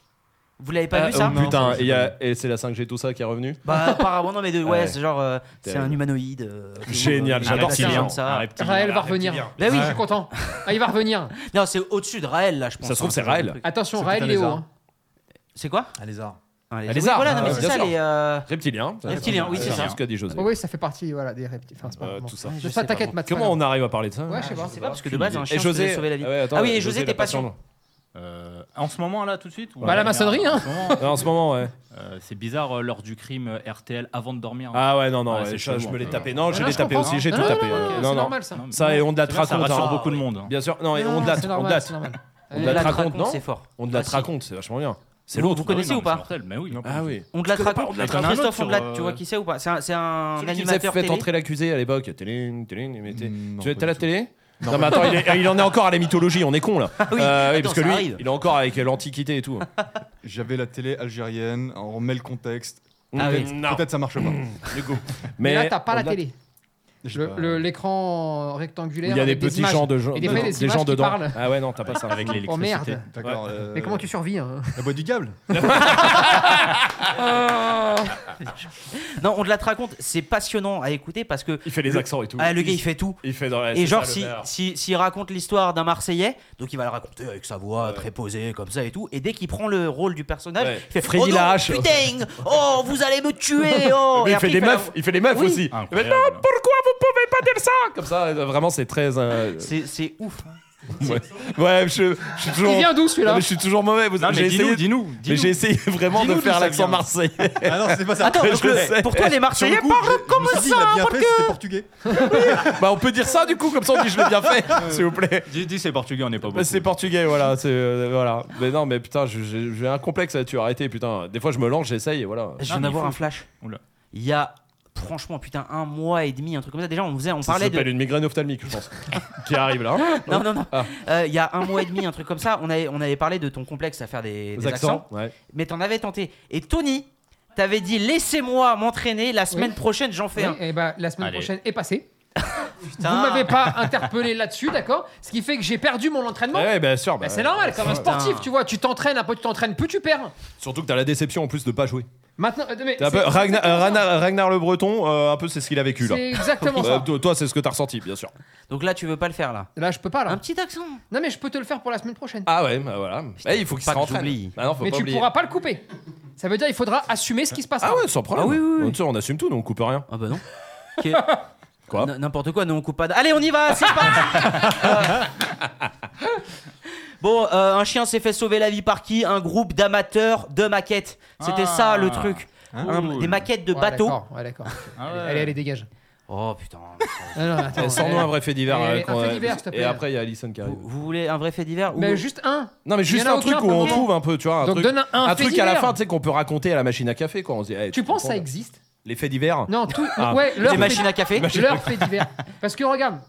S4: Vous l'avez pas
S2: Ah,
S4: vu ça
S2: oh, Putain, et, il y a- et c'est la 5G tout ça qui est revenu
S4: Bah apparemment non mais de, ouais,
S2: Ouais.
S4: c'est genre euh, c'est
S2: Terrible.
S4: un humanoïde. euh,
S2: Génial,
S4: euh,
S2: j'adore
S4: un
S2: ce lien.
S4: comme ça.
S9: Un reptilien.
S1: Raël va revenir.
S4: Bah oui.
S1: Je suis content. Ah, il va revenir.
S4: Non, c'est au-dessus de Raël là, je pense.
S2: Ça se trouve,
S4: hein,
S2: c'est
S4: genre de
S2: Raël.
S4: truc.
S1: Attention,
S8: C'est
S1: Raël,
S8: peut-être
S1: il est hein.
S8: un
S1: haut.
S8: lézard.
S1: hein.
S4: C'est quoi
S8: Un lézard.
S4: Enfin, les-
S2: Ah, les
S4: oui,
S2: arbres,
S4: voilà, non, mais
S2: euh,
S4: c'est
S2: bien
S4: ça,
S2: sûr.
S4: les. euh,
S2: Reptilien. ça,
S4: Reptilien, oui, c'est ça.
S2: ce qu'a dit José.
S1: Oh oui, ça fait partie voilà, des reptiles. Enfin, c'est pas
S2: Euh,
S1: vraiment-
S2: tout ça.
S1: Ouais,
S4: je
S1: ça
S4: sais
S1: t'inquiète,
S4: pas.
S1: Matt,
S2: Comment
S1: pardon.
S2: on arrive à parler de ça
S1: Ouais, je sais pas.
S4: Je sais pas, parce que de base, un chien,
S2: Et
S4: je
S2: José. euh,
S4: voulais sauver la vie.
S2: ouais, attends,
S4: Ah oui, et José,
S2: t'es
S4: t'es patient.
S2: patient.
S9: Euh, en ce moment, là, tout de suite ou-
S1: Bah, la maçonnerie, hein.
S9: En ce moment,
S2: Non, En ce moment, ouais.
S9: euh, C'est bizarre, euh, l'heure du crime, euh, RTL, avant de dormir.
S2: Ah ouais, non, non,
S9: Ouais,
S2: ouais,
S9: c'est
S2: ça,
S9: chelou,
S2: je
S9: un
S2: me l'ai
S9: peu.
S2: tapé. Non, Ah, je
S1: non,
S2: l'ai
S1: je
S2: tapé
S1: comprends.
S2: aussi, j'ai
S1: Non,
S2: tout
S1: non,
S2: tapé.
S1: non,
S2: euh,
S1: ok,
S2: Non,
S1: C'est
S2: non.
S1: normal ça.
S9: Non, mais-
S2: Ça, et on de la
S9: C'est bien,
S2: traque,
S9: Ça
S2: on
S9: rassure
S2: date.
S9: beaucoup de monde.
S2: Bien sûr, non, et on de
S1: date,
S2: la- on de la-
S1: c'est normal.
S2: on
S1: Euh,
S2: de la
S4: la
S2: traque,
S4: raconte,
S2: on- non
S4: c'est fort.
S2: On de la
S4: Ah, si.
S2: raconte, c'est vachement bien. C'est
S4: Vous-
S2: l'autre.
S4: vous connaissez
S9: Ah
S4: ou
S9: oui, non,
S4: pas
S9: mais c'est mortel, Mais oui.
S2: Ah oui.
S4: On de la
S2: Je connais pas, on
S4: raconte.
S2: de la
S9: traque.
S4: Christophe,
S9: Il y en
S4: on de
S9: a un autre
S4: la. Tu
S9: sur,
S4: vois
S9: euh,
S4: qui c'est ou pas C'est un, c'est un
S2: Celui qui faisait
S4: animateur
S2: faire
S4: télé.
S2: entrer l'accusé à l'époque. Téline, téline, il mettait-
S8: Non,
S2: Tu
S8: pas
S2: étais à la
S8: du
S2: télé non, mais attends, il, est- il en est encore à la mythologie, on est con là.
S4: oui,
S2: Euh,
S4: attends,
S2: parce que
S4: ça
S2: lui,
S4: arrive.
S2: il est encore avec l'antiquité et tout.
S8: tout. J'avais la télé algérienne, on remet le contexte.
S4: Ah oui.
S2: Non.
S8: Peut-être ça marche pas.
S1: Mais là,
S2: Mais
S1: t'as pas
S2: on
S1: la
S2: a-
S1: télé.
S8: J'ai
S1: Le-
S8: pas-
S1: le- L'écran
S2: où
S1: rectangulaire.
S2: Il y a des
S1: avec
S2: petits
S1: images.
S2: gens de gens,
S1: Et des fois,
S2: des
S1: des
S2: gens
S1: images qui
S2: dedans.
S1: parlent.
S2: Ah ouais, non, t'as pas ça.
S9: Avec l'électricité.
S1: Oh merde.
S8: D'accord. euh,
S1: Mais comment tu survis hein
S8: La boîte du diable
S1: Ouais,
S4: Non, on de la raconte. C'est passionnant à écouter parce que
S2: Il fait les accents et tout.
S4: ah, le gars il fait tout.
S2: Il fait dans la.
S4: Et
S2: c'est
S4: genre,
S2: ça, le
S4: si-
S2: maire.
S4: si- s'il raconte l'histoire d'un Marseillais, donc il va le raconter avec sa voix très posée, comme ça et tout, et dès qu'il prend le rôle du personnage,
S2: Ouais.
S4: il fait
S2: Freddy
S4: oh non,
S2: Larache.
S4: Putain Oh, vous allez me tuer oh.
S2: Mais
S4: Et
S2: il
S4: après,
S2: fait des
S4: la-
S2: meufs, il fait les meufs
S4: Oui.
S2: aussi. Mais
S9: Incroyable.
S2: non, pourquoi vous pouvez pas dire ça Comme ça, euh, vraiment, c'est très. euh,
S4: C'est c'est ouf. hein.
S2: Ouais, Ouais, je je suis toujours.
S1: Il vient d'où
S2: Non,
S1: celui-là
S2: Ah, mais je suis toujours mauvais. Vous
S9: Non,
S2: j'ai
S9: mais dis-nous,
S2: essayé.
S9: dis-nous.
S2: Mais
S9: dis-nous.
S2: j'ai essayé vraiment de
S8: Dis-nous d'où
S2: faire
S8: ça
S2: l'accent
S8: vient.
S2: marseillais.
S8: Ah non, c'est pas ça.
S4: Attends,
S2: je
S4: donc
S2: le
S4: le-
S2: sais.
S4: pour toi les
S8: Sur le
S4: Marseillais
S8: coup,
S4: parlent
S8: je- je
S4: comme
S8: me suis dit, il
S4: ça
S8: a bien fait, c'était portugais.
S2: Bah, on peut dire ça du coup, comme ça on dit je l'ai bien fait, s'il vous plaît.
S9: Dis, dis, c'est portugais, on n'est pas
S2: Bah,
S9: beaucoup.
S2: c'est portugais, voilà, c'est euh, voilà. Mais non, mais putain, je- j'ai j'ai un complexe là-dessus. Arrêtez, putain. Des fois, je me lance, j'essaye, et voilà.
S4: Je
S9: Non,
S4: viens
S9: mais
S4: d'avoir
S9: il faut-
S4: un flash.
S9: Oula.
S4: Il y a franchement putain un mois et demi, un truc comme ça. Déjà, on faisait, on
S2: Ça
S4: parlait
S2: s'appelle
S4: de.
S2: une migraine ophtalmique, je pense, qui arrive là.
S4: Non non non. Euh,
S2: Ah.
S4: Il y a un mois et demi, un truc comme ça. On avait on avait parlé de ton complexe à faire des, des accents.
S2: ouais.
S4: mais t'en avais tenté. Et Tony, t'avais dit laissez-moi m'entraîner, la semaine
S1: Oui.
S4: prochaine j'en fais un.
S1: Et bah, la semaine
S9: Allez.
S1: prochaine est passée. Vous
S4: Putain.
S1: m'avez pas interpellé là-dessus, d'accord Ce qui fait que j'ai perdu mon
S2: Ouais,
S1: entraînement.
S2: ouais, bien sûr.
S1: Bah,
S2: bah,
S1: c'est normal, comme un
S4: putain.
S1: sportif, tu vois, tu t'entraînes, un peu tu t'entraînes, plus tu perds.
S2: Surtout que t'as la déception en plus de pas jouer.
S1: Maintenant, euh, mais
S2: T'es un peu-
S1: c'est- c'est
S2: Ragnar,
S1: exactement ça.
S2: Ragnar- Ragnar le Breton, euh, un peu c'est ce qu'il a vécu là.
S1: C'est exactement
S2: Euh,
S1: ça.
S2: to- toi, c'est ce que t'as ressenti, bien sûr.
S4: Donc là, tu veux pas le faire là.
S1: Là, je peux pas,
S4: Un
S1: là.
S4: petit accent.
S1: Non, mais je peux te le faire pour la semaine prochaine.
S2: Ah ouais, bah, voilà. Eh, il faut qu'il se
S4: pas que
S2: rentraîne.
S4: j'oublie.
S2: Ah non, faut
S1: mais
S2: pas
S1: tu
S2: oublier.
S1: pourras pas le couper. Ça veut dire il faudra assumer ce qui se passe.
S2: Ah
S1: là.
S2: ouais, sans problème.
S4: Ah oui, oui, oui.
S2: Tu sais, On assume tout, donc on coupe rien.
S4: Ah bah non. Ok.
S2: Quoi
S4: N- N'importe quoi, non, on coupe pas. d- Allez, on y va, c'est parti. Euh, Bon, euh, un chien s'est fait sauver la vie par qui Un groupe d'amateurs de maquettes. C'était
S9: Ah.
S4: ça le truc.
S2: Ah,
S4: Un-
S9: Cool.
S4: des maquettes de
S1: Ouais,
S4: bateaux.
S1: d'accord, Ouais, d'accord.
S9: Ah ouais.
S1: Allez, allez, allez, dégage.
S4: Oh putain.
S1: Non, non, attends,
S2: Eh, Sors-nous
S1: allez.
S2: un vrai fait divers.
S1: Eh,
S2: euh,
S1: un
S2: qu'on-
S1: fait divers, s'il te plaît.
S2: Et après, il y a Alison qui arrive.
S4: vous, vous voulez un vrai fait divers ou-
S1: Mais Ben, juste un.
S2: Non, mais juste
S1: Il y en a
S2: un truc
S1: aucun,
S2: où on
S1: pas
S2: trouve un peu, tu vois. Un
S1: Donc
S2: truc,
S1: donne un, un
S2: un
S1: fait
S2: truc à la
S1: divers.
S2: fin, tu sais, qu'on peut raconter à la machine à café, quoi. On se dit, eh,
S1: Tu penses
S2: comprends,
S1: ça existe
S2: Les faits divers
S1: Non, tout.
S2: Ah.
S1: Ouais, leur fait,
S4: Des machines à café
S1: leur fait divers. Parce que regarde,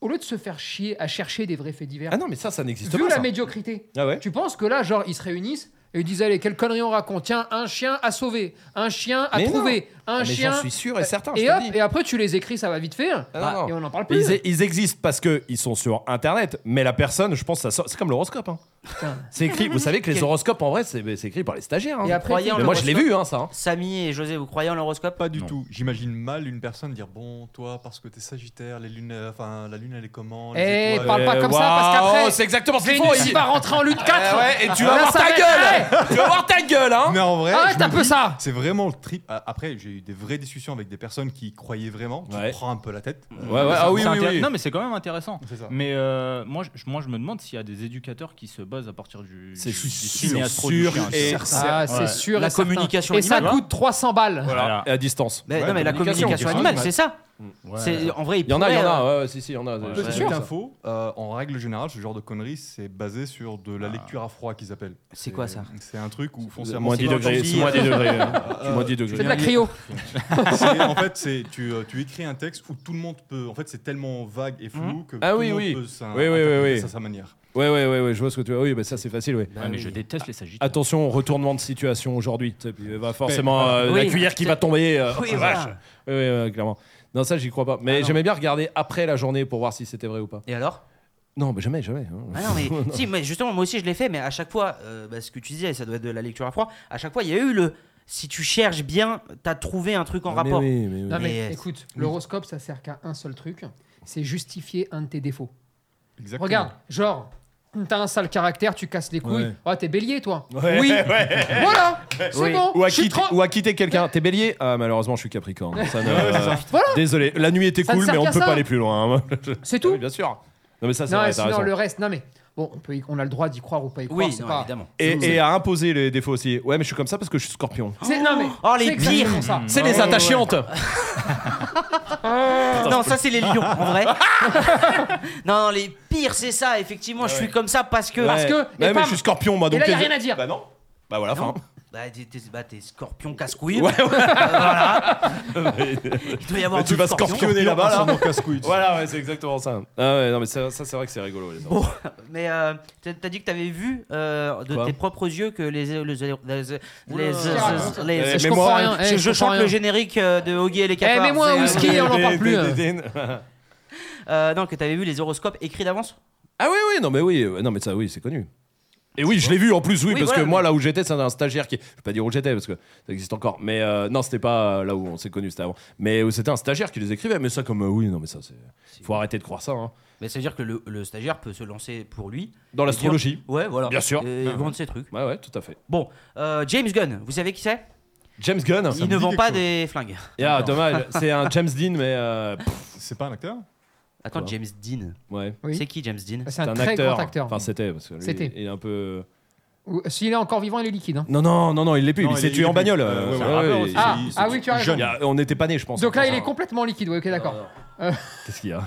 S1: au lieu de se faire chier à chercher des vrais faits divers,
S2: Ah non, mais ça, ça n'existe
S1: vu
S2: pas.
S1: la
S2: ça.
S1: médiocrité,
S2: Ah ouais
S1: Tu penses que là, genre, ils se réunissent et ils disent Allez, quelle connerie on raconte Tiens, un chien à sauver, un chien à
S2: Mais non.
S1: trouver, un
S2: Ah, Mais
S1: chien.
S2: j'en suis sûr et certain. je
S1: et
S2: te
S1: hop,
S2: le dis.
S1: et après, tu les écris, ça va vite fait.
S2: Ah, non, non.
S1: Et on n'en parle plus.
S2: Ils, ils existent parce qu'ils sont sur internet, mais la personne, je pense, ça sort- c'est comme l'horoscope. hein.
S1: Putain.
S2: C'est écrit, vous savez que les horoscopes, en vrai, c'est c'est écrit par les stagiaires. hein.
S1: Et après,
S4: croyez en
S2: Mais
S1: tu-
S2: moi, je l'ai vu, hein, ça. hein.
S4: Samy et José, vous croyez en l'horoscope
S8: Pas du
S9: Non.
S8: tout. J'imagine mal une personne dire Bon, toi, parce que t'es Sagittaire, les lunes, euh, enfin, la lune, elle est comment les
S1: Eh,
S8: étoiles,
S1: parle
S8: euh,
S1: pas
S2: Euh,
S1: comme ça, parce
S2: waouh,
S1: qu'après,
S2: c'est exactement ce qu'ils font.
S1: Vénus
S2: ils-
S1: va rentrer en lutte 4
S2: Ah ouais, et tu vas
S1: Là,
S2: voir
S1: ça
S2: ta
S1: va-
S2: gueule Tu vas voir ta gueule, hein
S8: Mais en vrai,
S1: Arrête
S8: je me
S1: un Ah, peu
S8: dis,
S1: ça.
S8: C'est vraiment le trip. Ah, Après, j'ai eu des vraies discussions avec des personnes qui y croyaient vraiment. Tu
S2: Ouais.
S8: te prends un peu la tête.
S2: Ouais, ouais, ah oui,
S9: C'est
S2: oui,
S9: intér-
S2: oui.
S9: Non, mais c'est quand même intéressant.
S8: C'est ça.
S9: Mais euh, moi, je, moi, je me demande s'il y a des éducateurs qui se basent à partir du.
S2: C'est
S9: du- du
S2: sûr,
S9: cinéastro, du
S2: sûr
S9: chien,
S2: et
S9: tu vois.
S1: Ah, c'est
S9: Ouais.
S1: sûr.
S4: La
S1: et certain.
S4: communication
S1: Et ça
S4: animale.
S1: coûte 300 balles.
S9: Voilà.
S2: Et à distance.
S4: Mais,
S8: Ouais,
S4: non, mais la
S2: communication,
S4: communication,
S8: tu vois.
S4: animale, c'est ça.
S9: Ouais.
S4: C'est- En vrai, il
S2: Il y en a, il y en a, ouais, ouais, si, si, il y en a.
S9: Ouais,
S2: Je-
S8: Petite
S9: c'est
S2: je-
S9: sûr,
S8: info, euh, en règle générale, ce genre de conneries, c'est basé sur de la
S9: Ah.
S8: lecture à froid qu'ils appellent.
S4: C'est quoi ça
S8: C'est un truc où foncièrement.
S2: Moins
S8: c'est
S2: 10
S8: pas
S2: degrés,
S8: gentil,
S2: c'est moins
S8: euh,
S2: 10 degrés. hein.
S8: euh,
S2: Moins 10 degrés.
S1: C'est de la cryo.
S8: C'est- en fait, c'est tu, euh, tu écris un texte où tout le monde peut. En fait, c'est tellement vague et flou que
S2: Ah
S8: tout
S2: oui,
S8: le monde
S2: oui.
S8: peut s'in-
S2: Oui, oui, oui,
S8: interpréter
S2: oui.
S8: ça à sa manière.
S2: Ouais, ouais, ouais, ouais, je vois ce que tu vois. Oui, bah ça, c'est facile, oui.
S9: Ouais, mais je déteste les sagittaires.
S2: Attention, retournement de situation aujourd'hui. Tu sais, puis Il va forcément euh,
S4: Oui.
S2: la cuillère qui va tomber. euh,
S4: Oui,
S2: oh, la
S4: voilà.
S2: vache. Oui, oui, ouais, clairement. Non, ça, j'y crois pas.
S4: Ah,
S2: Mais
S4: non.
S2: j'aimais bien regarder après la journée pour voir si c'était vrai ou pas.
S4: Et alors
S2: Non, mais jamais, jamais. hein.
S4: Ah non, mais si, mais justement, moi aussi je l'ai fait, mais à chaque fois, euh, bah, ce que tu disais, ça doit être de la lecture à froid. À chaque fois, il y a eu le. Si tu cherches bien, t'as trouvé un truc en
S2: Ah, Mais
S4: rapport.
S2: oui, mais oui.
S1: Non, mais
S4: Mais-
S1: écoute, l'horoscope, ça sert qu'à un seul truc c'est justifier un de tes défauts.
S8: Exactement.
S1: Regarde, genre, T'as un sale caractère, tu casses les couilles.
S8: Ouais.
S1: Oh, t'es bélier, toi.
S2: Ouais,
S4: Oui.
S2: ouais.
S1: Voilà, c'est
S4: Oui.
S1: bon.
S2: Ou à,
S1: je suis
S2: quitter,
S1: tra-
S2: ou à quitter quelqu'un. T'es bélier Ah, malheureusement, je suis capricorne. Ça ne- Désolé, la nuit était
S1: Ça ne
S2: cool,
S1: sert
S2: mais on
S1: qu'à
S2: ne peut
S1: ça.
S2: pas aller plus loin. hein.
S1: C'est
S2: Ah
S1: tout.
S2: oui, bien sûr. Non, mais ça, c'est
S1: non,
S2: vrai,
S1: et
S2: t'as
S1: sinon,
S2: raison.
S1: le reste, non, mais bon, on, peut y- on a le droit d'y croire ou pas y croire.
S4: Oui,
S1: c'est
S4: non,
S1: pas.
S4: évidemment.
S2: Et, et à imposer les défauts aussi. Ouais, mais je suis comme ça parce que je suis scorpion.
S1: C'est- non, mais.
S4: Oh, les
S1: c'est exactement
S4: pires.
S1: ça.
S2: C'est les attachantes
S4: Non, ça c'est les lions, en vrai. non, non, les pires, c'est ça, effectivement, je suis comme ça parce que. Ah
S1: Parce que-
S2: Ah
S1: et
S2: Ouais, mais,
S1: pam.
S2: je suis scorpion, moi,
S1: Et
S2: donc.
S1: là, y a
S2: les-
S1: rien à dire.
S2: Bah non. Bah voilà, fin.
S4: Bah, t'es, t'es- bah, t'es scorpion casse-couille. Euh,
S2: Ouais,
S4: Il doit y avoir
S2: Bah, tu
S4: deux
S2: vas
S4: scorpions.
S2: scorpionner là-bas, là.
S8: Dans casse-couille.
S2: Voilà, ouais, c'est exactement ça. Ah ouais, non, mais ça, ça, c'est vrai que c'est rigolo. les
S4: Bon, mais euh, t'as, t'as dit que t'avais vu euh, de
S2: Quoi
S4: tes propres yeux que les. les, les, les, les-
S1: Oula.
S4: les-
S2: Eh,
S4: les-
S1: Je
S2: mais moi,
S1: comprends rien.
S4: je-
S1: eh,
S4: je,
S1: comprends
S4: chante
S1: rien. Eh,
S4: le générique euh, de Oggy et les cafards.
S1: mets-moi un
S4: c'est-
S1: whisky. Qui, on l'en parle plus, hein.
S2: plus.
S4: Euh, non, que t'avais vu les horoscopes écrits d'avance
S2: Ah oui, oui, non, mais oui, euh, non, mais ça, oui, c'est connu. Et oui, je l'ai vu en plus, oui,
S4: Oui,
S2: parce
S4: voilà,
S2: que moi,
S4: mais-
S2: là où j'étais, c'était un stagiaire qui. Je vais pas dire où j'étais, parce que ça existe encore. Mais euh, non, c'était pas euh, là où on s'est connu, c'était avant. Mais où c'était un stagiaire qui les écrivait. Mais ça, comme. euh, oui, non, mais ça, c'est. Faut arrêter de croire ça, hein.
S4: Mais ça veut dire que le, le stagiaire peut se lancer pour lui.
S2: Dans l'astrologie.
S4: Ouais, voilà.
S2: Bien sûr.
S4: Et vendre ses trucs.
S2: Ouais, ouais, tout à fait.
S4: Bon, euh, James Gunn, vous savez qui c'est
S2: James Gunn.
S4: Il ne
S8: dit
S4: vend
S8: quelque
S4: pas
S8: chose.
S4: des flingues.
S2: Ah, dommage, c'est un James Dean, mais. euh, pff,
S8: C'est pas un acteur
S4: Attends,
S2: Quoi
S4: James Dean.
S2: ouais.
S1: Oui.
S4: C'est qui James Dean
S1: C'est un, très grand acteur.
S2: Enfin, c'était, parce que lui,
S1: C'était.
S2: il est un peu.
S1: Ou- S'il est encore vivant, il est liquide. hein.
S2: Non, non, non, non, il l'est plus.
S8: Non,
S2: il s'est
S8: est-
S2: tué en
S8: est-
S2: bagnole.
S8: euh,
S2: euh,
S8: ouais, ouais,
S2: ouais,
S8: rappeur
S2: ouais,
S8: aussi,
S2: il-
S1: Ah,
S8: il-
S1: ah
S8: c'est-
S1: oui, tu as raison.
S8: jeune.
S2: il y a- On n'était pas nés, je pense.
S1: Donc là, il est
S2: Enfin,
S1: complètement liquide. Oui, ok, d'accord.
S2: Qu'est-ce qu'il y a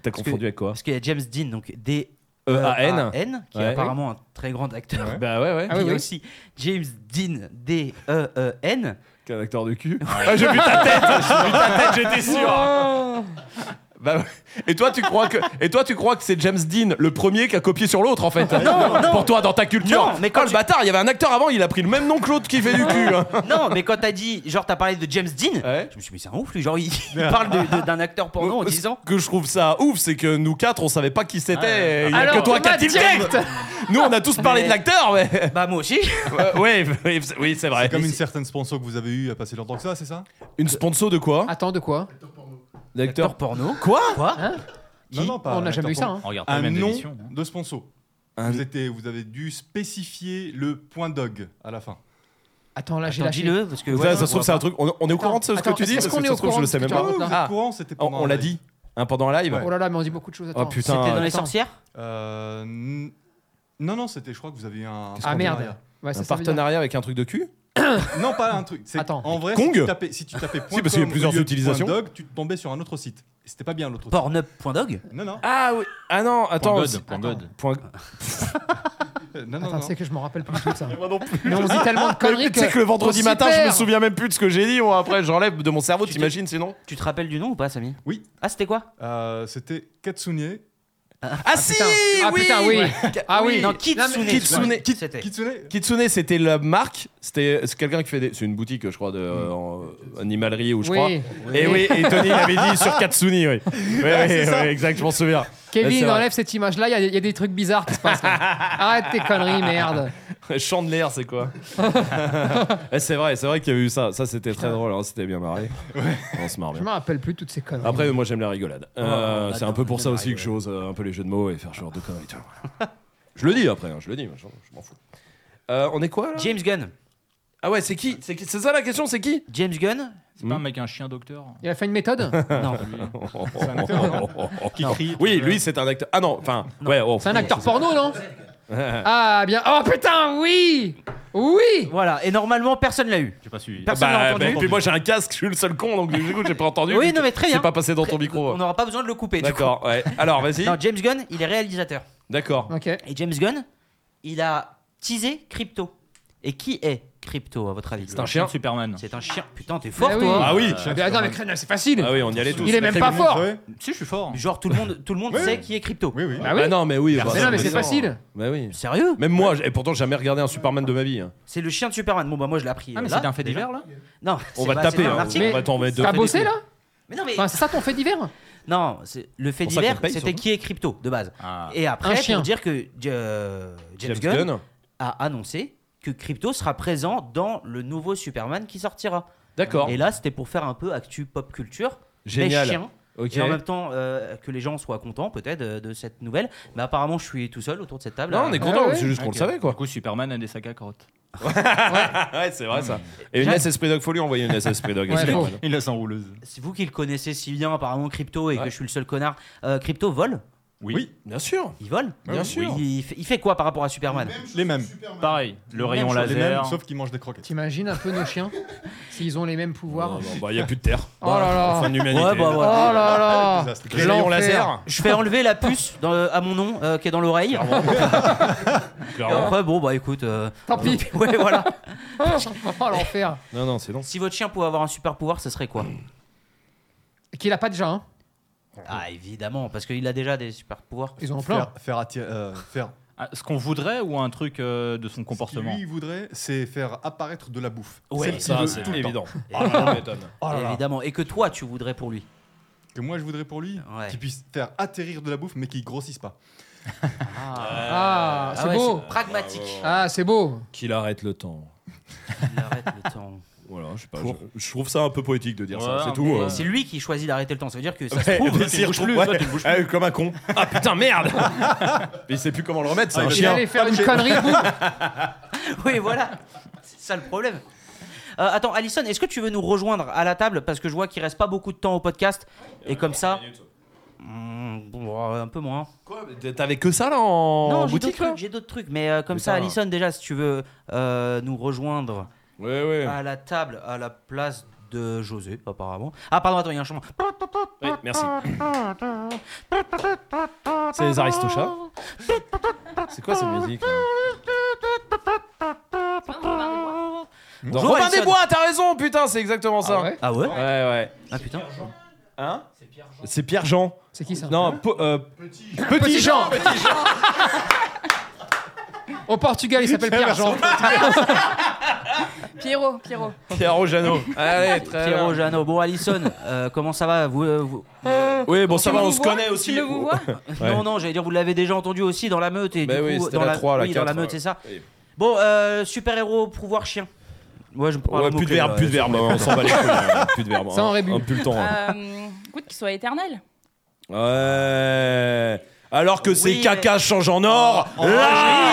S2: T'as confondu avec quoi
S4: Parce qu'il y a James Dean, donc D. E
S2: E-A-N.
S4: N, qui
S2: E Ouais.
S4: est apparemment un très grand acteur.
S8: Ouais.
S2: Euh, Bah ouais, ouais.
S1: Ah
S4: Il
S1: oui,
S4: y a
S1: oui.
S4: aussi James Dean, E D-E-E-N.
S2: Qu'un acteur de cul. Ah, j'ai vu ta tête, j'ai vu ta tête, j'étais sûr. Bah, ouais. et toi, tu crois que, et toi, tu crois que c'est James Dean, le premier qui a copié sur l'autre, en fait.
S4: Non, non.
S2: Pour toi, dans ta culture.
S4: Non, mais quand
S2: Ah, le
S4: tu-
S2: bâtard, il y avait un acteur avant, il a pris le même nom que l'autre qui fait du cul. hein.
S4: non, mais quand t'as dit, genre, t'as parlé de James Dean,
S2: Ouais.
S4: je me suis dit, mais c'est un ouf, lui. Genre, il, il parle de- de- d'un acteur porno en
S2: Ce
S4: disant.
S2: que je trouve ça ouf, c'est que nous quatre, on savait pas qui c'était. et Il y a
S1: Alors,
S2: que toi qui as
S1: Thomas,
S2: dit le texte. Nous, on a tous parlé
S4: Mais-
S2: de l'acteur, mais.
S4: Bah, moi aussi.
S2: Euh, ouais, oui, c'est- oui, c'est vrai.
S8: Comme une certaine sponsor que vous avez eu il y a pas si longtemps que ça, c'est ça
S2: Une sponsor de quoi
S1: Attends, de quoi
S2: D'acteur
S4: porno.
S2: Quoi
S4: Quoi
S8: Non, non, pas.
S1: On n'a
S8: un
S1: jamais eu
S8: acteur
S1: ça.
S8: porno.
S1: hein.
S9: On regarde pas
S8: Un
S9: les mêmes
S8: nom
S9: émissions. hein.
S8: de sponsor.
S2: Un-
S8: Vous, étiez, vous avez dû spécifier le point dog à la fin.
S1: Attends, là, j'ai
S4: Attends,
S1: lâché.
S4: dis-le, parce que.
S2: Ça, ça
S4: ouais, on
S2: se trouve,
S4: voit
S2: c'est un
S4: pas.
S2: truc. On, on est au
S1: Attends,
S2: courant de ce que
S1: attends,
S2: tu dis
S1: est-ce
S2: Parce
S1: qu'on
S2: que
S1: est
S2: ça
S1: au
S2: se trouve,
S1: courant
S2: je
S1: de
S2: le
S1: ce
S2: sais
S1: que
S2: même
S1: tu
S2: pas.
S1: racontes
S8: Vous êtes
S1: Ah.
S8: au courant, c'était
S2: Oh,
S8: pendant
S2: on
S8: la-
S2: l'a dit hein, pendant la live
S8: Ouais.
S1: Oh là là, mais on dit beaucoup de choses.
S2: Oh
S1: Attends.
S2: putain.
S4: C'était dans les
S2: attends.
S4: sorcières
S8: Euh, n- non, non, c'était, je crois que vous avez eu un.
S1: Ah merde.
S8: partenariat.
S1: Ouais, ça,
S2: Un
S1: ça veut dire-
S2: partenariat avec un truc de cul
S8: Non, pas un truc. C'est-
S1: Attends.
S8: En vrai,
S2: Kong
S8: si tu tapais, si tu tapais
S2: parce qu'il y a
S8: .com
S2: plusieurs
S8: au lieu de
S2: utilisations.
S8: .dog, tu tombais sur un autre site. Et C'était pas bien l'autre site.
S4: Pornhub.dog
S8: Non, non.
S2: Ah oui. Ah non, attends.
S9: Point God,
S2: c'est-
S9: point God.
S2: Point-
S8: euh, non, non,
S1: hein. Attends,
S8: non.
S1: c'est que je me rappelle plus de tout ça. Mais on dit tellement de conneries
S2: Tu sais que le vendredi
S1: on s'y
S2: matin, je me
S1: perd.
S2: souviens même plus de ce que j'ai dit. Moi, après, j'enlève de mon cerveau,
S4: Tu
S2: t'imagines sinon
S4: Tu te rappelles du nom ou pas, Samy
S8: Oui.
S4: Ah, c'était quoi
S8: Euh, c'était Katsune.
S2: Ah si
S1: putain. Ah,
S2: oui
S1: putain, oui. Ah oui.
S4: Non,
S1: mais-
S4: Kitsune.
S2: Kitsune.
S4: ouais,
S8: Kit-
S4: C'était.
S8: Kitsune
S2: Kitsune, c'était la marque. C'était c'est quelqu'un qui fait des. C'est une boutique, je crois, de euh, en- animalerie ou je crois.
S1: Mm. Oui.
S2: Et oui, et Tony l'avait dit sur Katsune, oui. Oui, oui, oui, exact, je m'en souviens. Ouais, c'est
S1: Kevin,
S2: vrai.
S1: enlève cette image-là, il y a- il y, a des trucs bizarres qui se passent. là. Arrête tes conneries, merde.
S2: Chandelier, c'est quoi Ouais, Eh, C'est vrai, c'est vrai qu'il y a eu ça. Ça, c'était très drôle, hein, c'était bien marré. On se
S1: Je
S2: marre bien.
S1: me rappelle plus de toutes ces conneries.
S2: Après, moi j'aime la rigolade. Euh,
S4: bah
S2: c'est
S4: non,
S2: un peu pour
S4: j'aime
S2: ça
S4: la
S2: aussi que je ose euh, un peu les jeux de mots et faire genre de conneries. tu vois, voilà. je le dis après, hein, je le dis, moi, je je m'en fous. Euh, on est quoi là
S4: James Gunn.
S2: Ah ouais, c'est qui C'est qui- c'est ça la question, c'est qui
S4: James Gunn
S9: C'est pas un mec, un chien docteur.
S1: Il a fait une méthode
S4: Non.
S2: Oh,
S8: qui crie.
S2: Oui,
S9: euh,
S2: lui c'est un acteur. Ah non, enfin, ouais, oh,
S1: C'est un acteur porno, non Ah, bien. Oh putain, oui Oui
S4: Voilà, et normalement, personne l'a eu.
S9: J'ai pas suivi.
S4: Personne l'a
S2: Bah,
S4: entendu.
S2: bah, et puis moi j'ai un casque, je suis le seul con donc du coup j'ai pas entendu.
S4: Oui,
S2: vu
S4: non,
S2: que
S4: mais très bien.
S2: C'est pas passé dans ton
S4: Très-
S2: micro. hein.
S4: On n'aura pas besoin de le couper. du coup.
S2: D'accord, ouais. Alors vas-y.
S4: Non, James Gunn, il est réalisateur.
S2: D'accord.
S1: Ok.
S4: Et James Gunn, il a teasé Crypto. Et qui est Crypto, à votre avis
S2: C'est un chien.
S9: Superman.
S4: C'est un chien. Putain, t'es fort,
S1: Ah oui.
S4: toi.
S2: Ah oui.
S1: Ah, mais attends, mais Crenel, c'est facile
S2: Ah oui, on y allait tous.
S1: Il est même pas fort
S8: Ouais.
S9: Si, je suis fort. hein.
S4: Genre, tout le monde, tout le monde
S8: Oui.
S4: sait qui est Crypto.
S8: Oui, oui.
S1: Ah oui
S2: Bah non, mais oui. bah,
S1: Mais non, mais c'est
S2: évident.
S1: facile
S2: Bah oui.
S4: Sérieux
S2: Même moi, j'ai- et pourtant j'ai jamais regardé un Superman de ma vie. hein.
S4: C'est le chien de Superman. Bon, bah, moi, je l'ai appris.
S9: Ah, mais
S4: euh, là,
S9: c'est un fait
S4: déjà.
S9: divers là
S4: Non,
S2: On
S4: c'est
S2: va
S4: pas-
S2: te
S4: c'est
S2: taper.
S4: pas un
S2: hein.
S4: article.
S2: On va t'en mettre deux.
S1: T'as bossé là
S4: Mais non, mais
S1: Enfin, C'est ça ton fait divers
S4: Non, c'est- le fait
S2: Pour ça
S4: divers,
S2: qu'on paye,
S4: c'était
S2: surtout.
S4: qui est crypto de base.
S9: Ah.
S4: Et
S1: Un
S4: après,
S1: chien.
S4: pour dire que euh, James,
S2: James
S4: Gunn,
S2: Gunn.
S4: a annoncé que crypto sera présent dans le nouveau Superman qui sortira.
S2: D'accord.
S4: Et là, c'était pour faire un peu actu pop culture.
S2: Génial.
S4: Les chiens.
S2: Ok.
S4: Et en même temps, euh, que les gens soient contents peut-être euh, de cette nouvelle. Mais apparemment, je suis tout seul autour de cette table.
S2: Non, on est content,
S1: Ah ouais.
S2: c'est juste qu'on
S9: Ok.
S2: le savait
S9: Du
S2: quoi.
S9: coup, Superman a des sacs à carottes.
S2: ouais, c'est vrai ça. Et une S Esprit Dog Folie, envoyez une S Esprit Dog.
S1: Ouais,
S2: Esprit
S1: faut.
S2: Dog.
S9: Il laisse en rouleuse.
S4: C'est vous qui le connaissez si bien, apparemment, Crypto, et
S2: Ouais.
S4: que je suis le seul connard. Euh, crypto vole
S9: Oui.
S2: Oui, bien sûr.
S4: Il vole
S2: Bien
S4: Oui.
S2: sûr.
S4: Il fait, il fait quoi par rapport à Superman
S8: Les mêmes.
S9: Pareil, le rayon
S8: Les mêmes,
S9: laser.
S8: sauf qu'ils mangent des croquettes.
S1: T'imagines un peu nos chiens S'ils ont les mêmes pouvoirs.
S2: Non, non, bah, il n'y a plus de terre.
S1: Oh là là.
S2: Fin de l'humanité.
S4: Ouais, bah,
S1: Oh
S4: ouais.
S1: là là
S8: Désastre.
S2: Les rayons laser.
S4: Je fais enlever la puce dans le- à mon nom euh, qui est dans l'oreille.
S2: Ah
S4: Et
S2: Clairement.
S4: après, bon, bah écoute. euh,
S1: Tant pis.
S4: ouais, voilà.
S1: Oh l'enfer
S2: Non, non, c'est non.
S4: Si votre chien pouvait avoir un super pouvoir, ce serait quoi
S1: Hmm. Qu'il a pas déjà, hein
S4: Ah, évidemment, parce qu'il a déjà des super pouvoirs.
S1: Ils en ont plein.
S8: Faire, faire attirer. euh, faire.
S9: Ah, ce qu'on voudrait ou un truc euh, de son
S8: Ce
S9: comportement
S8: que lui, il voudrait, c'est faire apparaître de la bouffe.
S4: Ouais,
S8: Celle qu'il
S2: Ça,
S8: veut
S2: c'est
S8: tout le temps.
S2: évident. Ah, là, là, m'étonne.
S8: Oh là là.
S4: Évidemment. Et que toi, tu voudrais pour
S1: Ah,
S4: lui.
S8: Que moi, je voudrais pour lui,
S4: Ouais.
S8: qu'il puisse faire atterrir de la bouffe, mais qu'il grossisse pas.
S4: Ah,
S1: Ah,
S2: Euh,
S4: Ah
S1: c'est
S4: ouais,
S1: beau
S4: c'est Pragmatique.
S1: Ah, c'est beau
S2: Qu'il arrête le temps.
S4: Il arrête le temps.
S2: Voilà, je sais pas.
S9: Pour-
S2: Je, je trouve ça un peu poétique de dire
S9: Ouais,
S2: ça, c'est
S9: un
S2: tout.
S9: peu,
S2: hein.
S9: ouais.
S4: C'est lui qui choisit d'arrêter le temps. Ça veut dire que ça
S2: Ouais, bah,
S4: se trouve.
S2: le cirque,
S9: bouges plus,
S2: ouais.
S9: toi, tu te bouges
S2: Ah, comme un con. Ah putain, merde Il sait plus comment le remettre, c'est un
S1: Il
S2: chien. Ah,
S1: allait faire une connerie, boum
S4: Oui, voilà. C'est ça le problème. Euh, attends, Alison, est-ce que tu veux nous rejoindre à la table Parce que je vois qu'il reste pas beaucoup de temps au podcast. Et comme ça. Hmm, bon, euh, un peu moins.
S2: Quoi mais T'avais que ça là en
S4: non, j'ai d'autres
S2: boutique là
S4: trucs, j'ai d'autres trucs. Mais euh, comme
S2: Mais
S4: ça,
S2: ça-
S4: Alison, déjà, si tu veux euh, nous rejoindre
S2: Ouais, ouais.
S4: à la table, à la place de José, apparemment. Ah, pardon, attends, il y a un changement.
S2: Oui, merci. C'est les Aristochats. C'est quoi cette musique là Dans
S4: Bonjour,
S2: Robin
S4: Alison.
S2: des Bois, t'as raison, putain, c'est exactement ça.
S1: Ah ouais
S4: Ah ouais
S2: ouais, ouais.
S4: Ah putain.
S2: Hein C'est Pierre Jean.
S1: C'est qui ça
S2: Non, po- euh,
S1: Petit Jean Au Portugal, il s'appelle Pierre Jean.
S3: Pierrot, Pierrot.
S2: Pierrot Jeannot. Allez, très
S4: Pierrot,
S2: bien.
S4: Jeannot. Bon, Alison, euh, comment ça va vous, euh, vous-
S2: Oui, bon, ça
S3: Tu
S2: va,
S3: le
S2: on se
S3: vois
S2: connaît aussi.
S3: Tu le vous vois
S2: Ouais.
S4: Non, non, j'allais dire, vous l'avez déjà entendu aussi dans la meute. Et
S2: Bah
S4: du
S2: oui,
S4: coup,
S2: c'était
S4: dans
S2: la 3, la
S4: oui, dans la
S2: 4,
S4: meute, c'est ça.
S2: oui.
S4: Bon, euh, super-héros, pouvoir chien. Ouais, je me parle
S2: Ouais,
S4: un
S2: plus de
S4: mot-clé,
S2: verbe,
S4: là,
S2: plus de
S4: ouais.
S2: verbe, on s'en bat les couilles. hein, Plus de verbe.
S1: Ça, on
S2: hein,
S1: rébute.
S2: hein, Plus le temps. hein.
S10: Euh, écoute, qu'il soit éternel.
S2: Ouais. Alors que ces
S4: Oui, Oh,
S2: caca changent en or, là,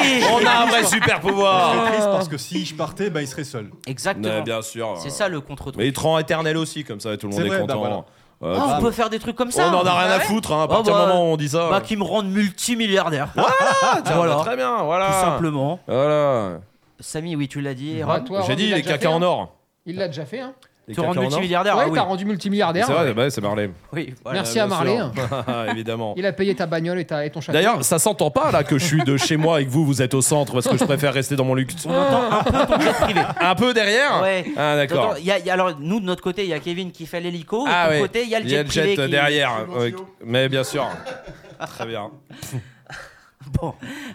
S4: oui.
S2: on a un vrai super
S8: Je
S2: pouvoir.
S8: serais triste parce que si je partais, bah, il serait seul.
S2: Ouais,
S4: Exactement.
S2: bien sûr.
S4: C'est ça le contre-truc.
S2: Mais il te rend éternel aussi, comme ça, tout le
S8: C'est
S2: monde est
S8: vrai, bah
S2: content.
S8: voilà.
S2: Euh,
S4: Ah,
S2: tu-
S4: on peut faire des trucs comme ça.
S2: on en a rien
S4: Bah
S2: à
S4: ouais.
S2: foutre, hein, à partir
S4: bah,
S2: du moment où on dit ça.
S4: Bah, qui me rendent multimilliardaire.
S2: Ah, tiens,
S4: voilà.
S2: bah, Très bien, voilà.
S4: Tout simplement.
S2: Voilà.
S4: Sami, oui, tu l'as dit.
S1: Bah,
S4: Ron,
S1: toi, Ron,
S2: J'ai dit
S1: il l'a
S2: les
S1: déjà
S2: caca
S1: fait,
S2: en
S1: hein.
S2: or.
S1: Il l'a déjà fait, hein
S2: Les
S4: te
S2: caca
S4: rendre
S2: en or.
S4: multimilliardaire.
S1: Ouais,
S4: ah oui.
S1: t'as rendu multimilliardaire.
S2: C'est vrai, bah, c'est Marley.
S4: Oui, voilà.
S1: Merci
S2: Voilà,
S1: à Marley. hein.
S2: bien
S4: hein.
S2: sûr. Évidemment.
S1: Il a payé ta bagnole et, ta, et ton château.
S2: D'ailleurs, ça s'entend pas là que je suis de chez moi et que vous, vous êtes au centre parce que je préfère rester dans mon luxe.
S4: On entend un peu ton jet privé.
S2: Un peu derrière
S4: Ouais.
S2: Ah, d'accord.
S4: Attends, il y a- il y a- alors, nous, de notre côté, il y a Kevin qui fait l'hélico.
S2: Ah
S4: et de
S2: ouais.
S4: Oh, ton côté, il y a le
S2: Il
S4: jet, privé qui-
S2: derrière.
S5: Sous l'antio.
S2: ouais, Mais bien sûr. Très bien.
S4: Bon,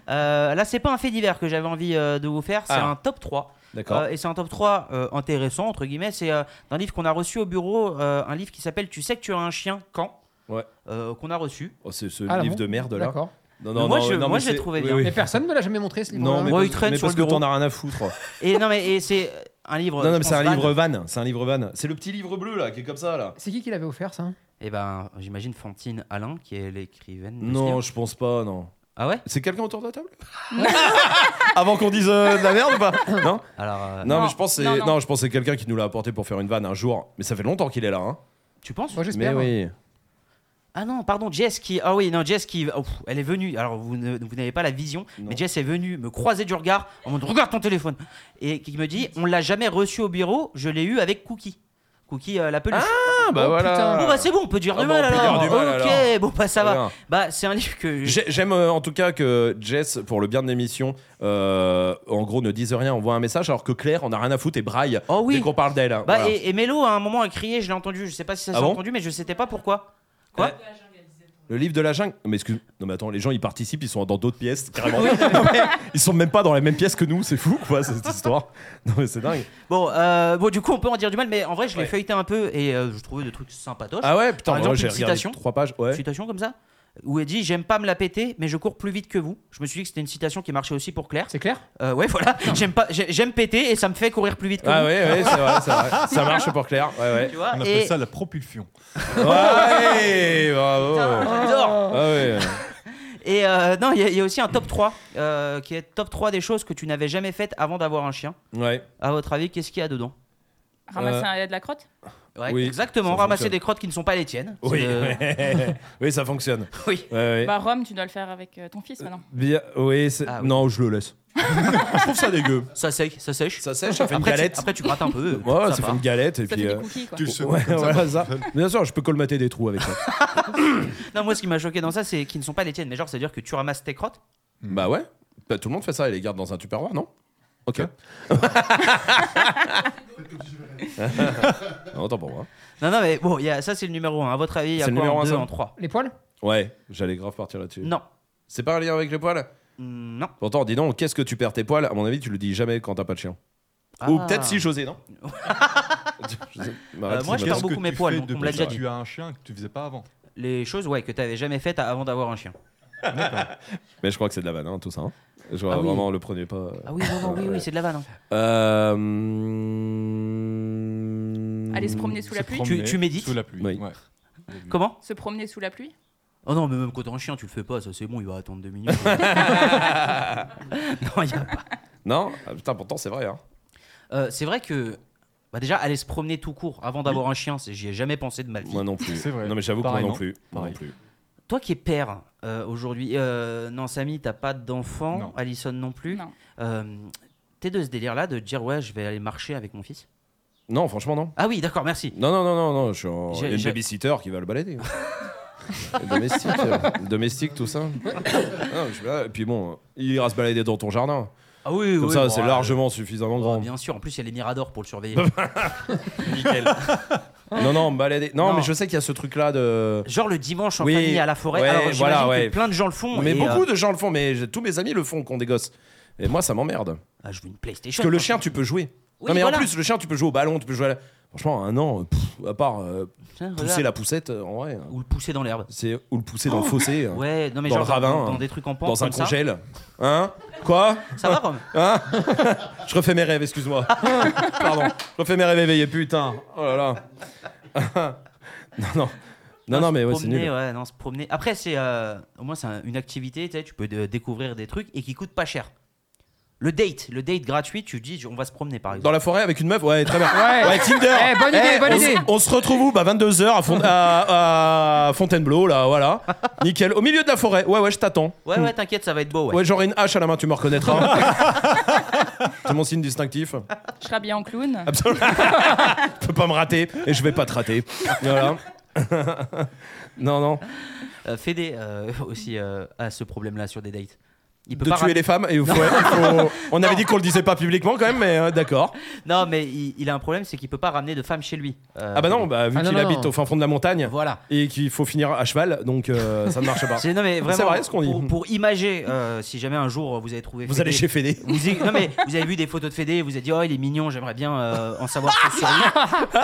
S4: Euh, là, c'est pas un fait divers que j'avais envie euh, de vous faire, c'est
S2: Ah.
S4: un top 3.
S2: D'accord.
S4: Euh, et c'est un top 3 euh, intéressant, entre guillemets. C'est euh, d'un livre qu'on a reçu au bureau, euh, un livre qui s'appelle Tu sais que tu as un chien quand
S2: Ouais.
S4: Euh, Qu'on a reçu.
S2: Oh, c'est ce
S1: Ah,
S2: livre
S1: bon
S2: de merde là.
S1: D'accord.
S2: Non,
S4: Mais moi, je-
S2: mais
S4: moi, je l'ai
S2: c'est-
S4: trouvé
S2: oui,
S4: bien.
S2: oui.
S1: Mais personne ne l'a jamais montré ce livre.
S2: Non, mais,
S4: Ouais, il
S2: parce-
S4: traîne
S2: mais
S4: sur
S2: parce
S4: le
S2: que
S4: bureau.
S2: t'en as rien à foutre.
S4: Et non, mais et c'est euh, un livre.
S2: non, non,
S4: je
S2: mais c'est un
S4: pense, van.
S2: livre van. C'est un livre van. C'est le petit livre bleu là qui est comme ça là.
S1: C'est qui qui l'avait offert ça
S4: Et ben, j'imagine Fantine Alain, qui est l'écrivaine. de ce
S2: Non,
S4: livre.
S2: je pense pas, non.
S4: Ah ouais
S2: C'est quelqu'un autour de la table Avant qu'on dise euh, de la merde ou pas Non,
S4: Alors, euh,
S2: non,
S10: Non,
S2: mais je pense que c'est-
S10: non,
S2: non,
S10: non.
S2: je pense que c'est quelqu'un qui nous l'a apporté pour faire une vanne un jour. Mais ça fait longtemps qu'il est là. Hein.
S4: tu penses
S1: Moi
S2: Mais
S1: j'espère. hein.
S2: oui.
S4: Ah non, pardon, Jess qui. Ah oui, non, Jess qui. oh, pff, elle est venue. Alors, vous, ne- vous n'avez pas la vision,
S2: Non.
S4: mais Jess est venue me croiser du regard en mode Regarde ton téléphone Et qui me dit On l'a jamais reçu au bureau, je l'ai eu avec Cookie. Cookie, euh, la peluche.
S2: Ah bah
S1: Oh,
S2: voilà.
S1: putain.
S4: bon, bah c'est bon, on peut dire
S2: Ah
S4: du
S2: bah,
S4: mal
S2: on peut
S4: alors.
S2: dire du mal,
S4: ok,
S2: alors.
S4: bon, bah ça va.
S2: Bien.
S4: Bah, c'est un livre que.
S2: J'ai- J'aime euh, en tout cas que Jess, pour le bien de l'émission, euh, en gros ne dise rien, envoie un message, alors que Claire en a rien à foutre et braille
S4: Oh oui.
S2: dès qu'on parle d'elle. hein.
S4: Bah,
S2: Voilà.
S4: et, et Mélo, à un moment, a crié, je l'ai entendu. Je sais pas si ça
S2: Ah
S4: s'est
S2: bon
S4: entendu, mais je sais pas pourquoi. Quoi
S2: Le livre de la jungle. Mais excuse. Non mais attends, les gens ils participent, ils sont dans d'autres pièces carrément. Non, mais ils sont même pas dans la même pièce que nous, c'est fou quoi cette histoire. Non mais c'est dingue.
S4: Bon, euh, bon, du coup, on peut en dire du mal, mais en vrai, je l'ai
S2: Ouais.
S4: feuilleté un peu et euh, je trouvais des trucs sympatoches.
S2: Ah ouais, putain,
S4: Par
S2: moi,
S4: exemple,
S2: j'ai
S4: une
S2: regardé
S4: citation
S2: trois pages. Ouais.
S4: Citation comme ça où elle dit J'aime pas me la péter, mais je cours plus vite que vous. Je me suis dit que c'était une citation qui marchait aussi pour Claire.
S1: C'est clair
S4: Euh, ouais, voilà. J'aime pas, j'ai- j'aime péter et ça me fait courir plus vite que
S2: Ah
S4: vous.
S2: ouais, ouais, c'est vrai, c'est vrai. Ça marche pour Claire. Ouais, ouais.
S4: Tu vois,
S8: On
S4: et-
S8: appelle ça la propulsion.
S2: Ouais, bravo.
S4: J'adore.
S2: Ah ouais.
S4: Et euh, non, il y, a- il y a aussi un top 3 euh, qui est top 3 des choses que tu n'avais jamais faites avant d'avoir un chien.
S2: Ouais. Euh,
S4: À votre avis, qu'est-ce qu'il y a dedans
S10: Ramasser un- de la crotte
S4: Ouais,
S2: Oui, ça
S4: exactement. Ramasser
S2: fonctionne.
S4: des crottes qui ne sont pas les tiennes. C'est
S2: Oui.
S4: le-
S2: ouais. oui, ça fonctionne.
S4: Oui.
S2: Ouais, ouais.
S10: Bah, Rome, tu dois le faire avec euh, ton fils maintenant.
S2: Bien. Oui, c'est-
S4: Ah oui.
S2: non, je le laisse. je trouve ça dégueu.
S4: Ça sèche, ça sèche.
S2: Ça sèche, ça fait une
S4: après,
S2: galette.
S4: tu, après, tu grattes un peu.
S2: Ouais,
S4: ça
S2: ça fait
S4: part.
S2: une galette et
S10: Ça
S2: puis.
S10: fait
S2: euh,
S10: des cookies, quoi.
S5: Tu le sais,
S2: Ouais,
S5: comme ça,
S2: voilà
S5: dans-
S2: ça. Bien sûr, je peux colmater des trous avec ça.
S4: Non, moi, ce qui m'a choqué dans ça, c'est qu'ils ne sont pas les tiennes. Mais genre, c'est-à-dire que tu ramasses tes crottes.
S2: bah ouais. Bah, tout le monde fait ça et les garde dans un tupperware, non Ok. non, tant pour moi.
S4: Non, non, mais bon, il y a, ça, c'est le numéro 1. À votre avis, il y a
S2: C'est le
S4: quoi
S2: numéro
S4: en
S2: un,
S4: 2,
S2: ça
S4: en 3
S1: Les poils
S2: Ouais, j'allais grave partir là-dessus.
S4: Non.
S2: C'est pas un lien avec les poils
S4: Mm, Non.
S2: Pourtant, dis donc, qu'est-ce que tu perds tes poils À mon avis, tu le dis jamais quand t'as pas de chien. Ou
S4: Ah.
S2: peut-être si José, non Je sais- m'arrête,
S4: Euh, moi,
S2: c'est
S4: je
S2: ma-
S4: perds beaucoup mes poils, on me l'a
S8: depuis
S4: déjà
S8: que
S4: dit.
S8: Tu as un chien que tu faisais pas avant.
S4: Les choses, ouais, que tu avais jamais faites avant d'avoir un chien.
S2: Mais je crois que c'est de la vanne, hein, tout ça. hein. Je vois
S4: Ah oui.
S2: vraiment le prenez pas.
S4: Ah oui, non, non, oui, oui, c'est de la vanne. hein.
S2: Euh...
S10: Aller se promener sous la pluie
S8: Promener
S4: Tu- tu médites
S8: Sous la pluie.
S2: Oui.
S8: ouais.
S4: Comment
S10: Se promener sous la pluie
S4: Oh non, mais même quand t'as un chien, tu le fais pas. Ça, c'est bon, il va attendre deux minutes. non, il y a pas.
S2: Non Ah, Putain, pourtant, c'est vrai. Hein.
S4: Euh, c'est vrai que. Bah déjà, aller se promener tout court avant d'avoir un chien, c'est- j'y ai jamais pensé de ma vie.
S2: Moi non plus.
S8: C'est vrai.
S2: Non, mais j'avoue que moi
S8: Pareil,
S2: non
S8: non
S2: plus. Moi non
S8: Pareil.
S2: plus.
S4: Toi qui es père euh, aujourd'hui, euh, non, Samy, t'as pas d'enfant,
S8: Non.
S4: Alison non plus.
S10: Non.
S4: Euh, T'es de ce délire-là de dire ouais, je vais aller marcher avec mon fils
S2: Non, franchement, non.
S4: Ah oui, d'accord, merci.
S2: Non, non, non, non, non, je suis en...
S4: J'ai-
S2: il y a une
S4: j'ai-
S2: babysitter qui va le balader. Une domestique, euh, une domestique, tout ça. Non, je suis là, et puis bon, il ira se balader dans ton jardin.
S4: Ah oui,
S2: Comme
S4: oui,
S2: ça,
S4: bon,
S2: c'est
S4: ah,
S2: largement suffisamment
S4: euh,
S2: grand.
S4: Bien sûr, en plus, il y a les miradors pour le surveiller.
S2: Nickel. non, non, me balader. Non,
S4: Non.
S2: mais je sais qu'il y a ce truc-là de.
S4: Genre le dimanche en
S2: Oui,
S4: famille à la forêt.
S2: ouais,
S4: Alors, j'imagine
S2: voilà,
S4: que
S2: ouais.
S4: plein de gens le font.
S2: Mais
S4: et,
S2: beaucoup
S4: euh,
S2: de gens le font, mais j'ai- tous mes amis le font, qu'on des gosses. Et moi, ça m'emmerde.
S4: ah, je veux une PlayStation.
S2: Parce que le
S4: moi.
S2: chien, tu peux jouer.
S4: Oui,
S2: non, mais
S4: voilà.
S2: en plus, le chien, tu peux jouer au ballon, tu peux jouer à la- Franchement, un an, euh, pff, à part euh,
S4: Tiens,
S2: pousser
S4: regarde.
S2: la poussette, euh, en vrai, euh,
S4: Ou le pousser dans l'herbe.
S2: c'est euh, ou le pousser dans le fossé, euh,
S4: Oh. Ouais, non, mais
S2: Dans
S4: genre
S2: le ravin,
S4: dans, dans
S2: hein.
S4: des trucs en pente.
S2: dans un
S4: comme ça.
S2: congèle. Hein Quoi
S4: Ça va, Rome
S2: Hein Je refais mes rêves, excuse-moi. Pardon. Je refais mes rêves éveillés, putain. Oh là là. non, non. Non, non, mais ouais, c'est
S4: Promener,
S2: nul.
S4: ouais, non, se promener. Après, c'est euh, au moins c'est un- une activité, tu sais, tu peux de- découvrir des trucs et qui coûte pas cher. Le date, le date gratuit, tu dis on va se promener par exemple.
S2: Dans la forêt avec une meuf Ouais, très bien.
S1: Ouais.
S2: Tinder.
S1: Eh, bonne idée, bonne
S2: on, se-
S1: idée.
S2: on se retrouve où Bah, 22h à, Fon- à- à Fontainebleau, là, voilà. Nickel. Au milieu de la forêt. Ouais, ouais, je t'attends.
S4: Ouais ouais, t'inquiète, ça va être beau. Ouais.
S2: Ouais, j'aurai une hache à la main, tu me reconnaîtras. C'est mon signe distinctif.
S10: Je serais habillée en clown.
S2: Absolument. je peux pas me rater et je vais pas te rater. Voilà. non, non.
S4: Euh, Fédé euh, aussi euh, a ce problème-là sur des dates. Il peut
S2: de
S4: pas
S2: tuer
S4: rater-
S2: les femmes et il faut- il faut- on avait dit qu'on le disait pas publiquement quand même mais euh, d'accord
S4: Non mais il, il a un problème, c'est qu'il peut pas ramener de femmes chez lui. Euh,
S2: ah bah non bah, vu
S1: Ah non,
S2: qu'il
S1: non,
S2: habite
S1: non.
S2: au fin fond de la montagne
S4: Voilà.
S2: et qu'il faut finir à cheval donc euh, ça ne marche pas
S4: C'est non mais vraiment.
S2: vrai, ce qu'on dit.
S4: Pour, pour imager, euh, si jamais un jour vous avez trouvé.
S2: vous
S4: Fédé-
S2: allez chez Fédé
S4: Vous y- non mais vous avez vu des photos de Fédé, vous avez dit oh il est mignon, j'aimerais bien euh, en savoir plus sur lui.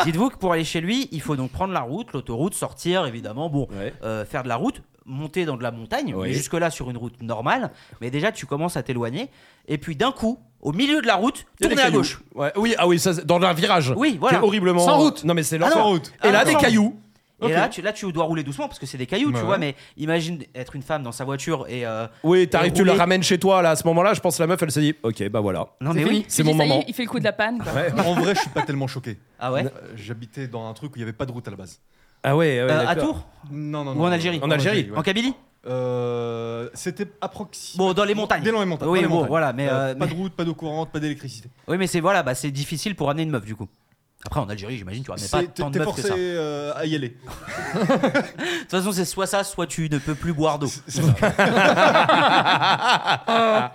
S4: Dites-vous que pour aller chez lui, il faut donc prendre la route, l'autoroute, sortir évidemment, bon,
S2: Ouais.
S4: euh, faire de la route, monter dans de la montagne,
S2: Oui.
S4: mais jusque là sur une route normale, mais déjà tu commences à t'éloigner, et puis d'un coup, au milieu de la route,
S2: Il y a des
S4: tourner à
S2: cailloux.
S4: gauche.
S2: Ouais, oui ah oui ça, c'est- dans un virage
S4: Oui, voilà.
S2: qui est horriblement
S1: Sans route.
S2: non mais c'est
S4: Ah
S2: l'enfer
S4: non.
S8: route.
S2: et là
S4: Ah,
S2: des
S4: non.
S2: cailloux
S4: Et là tu, là, tu dois rouler doucement parce que c'est des cailloux,
S8: Ouais,
S4: tu vois.
S8: ouais.
S4: Mais imagine être une femme dans sa voiture et. euh,
S2: oui t'arrives
S4: Et
S2: tu la
S4: rouler.
S2: ramènes chez toi là à ce moment là je pense que la meuf elle s'est dit ok bah voilà
S4: Non,
S1: C'est
S4: mais oui.
S1: fini.
S2: c'est
S10: Tu
S2: mon
S10: dis, ça y est,
S2: moment
S10: Il fait le coup de la panne. quoi.
S2: Ouais.
S8: En vrai, je suis pas tellement choqué.
S4: Ah ouais.
S8: Euh, J'habitais dans un truc où il y avait pas de route à la base.
S2: ah ouais, ouais,
S4: Euh, à
S2: d'accord.
S4: Tours
S8: Non, non,
S4: Ou
S8: non.
S4: en Algérie
S2: En Algérie,
S8: ouais.
S4: En Kabylie
S8: Euh, C'était approximativement.
S4: Bon, dans les montagnes.
S8: Des longs et montagnes.
S4: Oui,
S8: dans les
S4: bon,
S8: montagnes.
S4: voilà, mais, euh,
S8: pas
S4: mais-
S8: de route, pas d'eau courante, pas d'électricité.
S4: Oui, mais c'est voilà, bah, c'est difficile pour amener une meuf du coup. Après, en Algérie, j'imagine, tu ramènes Ah, pas
S8: C'est-
S4: tant
S8: T'es
S4: de
S8: t'es
S4: meufs que
S8: forcé
S4: ça. De
S8: euh, à y aller.
S4: toute façon, c'est soit ça, soit tu ne peux plus boire d'eau.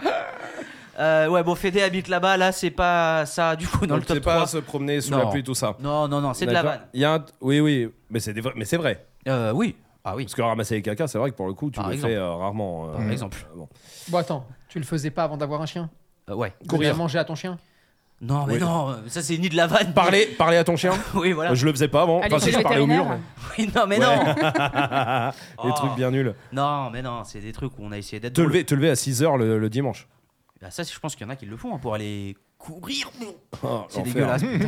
S4: Euh, ouais, bon, Fédé habite là-bas, là, c'est pas ça du coup dans
S2: donc
S4: le top
S2: c'est pas
S4: 3.
S2: se promener sous
S4: Non.
S2: la pluie tout ça
S4: Non, non, non, c'est de la
S2: D'accord.
S4: vanne.
S2: Il y a un- oui oui mais c'est des vrais- mais c'est vrai
S4: Euh, oui. Ah oui.
S2: parce que ramasser les caca c'est vrai que pour le coup tu
S4: Par
S2: le
S4: exemple.
S2: fais euh, rarement euh,
S4: Par exemple.
S2: bon.
S1: Bon, attends, tu le faisais pas avant d'avoir un chien
S4: Euh, ouais.
S1: Tu l'as mangé à ton chien
S4: Non, mais
S2: Oui.
S4: non, euh, ça c'est ni de la vanne.
S2: Parler, parler à ton chien
S4: Oui, voilà.
S2: Je le faisais pas avant.
S10: Aller
S2: Enfin,
S10: chez le
S2: si je parlais au mur.
S10: vétérinaire.
S4: Oui, non, mais
S2: Ouais.
S4: non. Oh.
S2: Des trucs bien nuls.
S4: Non, mais non, c'est des trucs où on a essayé d'être.
S2: Te
S4: drôle.
S2: lever, te lever à 6h le, le dimanche.
S4: Bah, ça, c'est- je pense qu'il y en a qui le font hein, pour aller courir.
S2: Oh,
S4: C'est
S2: l'enfer.
S4: dégueulasse, putain.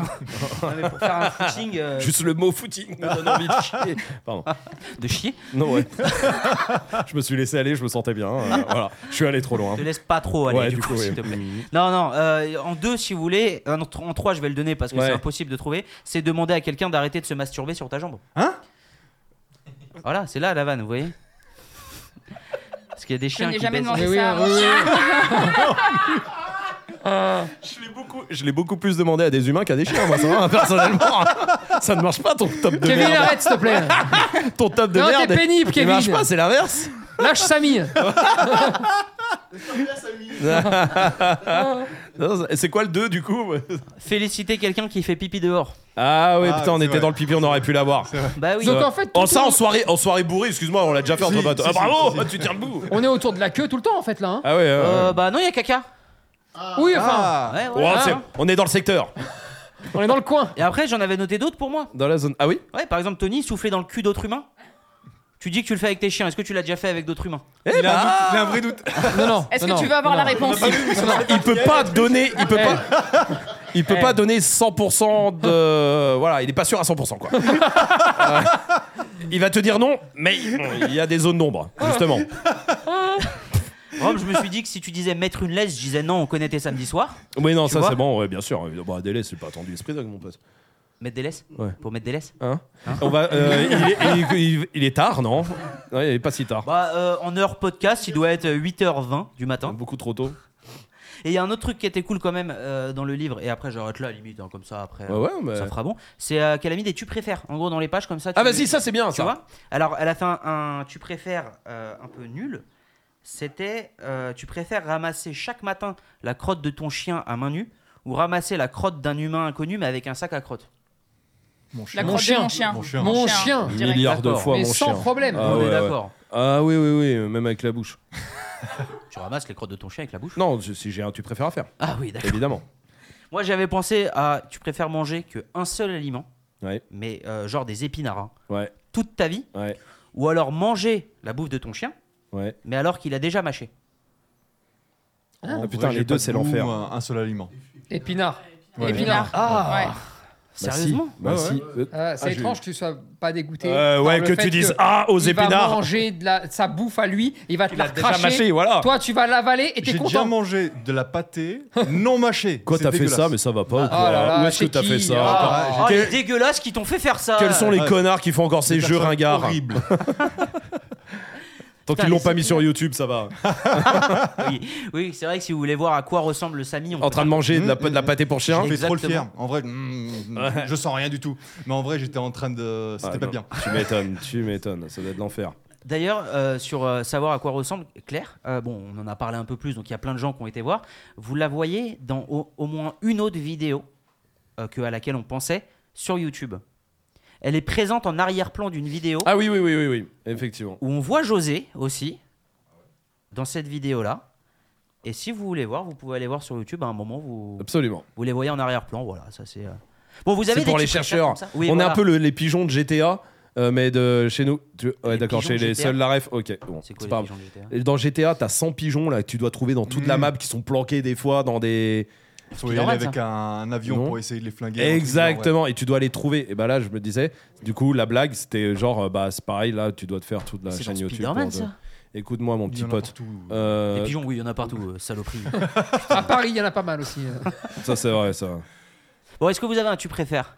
S4: Non, mais pour faire un footing euh,
S2: Juste le mot footing me donne envie de chier. Pardon.
S4: de chier,
S2: Non, ouais. je me suis laissé aller, je me sentais bien. euh, voilà. Je suis allé trop loin.
S4: Ah. te laisse pas trop aller,
S2: Ouais, Mm.
S4: du,
S2: du
S4: coup,
S2: coup, oui.
S4: s'il te plaît. Non, non, euh, en deux, si vous voulez, en, tr- en trois, je vais le donner parce que
S2: Ouais.
S4: c'est impossible de trouver. C'est demander à quelqu'un d'arrêter de se masturber sur ta jambe.
S2: Hein
S4: Voilà, c'est là la vanne, vous voyez Parce qu'il y a des
S10: Je
S4: chiens
S10: n'ai
S4: qui
S10: jamais
S4: baisent.
S10: demandé
S1: oui,
S10: Oh, ça.
S1: oui, oui, oui.
S2: Je l'ai beaucoup, je l'ai beaucoup plus demandé à des humains qu'à des chiens, moi, ça va, hein, personnellement. ça ne marche pas ton top de
S1: Kevin,
S2: merde.
S1: arrête, s'il te plaît.
S2: Ton top de
S1: Non,
S2: merde.
S1: t'es pénible,
S2: Il
S1: Kevin.
S2: marche pas, c'est l'inverse.
S1: Lâche Samy.
S2: Non, c'est- C'est quoi le 2 du coup
S4: Féliciter quelqu'un qui fait pipi dehors.
S2: Ah oui,
S8: Ah,
S2: putain, on
S8: c'est
S2: était
S8: vrai.
S2: dans le pipi, on aurait pu l'avoir.
S4: Bah oui.
S1: Donc en fait, tout
S2: Oh,
S1: le
S2: ça en
S1: temps,
S2: soirée, en soirée bourrée, excuse-moi, on l'a déjà fait entre
S8: Si,
S2: potes.
S8: si,
S2: ah
S8: si,
S2: bravo,
S8: si,
S2: ah, tu tiens le bout.
S1: on est autour de la queue tout le temps en fait là. hein.
S2: Ah ouais, ouais, ouais.
S4: Euh, bah non, il y a caca.
S10: Ah.
S1: oui, enfin,
S4: Ouais,
S2: Oh,
S4: voilà.
S1: Ah.
S2: c'est- on est dans le secteur.
S1: on est dans le coin.
S4: Et après, j'en avais noté d'autres pour moi.
S2: Dans la zone. Ah oui
S4: Ouais, par exemple, Tony, souffler dans le cul d'autres humains. Tu dis que tu le fais avec tes chiens. Est-ce que tu l'as déjà fait avec d'autres humains
S2: Eh
S8: Il a un
S2: bah,
S8: doute,
S4: ah
S8: il a un vrai doute.
S1: Non, non.
S10: Est-ce
S1: non,
S10: que tu veux avoir
S1: non.
S10: la réponse
S2: il peut pas donner, il peut
S1: Eh.
S2: pas, il peut
S1: Eh.
S2: pas donner 100% de, voilà, il est pas sûr à 100% quoi. Euh, il va te dire non, mais il y a des zones d'ombre justement.
S4: Rome, je me suis dit que si tu disais mettre une laisse, je disais non, on connaît tes samedis soirs.
S2: Oui non,
S4: Tu
S2: ça
S4: vois
S2: c'est bon, ouais, bien sûr. Bah, délai, c'est pas attendu l'esprit dog, mon pote.
S4: Mettre des laisses
S2: Ouais.
S4: Pour mettre des laisses
S2: Hein On va, euh, il, est, il- il- il est tard, non Non, Il est pas si tard.
S4: Bah, euh, en heure podcast, il doit être euh, 8h20 du matin.
S2: Beaucoup trop tôt.
S4: Et il y a un autre truc qui était cool quand même euh, dans le livre, et après j'arrête là, limite, hein, comme ça, après
S2: Ah Ouais,
S4: euh,
S2: ouais, mais-
S4: ça fera bon. C'est euh, qu'elle a mis des tu préfères, en gros, dans les pages comme ça.
S2: Ah
S4: tu-
S2: vas-y, ça c'est bien,
S4: Tu
S2: ça.
S4: vois Alors, elle a fait un, un tu préfères euh, un peu nul. C'était euh, tu préfères ramasser chaque matin la crotte de ton chien à main nue ou ramasser la crotte d'un humain inconnu mais avec un sac à crotte
S8: Mon chien.
S10: La
S1: Mon
S10: crotte de
S1: chien.
S10: mon chien.
S8: Ah, Mon chien.
S1: Mon
S10: chien.
S1: chien.
S2: Un
S10: direct.
S2: Milliard de
S4: D'accord.
S2: fois
S1: Mais
S2: mon
S1: sans
S2: chien.
S1: problème.
S2: Ah,
S4: On
S2: ouais,
S4: est
S2: ouais.
S4: d'accord.
S2: Ah oui, oui, oui, même avec la bouche.
S4: Tu ramasses les crottes de ton chien avec la bouche
S2: Non, je- si j'ai un, tu préfères à faire,
S4: Ah oui, d'accord.
S2: évidemment.
S4: Moi j'avais pensé à tu préfères manger qu'un seul aliment,
S2: Ouais.
S4: mais euh, genre des épinards, hein,
S2: Ouais,
S4: toute ta vie,
S2: ouais,
S4: ou alors manger la bouffe de ton chien,
S2: ouais.
S4: mais alors qu'il a déjà mâché.
S2: Bah,
S8: En
S2: Ah, putain,
S8: vrai,
S2: les
S8: j'ai
S2: deux,
S8: pas de
S2: c'est
S8: goût,
S2: l'enfer.
S8: Un un seul aliment.
S1: Épinard.
S8: Ouais.
S10: Épinard.
S4: Ah
S2: Bah,
S4: Sérieusement
S2: si. Bah,
S8: Ouais,
S2: si. Euh,
S1: Euh, c'est
S2: Ah, j'ai-
S1: étrange que tu sois pas dégoûté.
S2: euh,
S1: par
S2: ouais,
S1: le
S2: que
S1: fait
S2: tu dises ah aux
S1: il va
S2: épinards.
S1: manger de la, sa bouffe à lui, il va te
S2: Il
S1: la
S2: a déjà
S1: cracher.
S2: mâché, voilà.
S1: Toi, tu vas l'avaler et t'es
S8: J'ai déjà
S1: content.
S8: mangé de la pâtée non mâchée.
S2: Quoi,
S8: C'est
S2: t'as fait ça,
S8: dégueulasse.
S2: mais ça va pas ou quoi
S1: là là,
S2: Où est-ce que
S1: c'est
S2: t'as
S1: Ah, qui
S2: fait ça
S1: Ah,
S2: encore
S4: Ah,
S2: Quel-
S4: les dégueulasses qui t'ont fait faire ça
S2: Quels sont les
S8: Ouais.
S2: connards qui font encore ces
S8: Des
S2: jeux
S8: personnes
S2: ringards
S8: horribles.
S2: Tant
S4: Putain,
S2: qu'ils l'ont
S4: les
S2: pas mis
S4: épinards.
S2: sur YouTube, ça va.
S4: Oui, oui, c'est vrai que si vous voulez voir à quoi ressemble le Samy, on
S2: En
S4: peut
S2: train de manger de la,
S8: Mmh,
S2: de la pâté pour chien.
S8: Je fais trop le
S4: Exactement.
S8: fier. En vrai, mm, je sens rien du tout. Mais en vrai, j'étais en train de. C'était
S2: Ah,
S8: pas
S2: non.
S8: bien.
S2: Tu m'étonnes, tu m'étonnes, ça doit être l'enfer.
S4: D'ailleurs, euh, sur euh, savoir à quoi ressemble Claire, euh, bon, on en a parlé un peu plus, donc il y a plein de gens qui ont été voir. Vous la voyez dans au, au moins une autre vidéo euh, que à laquelle on pensait sur YouTube. Elle est présente en arrière-plan d'une vidéo
S2: Ah oui, oui, oui, oui, oui, effectivement.
S4: où on voit José aussi dans cette vidéo-là. Et si vous voulez voir, vous pouvez aller voir sur YouTube. À un moment, vous,
S2: Absolument.
S4: vous les voyez en arrière-plan. Voilà, ça c'est. euh. Bon, vous avez
S2: C'est pour
S4: des
S2: les
S4: petits préfères
S2: chercheurs.
S4: comme ça Oui,
S2: On est
S4: voilà.
S2: un peu le- les pigeons de GTA, euh, mais de chez nous. Tu- Ouais,
S4: Les
S2: d'accord,
S4: pigeons
S2: chez
S4: de
S2: les
S4: GTA.
S2: seuls la ref. Ok, bon,
S4: C'est
S2: c'est
S4: quoi
S2: pas
S4: les gens de GTA
S2: grave. Dans GTA, t'as 100 pigeons là que tu dois trouver dans toute la
S8: Mm.
S2: map qui sont planqués des fois dans des.
S8: Faut y
S4: Spider-Man,
S8: aller avec un, un avion
S2: Non.
S8: pour essayer de les flinguer.
S2: Exactement, et tu dois les trouver. Et bah là, je me disais, du coup, la blague c'était genre, euh, bah c'est pareil, là tu dois te faire toute la
S4: C'est dans
S2: chaîne YouTube.
S4: Spider-Man,
S2: pour te-
S4: ça
S2: Écoute-moi, mon petit pote.
S4: Les
S2: Euh,
S4: pigeons, oui, il y en a partout, euh, saloperie.
S1: À Paris, il y en a pas mal aussi. euh.
S2: ça, c'est vrai, ça.
S4: Bon, est-ce que vous avez un tu préfères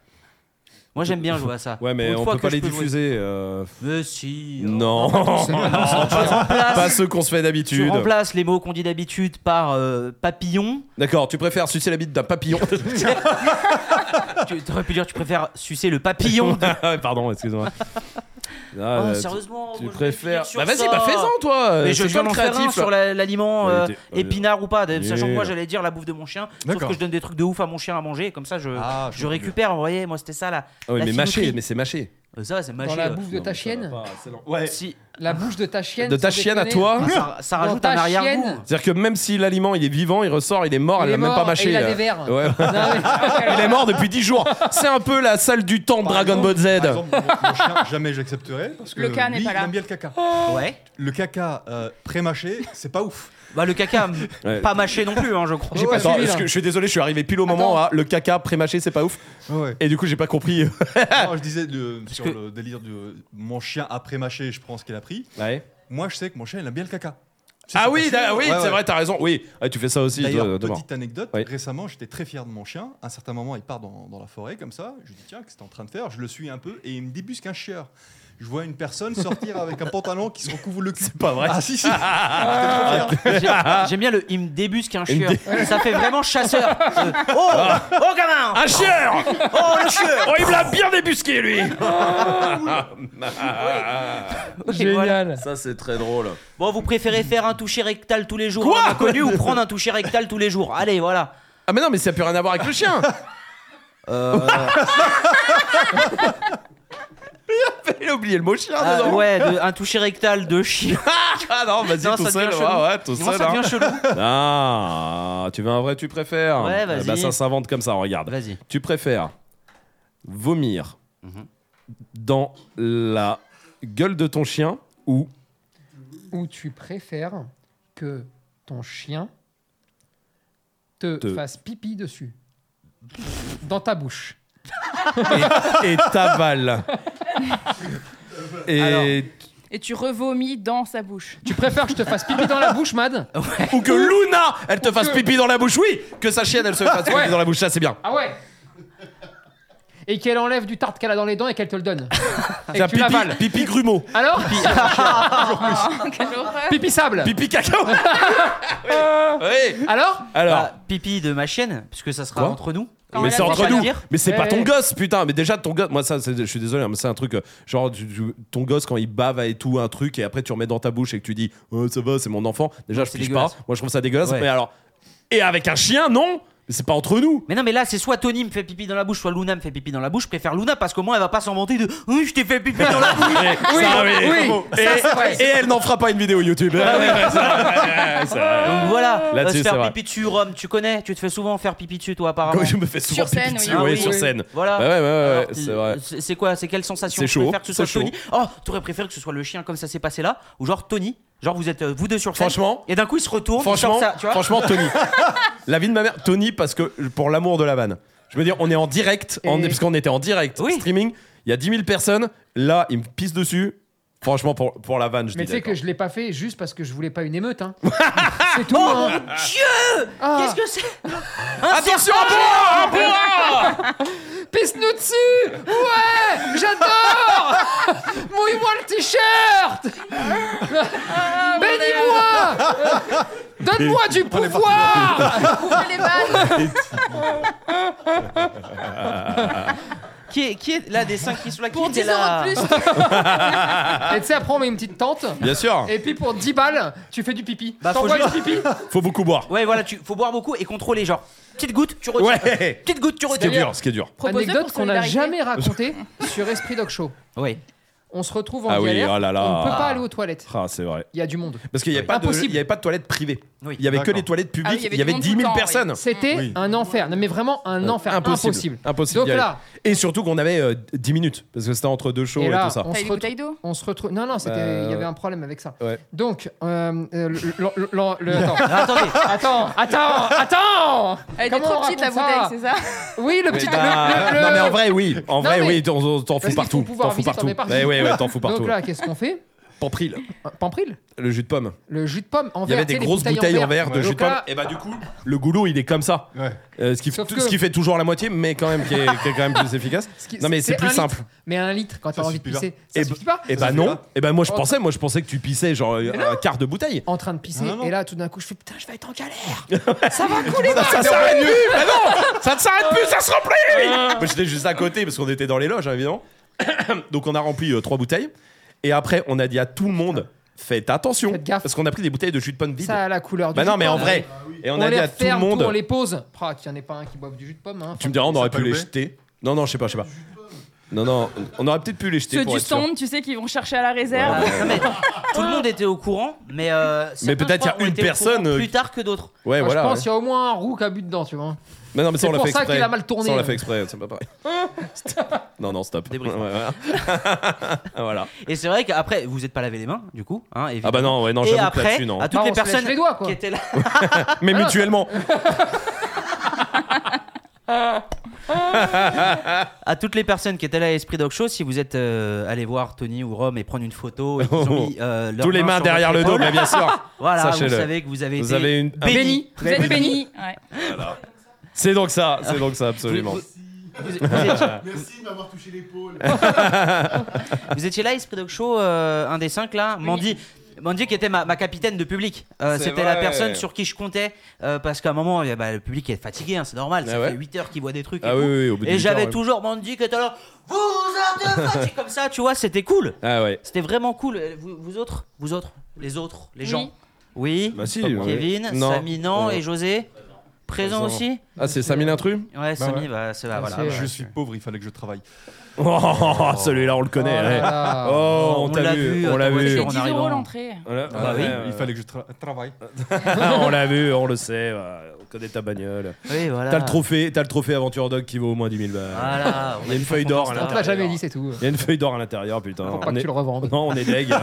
S4: Moi j'aime bien jouer à ça.
S2: Ouais, mais
S4: Pour une
S2: on
S4: fois
S2: peut
S4: que
S2: pas
S4: je
S2: les
S4: jouer.
S2: diffuser. euh,
S4: Mais si. hein.
S2: Non,
S1: C'est-
S2: ah, pas ceux qu'on se fait
S4: Tu
S2: d'habitude.
S4: remplaces les mots qu'on dit d'habitude par euh, papillon.
S2: D'accord, tu préfères sucer la bite d'un papillon
S4: tu aurais pu dire tu préfères sucer le papillon. de-
S2: Ah, Pardon, excuse-moi. Ah,
S4: Oh,
S2: là, tu-
S4: sérieusement.
S2: Tu
S4: moi, je vais finir
S2: préfères.
S4: sur
S2: Bah vas-y,
S4: ça.
S2: bah fais-en toi euh,
S4: Mais je
S2: c'est toi
S4: viens
S2: le
S4: d'en faire un
S2: créatif
S4: sur la- l'aliment
S2: Ouais,
S4: euh,
S2: t'es- ouais,
S4: épinard ou pas, de-
S2: nul.
S4: sachant que moi j'allais dire la bouffe de mon chien, sauf
S8: D'accord.
S4: que je donne des trucs de ouf à mon chien à manger, et comme ça je,
S8: Ah, je
S4: je
S8: comprends
S4: récupère, vous voyez, moi c'était ça là.
S2: Ah oui,
S4: la
S2: mais mâché,
S4: filouterie.
S2: mais c'est mâché.
S4: Euh, ça, va, c'est mâché.
S1: Dans la
S4: ouais.
S1: bouffe de ta chienne
S2: Ouais.
S4: Si-
S1: La bouche de ta chienne
S2: De ta
S1: sans
S2: chienne à
S1: déconner.
S2: toi
S4: Ah, ça, ça
S1: Dans
S4: rajoute
S1: ta
S4: un arrière-goût.
S1: chienne.
S2: C'est-à-dire que même si l'aliment il est vivant, il ressort, il est mort,
S1: Il
S2: elle
S1: est
S2: l'a même
S1: mort
S2: pas
S1: et
S2: mâché.
S1: il a
S2: euh.
S1: des vers.
S2: Ouais.
S1: Non, mais-
S2: Il est mort depuis 10 jours. C'est un peu la salle du temps de
S8: Par
S2: Dragon Ball Z.
S8: Par exemple, mon, mon chien, jamais j'accepterai parce que
S10: Le cas n'est
S8: lui,
S10: pas
S8: il
S10: là.
S8: aime bien le caca.
S4: Ouais.
S8: Le caca euh, pré-mâché, c'est pas ouf.
S4: Bah, le caca,
S2: Ouais.
S4: pas mâché non plus, hein, je crois.
S1: J'ai pas
S2: Attends,
S1: suivi,
S2: est-ce
S1: là.
S2: que- je suis désolé, je suis arrivé pile au moment où ah, le caca pré-mâché, c'est pas ouf.
S8: Ouais.
S2: Et du coup, j'ai pas compris.
S8: Non, je disais de- sur
S2: que-
S8: le délire de euh, mon chien après mâché, je prends ce qu'il a pris. Moi, je sais que mon chien, il aime bien le caca.
S2: Ah oui,
S8: c'est
S2: d'a- oui,
S8: Ouais,
S2: c'est
S8: ouais.
S2: vrai, t'as raison. Oui, Ah, tu fais ça aussi.
S8: D'ailleurs,
S2: toi, demain.
S8: petite anecdote,
S2: Oui.
S8: récemment j'étais très fier de mon chien. À un certain moment, il part dans, dans la forêt comme ça. Je lui dis, tiens, qu'est-ce que t'es en train de faire Je le suis un peu et il me débusque un chieur. Je vois une personne sortir avec un pantalon qui se recouvre le cul.
S2: C'est pas vrai.
S8: Ah si, si
S4: J'ai- J'aime bien le il me débusque un chieur. Ça fait vraiment chasseur. Euh, oh, oh, gamin
S2: Un chieur
S4: Oh, le chieur
S2: Oh, il me l'a bien débusqué, lui
S1: Génial.
S2: Ça, c'est très drôle.
S4: Bon, vous préférez faire un toucher rectal tous les jours
S2: Quoi
S4: à un inconnu ou prendre un toucher rectal tous les jours Allez, voilà.
S2: Ah, mais non, mais ça peut rien avoir avec le chien
S4: Euh,
S2: Il a oublié le mot chien
S4: ah,
S2: dedans
S4: ouais, de- un toucher rectal de chien.
S2: Ah non, vas-y,
S4: Non,
S2: tout
S4: ça
S2: seul.
S4: devient
S2: ouais,
S4: chelou.
S2: ouais, tout
S4: Non,
S2: seul.
S4: ça
S2: hein.
S4: devient chelou.
S2: Ah, tu veux un vrai, tu préfères
S4: Ouais,
S2: Eh
S4: vas-y.
S2: ben, ça s'invente comme ça, regarde.
S4: Vas-y. Mhm.
S2: Tu préfères vomir dans la gueule de ton chien ou.
S1: Ou tu préfères que ton chien te,
S2: Te-
S1: fasse pipi dessus dans ta bouche.
S2: Et, et t'avales. Et.
S10: Et tu revomis dans sa bouche.
S1: Tu préfères que je te fasse pipi dans la bouche, Mad
S2: Ou que Luna, elle te
S1: Ou
S2: fasse
S1: que-
S2: pipi dans la bouche. Oui, que sa chienne, elle se fasse
S1: Ouais.
S2: pipi dans la bouche. Ça, c'est bien.
S1: Ah ouais Et qu'elle enlève du tarte qu'elle a dans les dents et qu'elle te le donne. et
S2: Tiens,
S1: que tu
S2: pipi,
S1: l'avales.
S2: pipi grumeau.
S1: Alors
S10: Quelle horreur.
S1: Pipi sable
S2: Pipi cacao. oui. oui.
S1: Alors
S2: Alors.
S4: Bah, pipi de ma chienne, puisque ça sera
S2: Quoi
S4: entre nous.
S10: Quand
S2: mais
S10: elle
S2: c'est
S10: a
S4: fait
S2: entre
S4: pas
S2: nous.
S4: le dire.
S2: Mais c'est pas
S1: Eh.
S2: ton gosse, putain. Mais déjà ton gosse, moi ça, c'est- je suis désolé, mais c'est un truc euh, genre tu- tu- ton gosse quand il bave et tout un truc et après tu remets dans ta bouche et que tu dis oh, ça va, c'est mon enfant. Déjà
S4: Non,
S2: je
S4: c'est
S2: pige pas.
S4: dégueulasse.
S2: Moi je trouve ça dégueulasse.
S4: Ouais.
S2: Mais alors et avec un chien, non Mais c'est pas entre nous.
S4: Mais non, mais là, c'est soit Tony me fait pipi dans la bouche, soit Luna me fait pipi dans la bouche. Je préfère Luna parce qu'au moins elle va pas s'en vanter de Oui, je t'ai fait pipi dans la bouche.
S2: Et-
S1: Oui,
S2: ça,
S1: oui,
S2: Et,
S1: ça, c'est vrai.
S2: et elle n'en fera pas une vidéo YouTube. Ah ouais, ouais, ça, ouais, ouais, ça, ouais.
S4: Donc voilà,
S2: Là-dessus,
S4: euh, se
S2: c'est
S4: faire
S2: vrai.
S4: pipi dessus, Rome, tu connais Tu te fais souvent faire pipi dessus, toi, apparemment.
S2: Comme je me fais souvent
S10: Sur scène,
S2: pipi
S10: oui.
S2: dessus,
S4: Ah
S2: ouais,
S4: oui.
S2: sur scène.
S4: Voilà.
S2: Bah Ouais, ouais, ouais, ouais,
S4: Alors,
S2: c'est vrai.
S4: c'est- C'est quoi C'est quelle sensation
S2: C'est
S4: Tu
S2: chaud,
S4: préfères que ce soit
S2: c'est chaud.
S4: Tony Oh, t'aurais préféré que ce soit le chien comme ça s'est passé là Ou genre Tony Genre vous êtes euh, vous deux sur scène
S2: Franchement.
S4: Et d'un coup il se retourne,
S2: Franchement,
S4: il sort ça, tu vois
S2: franchement, Tony. la vie de ma mère, Tony, parce que pour l'amour de la vanne. Je veux dire, on est en direct, on est-
S1: Et-
S2: parce qu'on était en direct
S4: Oui.
S2: streaming. Il y a 10 000 personnes. Là, il me pisse dessus. Franchement, pour, pour la vanne, je
S1: Mais
S2: dis
S1: tu sais
S2: d'accord.
S1: que je l'ai pas fait juste parce que je voulais pas une émeute. Hein. c'est tout. hein. Ah.
S4: Qu'est-ce que c'est
S2: Attention à boire, à boire
S1: Pisse-nous dessus Ouais J'adore Mouille-moi le t-shirt Bénis-moi Donne-moi du pouvoir
S10: Ouvrez les vannes.
S4: qui est, qui est là des 5 qui sont là qui
S10: Pour
S4: était
S10: 10 euros
S4: là
S10: de plus.
S1: Et tu sais, après, on met une petite tente.
S2: Bien sûr,
S1: Et puis, pour 10 balles, tu fais du pipi.
S4: Bah, faut
S1: T'envoies
S4: juste-
S1: du pipi
S2: faut beaucoup boire.
S4: Ouais, voilà, tu faut boire beaucoup et contrôler genre petite goutte, tu retiens.
S2: Ouais
S4: Petite goutte, tu
S2: Ce qui est
S4: retiens.
S2: dur, ce qui est dur.
S10: Proposez
S1: Anecdote
S10: pour
S1: qu'on n'a
S10: solidarité.
S1: jamais racontée sur Esprit Dog Show.
S4: Ouais.
S1: On se retrouve en
S2: Ah oui,
S1: galère.
S2: oh là là.
S1: On ne peut pas aller aux toilettes.
S2: Ah, c'est vrai.
S1: Il y a du monde.
S2: Parce qu'il n'y avait,
S1: Oui.
S2: pas de-
S1: Impossible.
S2: il y avait pas de toilettes privées.
S4: Oui.
S2: Il y avait que
S8: D'accord.
S2: les toilettes
S10: Ah oui,
S2: publiques.
S10: il y avait
S2: il y
S10: du
S2: avait
S10: monde
S2: 10
S10: tout
S2: 000
S10: le temps, oui.
S2: personnes.
S1: C'était
S8: Oui.
S1: un enfer. Non, mais vraiment un enfer.
S2: Euh, Impossible.
S1: Impossible.
S2: Impossible
S1: Donc
S2: d'y aller.
S1: là,
S2: Et surtout qu'on avait euh, 10 minutes. Parce que c'était entre deux shows et,
S1: et là,
S2: tout ça.
S1: on
S10: T'as
S1: se
S10: une
S1: retrouve.
S10: bouteille d'eau
S1: On se retrouve. Non, non, c'était.
S2: Bah,
S1: Il y avait
S2: ouais.
S1: un problème avec ça.
S2: Ouais.
S1: Donc, euh, euh, le- le- le- le- attends.
S4: Attendez.
S2: Ah,
S1: attends, attends, attends.
S10: Elle était
S1: Comment on
S10: trop petite la
S1: raconte ça
S10: bouteille, c'est ça
S1: Oui, le petit.
S2: Mais bah,
S1: le- le-
S2: Non mais en vrai oui, en
S1: Non,
S2: vrai
S1: mais-
S2: oui, t'en- t'en t'en fous
S1: qu'il
S2: partout,
S1: faut pouvoir
S2: t'en fous
S1: visiter,
S2: partout.
S1: t'en mets partout.
S2: Ouais ouais ouais, t'en fous partout.
S1: Donc là, qu'est-ce qu'on fait
S2: Pampril,
S1: Un Pampril,
S2: le jus de pomme.
S1: le jus de pomme en verre.
S2: Il y avait
S1: tu
S2: des
S1: sais, les
S2: grosses bouteilles en verre de
S1: Donc
S2: jus de pomme.
S1: là-
S2: Et bah du coup, le goulot il est comme ça,
S8: Ouais.
S2: Euh, ce qui
S1: ah. Sauf
S2: tout-
S1: que-
S2: ce qui fait toujours la moitié, mais quand même qui est, qui est quand même plus efficace.
S1: Ce qui-
S2: Non mais c'est
S1: un
S2: plus
S1: litre.
S2: simple.
S1: Mais un litre quand t'as
S8: Ça
S1: envie de
S8: suffit
S1: pisser, ça
S2: Et
S1: suffit pas.
S2: Et bah
S8: suffit
S2: non,
S8: pas.
S2: et bah moi je
S1: Oh.
S2: pensais, moi je pensais que tu pissais genre euh, un quart de bouteille.
S1: En train de pisser
S8: Non, non.
S1: et là tout d'un coup je fais putain je vais être en galère.
S2: Ça, ça s'arrête plus, bah non, ça ne s'arrête plus, ça se remplit. Moi, J'étais juste à côté parce qu'on était dans les loges hein, évidemment. Donc on a rempli euh, trois bouteilles et après on a dit à tout le monde faites attention
S1: Faites gaffe.
S2: parce qu'on a pris des bouteilles de jus de pomme vides.
S1: Ça a la couleur. du
S2: Bah
S1: jus
S2: non,
S1: de
S2: mais en
S1: pomme.
S2: vrai. Et on, a
S1: les
S2: dit à tout le
S1: referme,
S2: monde.
S1: On les pose. Ah, qu'il y en ait pas un qui boive du jus de pomme. Hein.
S2: Tu me diras, on aurait pu
S8: Ça peut
S2: les
S8: le
S2: jeter. Non, non, je sais pas, je sais pas. Non, non, on aurait peut-être pu les jeter
S10: Ceux
S2: pour
S10: du
S2: être sûr.
S10: stand, tu sais, qu'ils vont chercher à la réserve.
S2: Ouais, ouais, ouais.
S4: Tout le monde était au courant, mais. euh, certains,
S2: peut-être
S4: je
S2: il
S4: crois,
S2: y a
S4: ont
S2: une
S4: été au
S2: personne,
S4: courant
S2: euh,
S4: Plus tard que d'autres.
S2: Ouais,
S1: Moi,
S2: voilà.
S1: je pense
S2: ouais.
S1: qu'il y a au moins un roux qui a bu dedans, tu vois.
S2: Mais non, mais ça,
S1: C'est
S2: on l'a
S1: pour
S2: fait
S1: ça
S2: exprès.
S1: qu'il a mal tourné.
S2: Ça, on l'a fait exprès, c'est pas pareil. non, non, stop. Ouais, voilà. voilà.
S4: Et c'est vrai qu'après, vous n'êtes pas lavé les mains, du coup. hein, évidemment.
S2: Ah bah non, ouais, non,
S4: Et
S2: j'avoue que
S4: après,
S2: là-dessus, non.
S4: à toutes
S1: Bah,
S4: les
S1: on se lèche
S4: personnes
S1: les doigts, quoi.
S4: qui étaient là.
S1: Ah
S2: Mais mutuellement.
S4: à toutes les personnes qui étaient là à Esprit Dog Show, si vous êtes euh, allé voir Tony ou Rome et prendre une photo et qu'ils ont mis, euh, leurs
S2: Oh. Tous les mains
S4: sur
S2: derrière
S4: votre
S2: le dos,
S4: épaule,
S2: mais bien sûr.
S4: Voilà, vous
S2: Sachez-le.
S4: savez que vous avez
S2: Vous
S4: été
S2: avez une. un-
S4: béni.
S10: Vous êtes bénis. Ouais.
S2: C'est donc ça, c'est donc ça, absolument.
S4: Vous, vous étiez,
S5: Merci de m'avoir touché l'épaule.
S4: vous étiez là à Esprit Dog Show, euh, un des cinq là, Mandy. Mandy qui était ma, ma capitaine de public. Euh,
S2: C'est
S4: C'était la
S2: vrai.
S4: personne sur qui je comptais. euh, parce qu'à un moment, eh bah, le public est fatigué, hein, c'est normal. ça
S2: Ah ouais.
S4: fait 8 heures qu'il voit des trucs. et
S2: Ah
S4: tout.
S2: oui, oui, oui, au bout de
S4: Et
S2: huit
S4: j'avais
S2: heures, ouais.
S4: toujours Mandy qui était là. Vous êtes fatigués comme ça, tu vois, c'était cool.
S2: Ah ouais.
S4: C'était vraiment cool. Euh, Vous, vous autres Vous autres Les autres Les
S10: Oui.
S4: gens Oui.
S2: Bah si, ouais.
S4: Kevin,
S2: Non.
S4: Samy, non.
S2: Ouais.
S4: Et José Présent
S2: Présent.
S4: aussi
S2: Ah, c'est Samy l'intrus
S4: Ouais, Samy,
S5: ouais.
S4: bah, c'est là,
S1: Ah,
S4: voilà.
S1: c'est-
S8: Je suis pauvre, il fallait que je travaille.
S2: Oh, celui-là, on le connaît.
S1: Oh là
S2: ouais.
S1: là.
S2: Oh, on
S4: On
S2: t'a
S4: l'a
S2: vu,
S4: vu,
S2: on l'a
S4: attends,
S2: vu.
S10: C'est
S4: en
S10: 10
S4: arrivant.
S10: euros l'entrée.
S2: On l'a-
S4: bah
S8: Ah,
S2: ouais,
S8: oui,
S2: ouais.
S8: il fallait que je tra- travaille.
S2: Euh, on l'a vu, on le sait. ouais. On connaît ta bagnole.
S4: Oui, voilà.
S2: T'as le trophée, t'as le trophée Aventure Dog qui vaut au moins 10 000 balles.
S4: Voilà.
S2: Il y a une feuille d'or à
S1: On te
S2: l'intérieur.
S1: l'a jamais dit, c'est tout.
S2: Il y a une feuille d'or à l'intérieur, putain.
S1: Pour pas
S2: On
S1: que
S2: est-
S1: tu le revendes.
S2: Non, on est deg.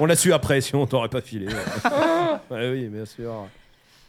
S2: on l'a su après, sinon on t'aurait pas filé. Ouais, oui, bien sûr.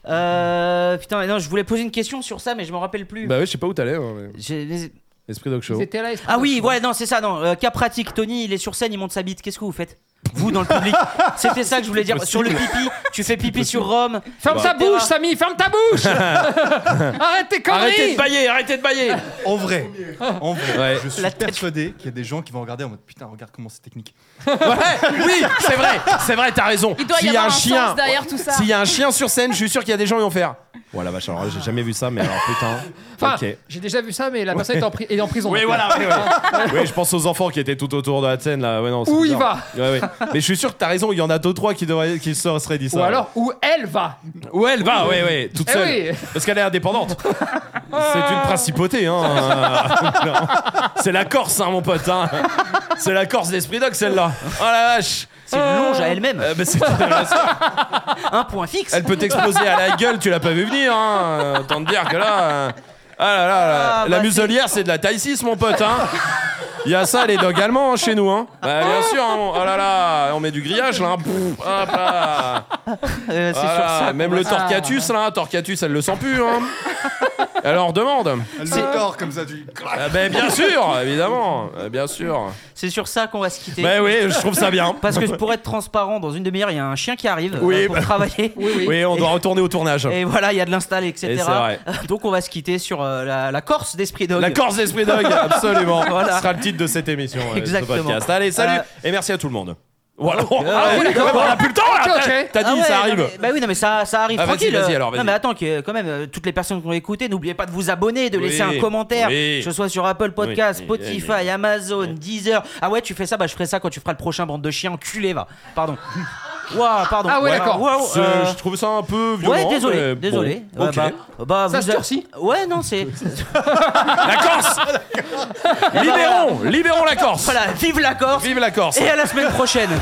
S4: Euh, putain, mais non, je voulais poser une question sur ça, mais je m'en rappelle plus.
S2: Bah oui, je sais pas où t'allais. hein, mais-
S4: J'ai-
S2: Esprit Dog Show.
S1: Ils étaient là, ils se
S4: Ah oui, ouais, non, c'est ça, non. euh, cas pratique, Tony, il est sur scène, il monte sa bite. Qu'est-ce que vous faites Vous, dans le public C'était ça que je voulais dire. Sur le pipi, tu fais pipi sur Rome.
S1: Ferme
S2: Bah.
S1: ta bouche, Samy, ferme ta bouche Arrête tes conneries
S2: Arrêtez de bailler, arrêtez de bailler
S8: En vrai, en vrai,
S2: Ouais.
S8: je suis persuadé qu'il y a des gens qui vont regarder en mode putain, regarde comment c'est technique.
S2: Ouais, oui, c'est vrai, c'est vrai, t'as raison.
S10: Il doit
S2: S'il
S10: y avoir
S2: a
S10: un
S2: un chien,
S10: sens derrière tout ça.
S2: s'il y a un chien sur scène, je suis sûr qu'il y a des gens qui vont faire. Ouais, la vache, alors là, j'ai jamais vu ça, mais alors putain.
S1: Enfin,
S2: ok.
S1: j'ai déjà vu ça, mais la personne est, en pri- est en prison.
S2: Oui, voilà, oui, oui. Oui, je pense aux enfants qui étaient tout autour de la scène là. Ouais, non, c'est
S1: Où il
S2: bizarre.
S1: va
S2: Ouais, ouais. Mais je suis sûr que t'as raison, il y en a deux trois qui, devraient, qui se seraient dit ça.
S1: Ou alors, où elle va
S2: Ouais, elle va, ouais, ouais, toute
S1: Eh
S2: seule.
S1: oui.
S2: Parce qu'elle est indépendante. C'est une principauté, hein. c'est la Corse, hein, mon pote. Hein. C'est la Corse d'Esprit Doc, celle-là. Oh la vache.
S4: C'est une longe à elle-même.
S2: Euh, bah, c'est- bien sûr.
S4: Un point fixe.
S2: Elle peut t'exploser à la gueule, tu l'as pas vu venir, hein. Euh, Autant te dire que là. euh, Ah là là, la-
S4: Ah,
S2: la
S4: bah,
S2: muselière, c'est de la taille 6, mon pote, hein. Il y a ça, les dogs allemands hein, chez nous, hein. Bah, bien sûr, hein, mon- oh là là, on met du grillage là. hein. Pouf, hop là.
S4: Euh, c'est
S2: Voilà,
S4: sur ça.
S2: Même le Torcatus, là, Torcatus, elle le sent plus, hein. Elle leur demande.
S8: Elle le tord comme ça, tu clac.
S2: Ah ben, bien sûr, évidemment, Ah, bien sûr.
S4: C'est sur ça qu'on va se quitter.
S2: Ben oui, je trouve ça bien.
S4: Parce que pour être transparent, dans une demi-heure, il y a un chien qui arrive
S2: Oui,
S4: euh, pour
S2: bah-
S4: travailler.
S2: Oui, on doit retourner au tournage.
S4: Et voilà, il y a de l'install,
S2: Et
S4: etc.
S2: c'est vrai.
S4: Donc on va se quitter sur euh, la, la Corse d'Esprit Dog.
S2: La Corse d'Esprit Dog, absolument.
S4: Voilà.
S2: Ce sera le titre de cette émission. ouais, de ce
S4: Exactement.
S2: podcast. Allez, salut
S4: Euh,
S2: et merci à tout le monde. Voilà.
S4: Ah,
S2: Ouais,
S4: oui,
S2: bah, on a plus le temps là.
S1: Ok, ok.
S2: T'as- T'as
S4: Ah
S2: dit,
S4: ouais,
S2: ça
S4: non,
S2: arrive.
S4: mais- bah oui, non, mais ça, ça arrive
S2: Ah, vas-y,
S4: tranquille.
S2: vas-y, alors,
S4: Non,
S2: vas-y.
S4: mais attends, que, quand même, euh, toutes les personnes qui ont écouté, n'oubliez pas de vous abonner, de
S2: Oui,
S4: laisser un commentaire,
S2: oui.
S4: que ce soit sur Apple Podcast,
S2: Oui, oui, oui,
S4: Spotify,
S2: oui.
S4: Amazon, Deezer. Ah ouais, tu fais ça, bah je ferai ça quand tu feras le prochain bande de chiens enculé, va. Pardon. Waouh, pardon.
S1: Ah ouais,
S4: Waouh,
S1: d'accord.
S4: waouh,
S2: C'est-
S4: euh,
S2: Je trouve ça un peu
S4: Ouais,
S2: violent. mais
S4: désolé,
S2: euh, bon.
S4: désolé. Ouais,
S2: Ok.
S4: bah, bah,
S1: Ça
S4: vous
S1: se
S4: a-
S1: durcit
S4: Ouais, non, c'est. Bah,
S2: La Corse. Libérons, libérons la Corse.
S4: Voilà, vive la Corse
S2: Vive la Corse.
S4: et à la semaine prochaine.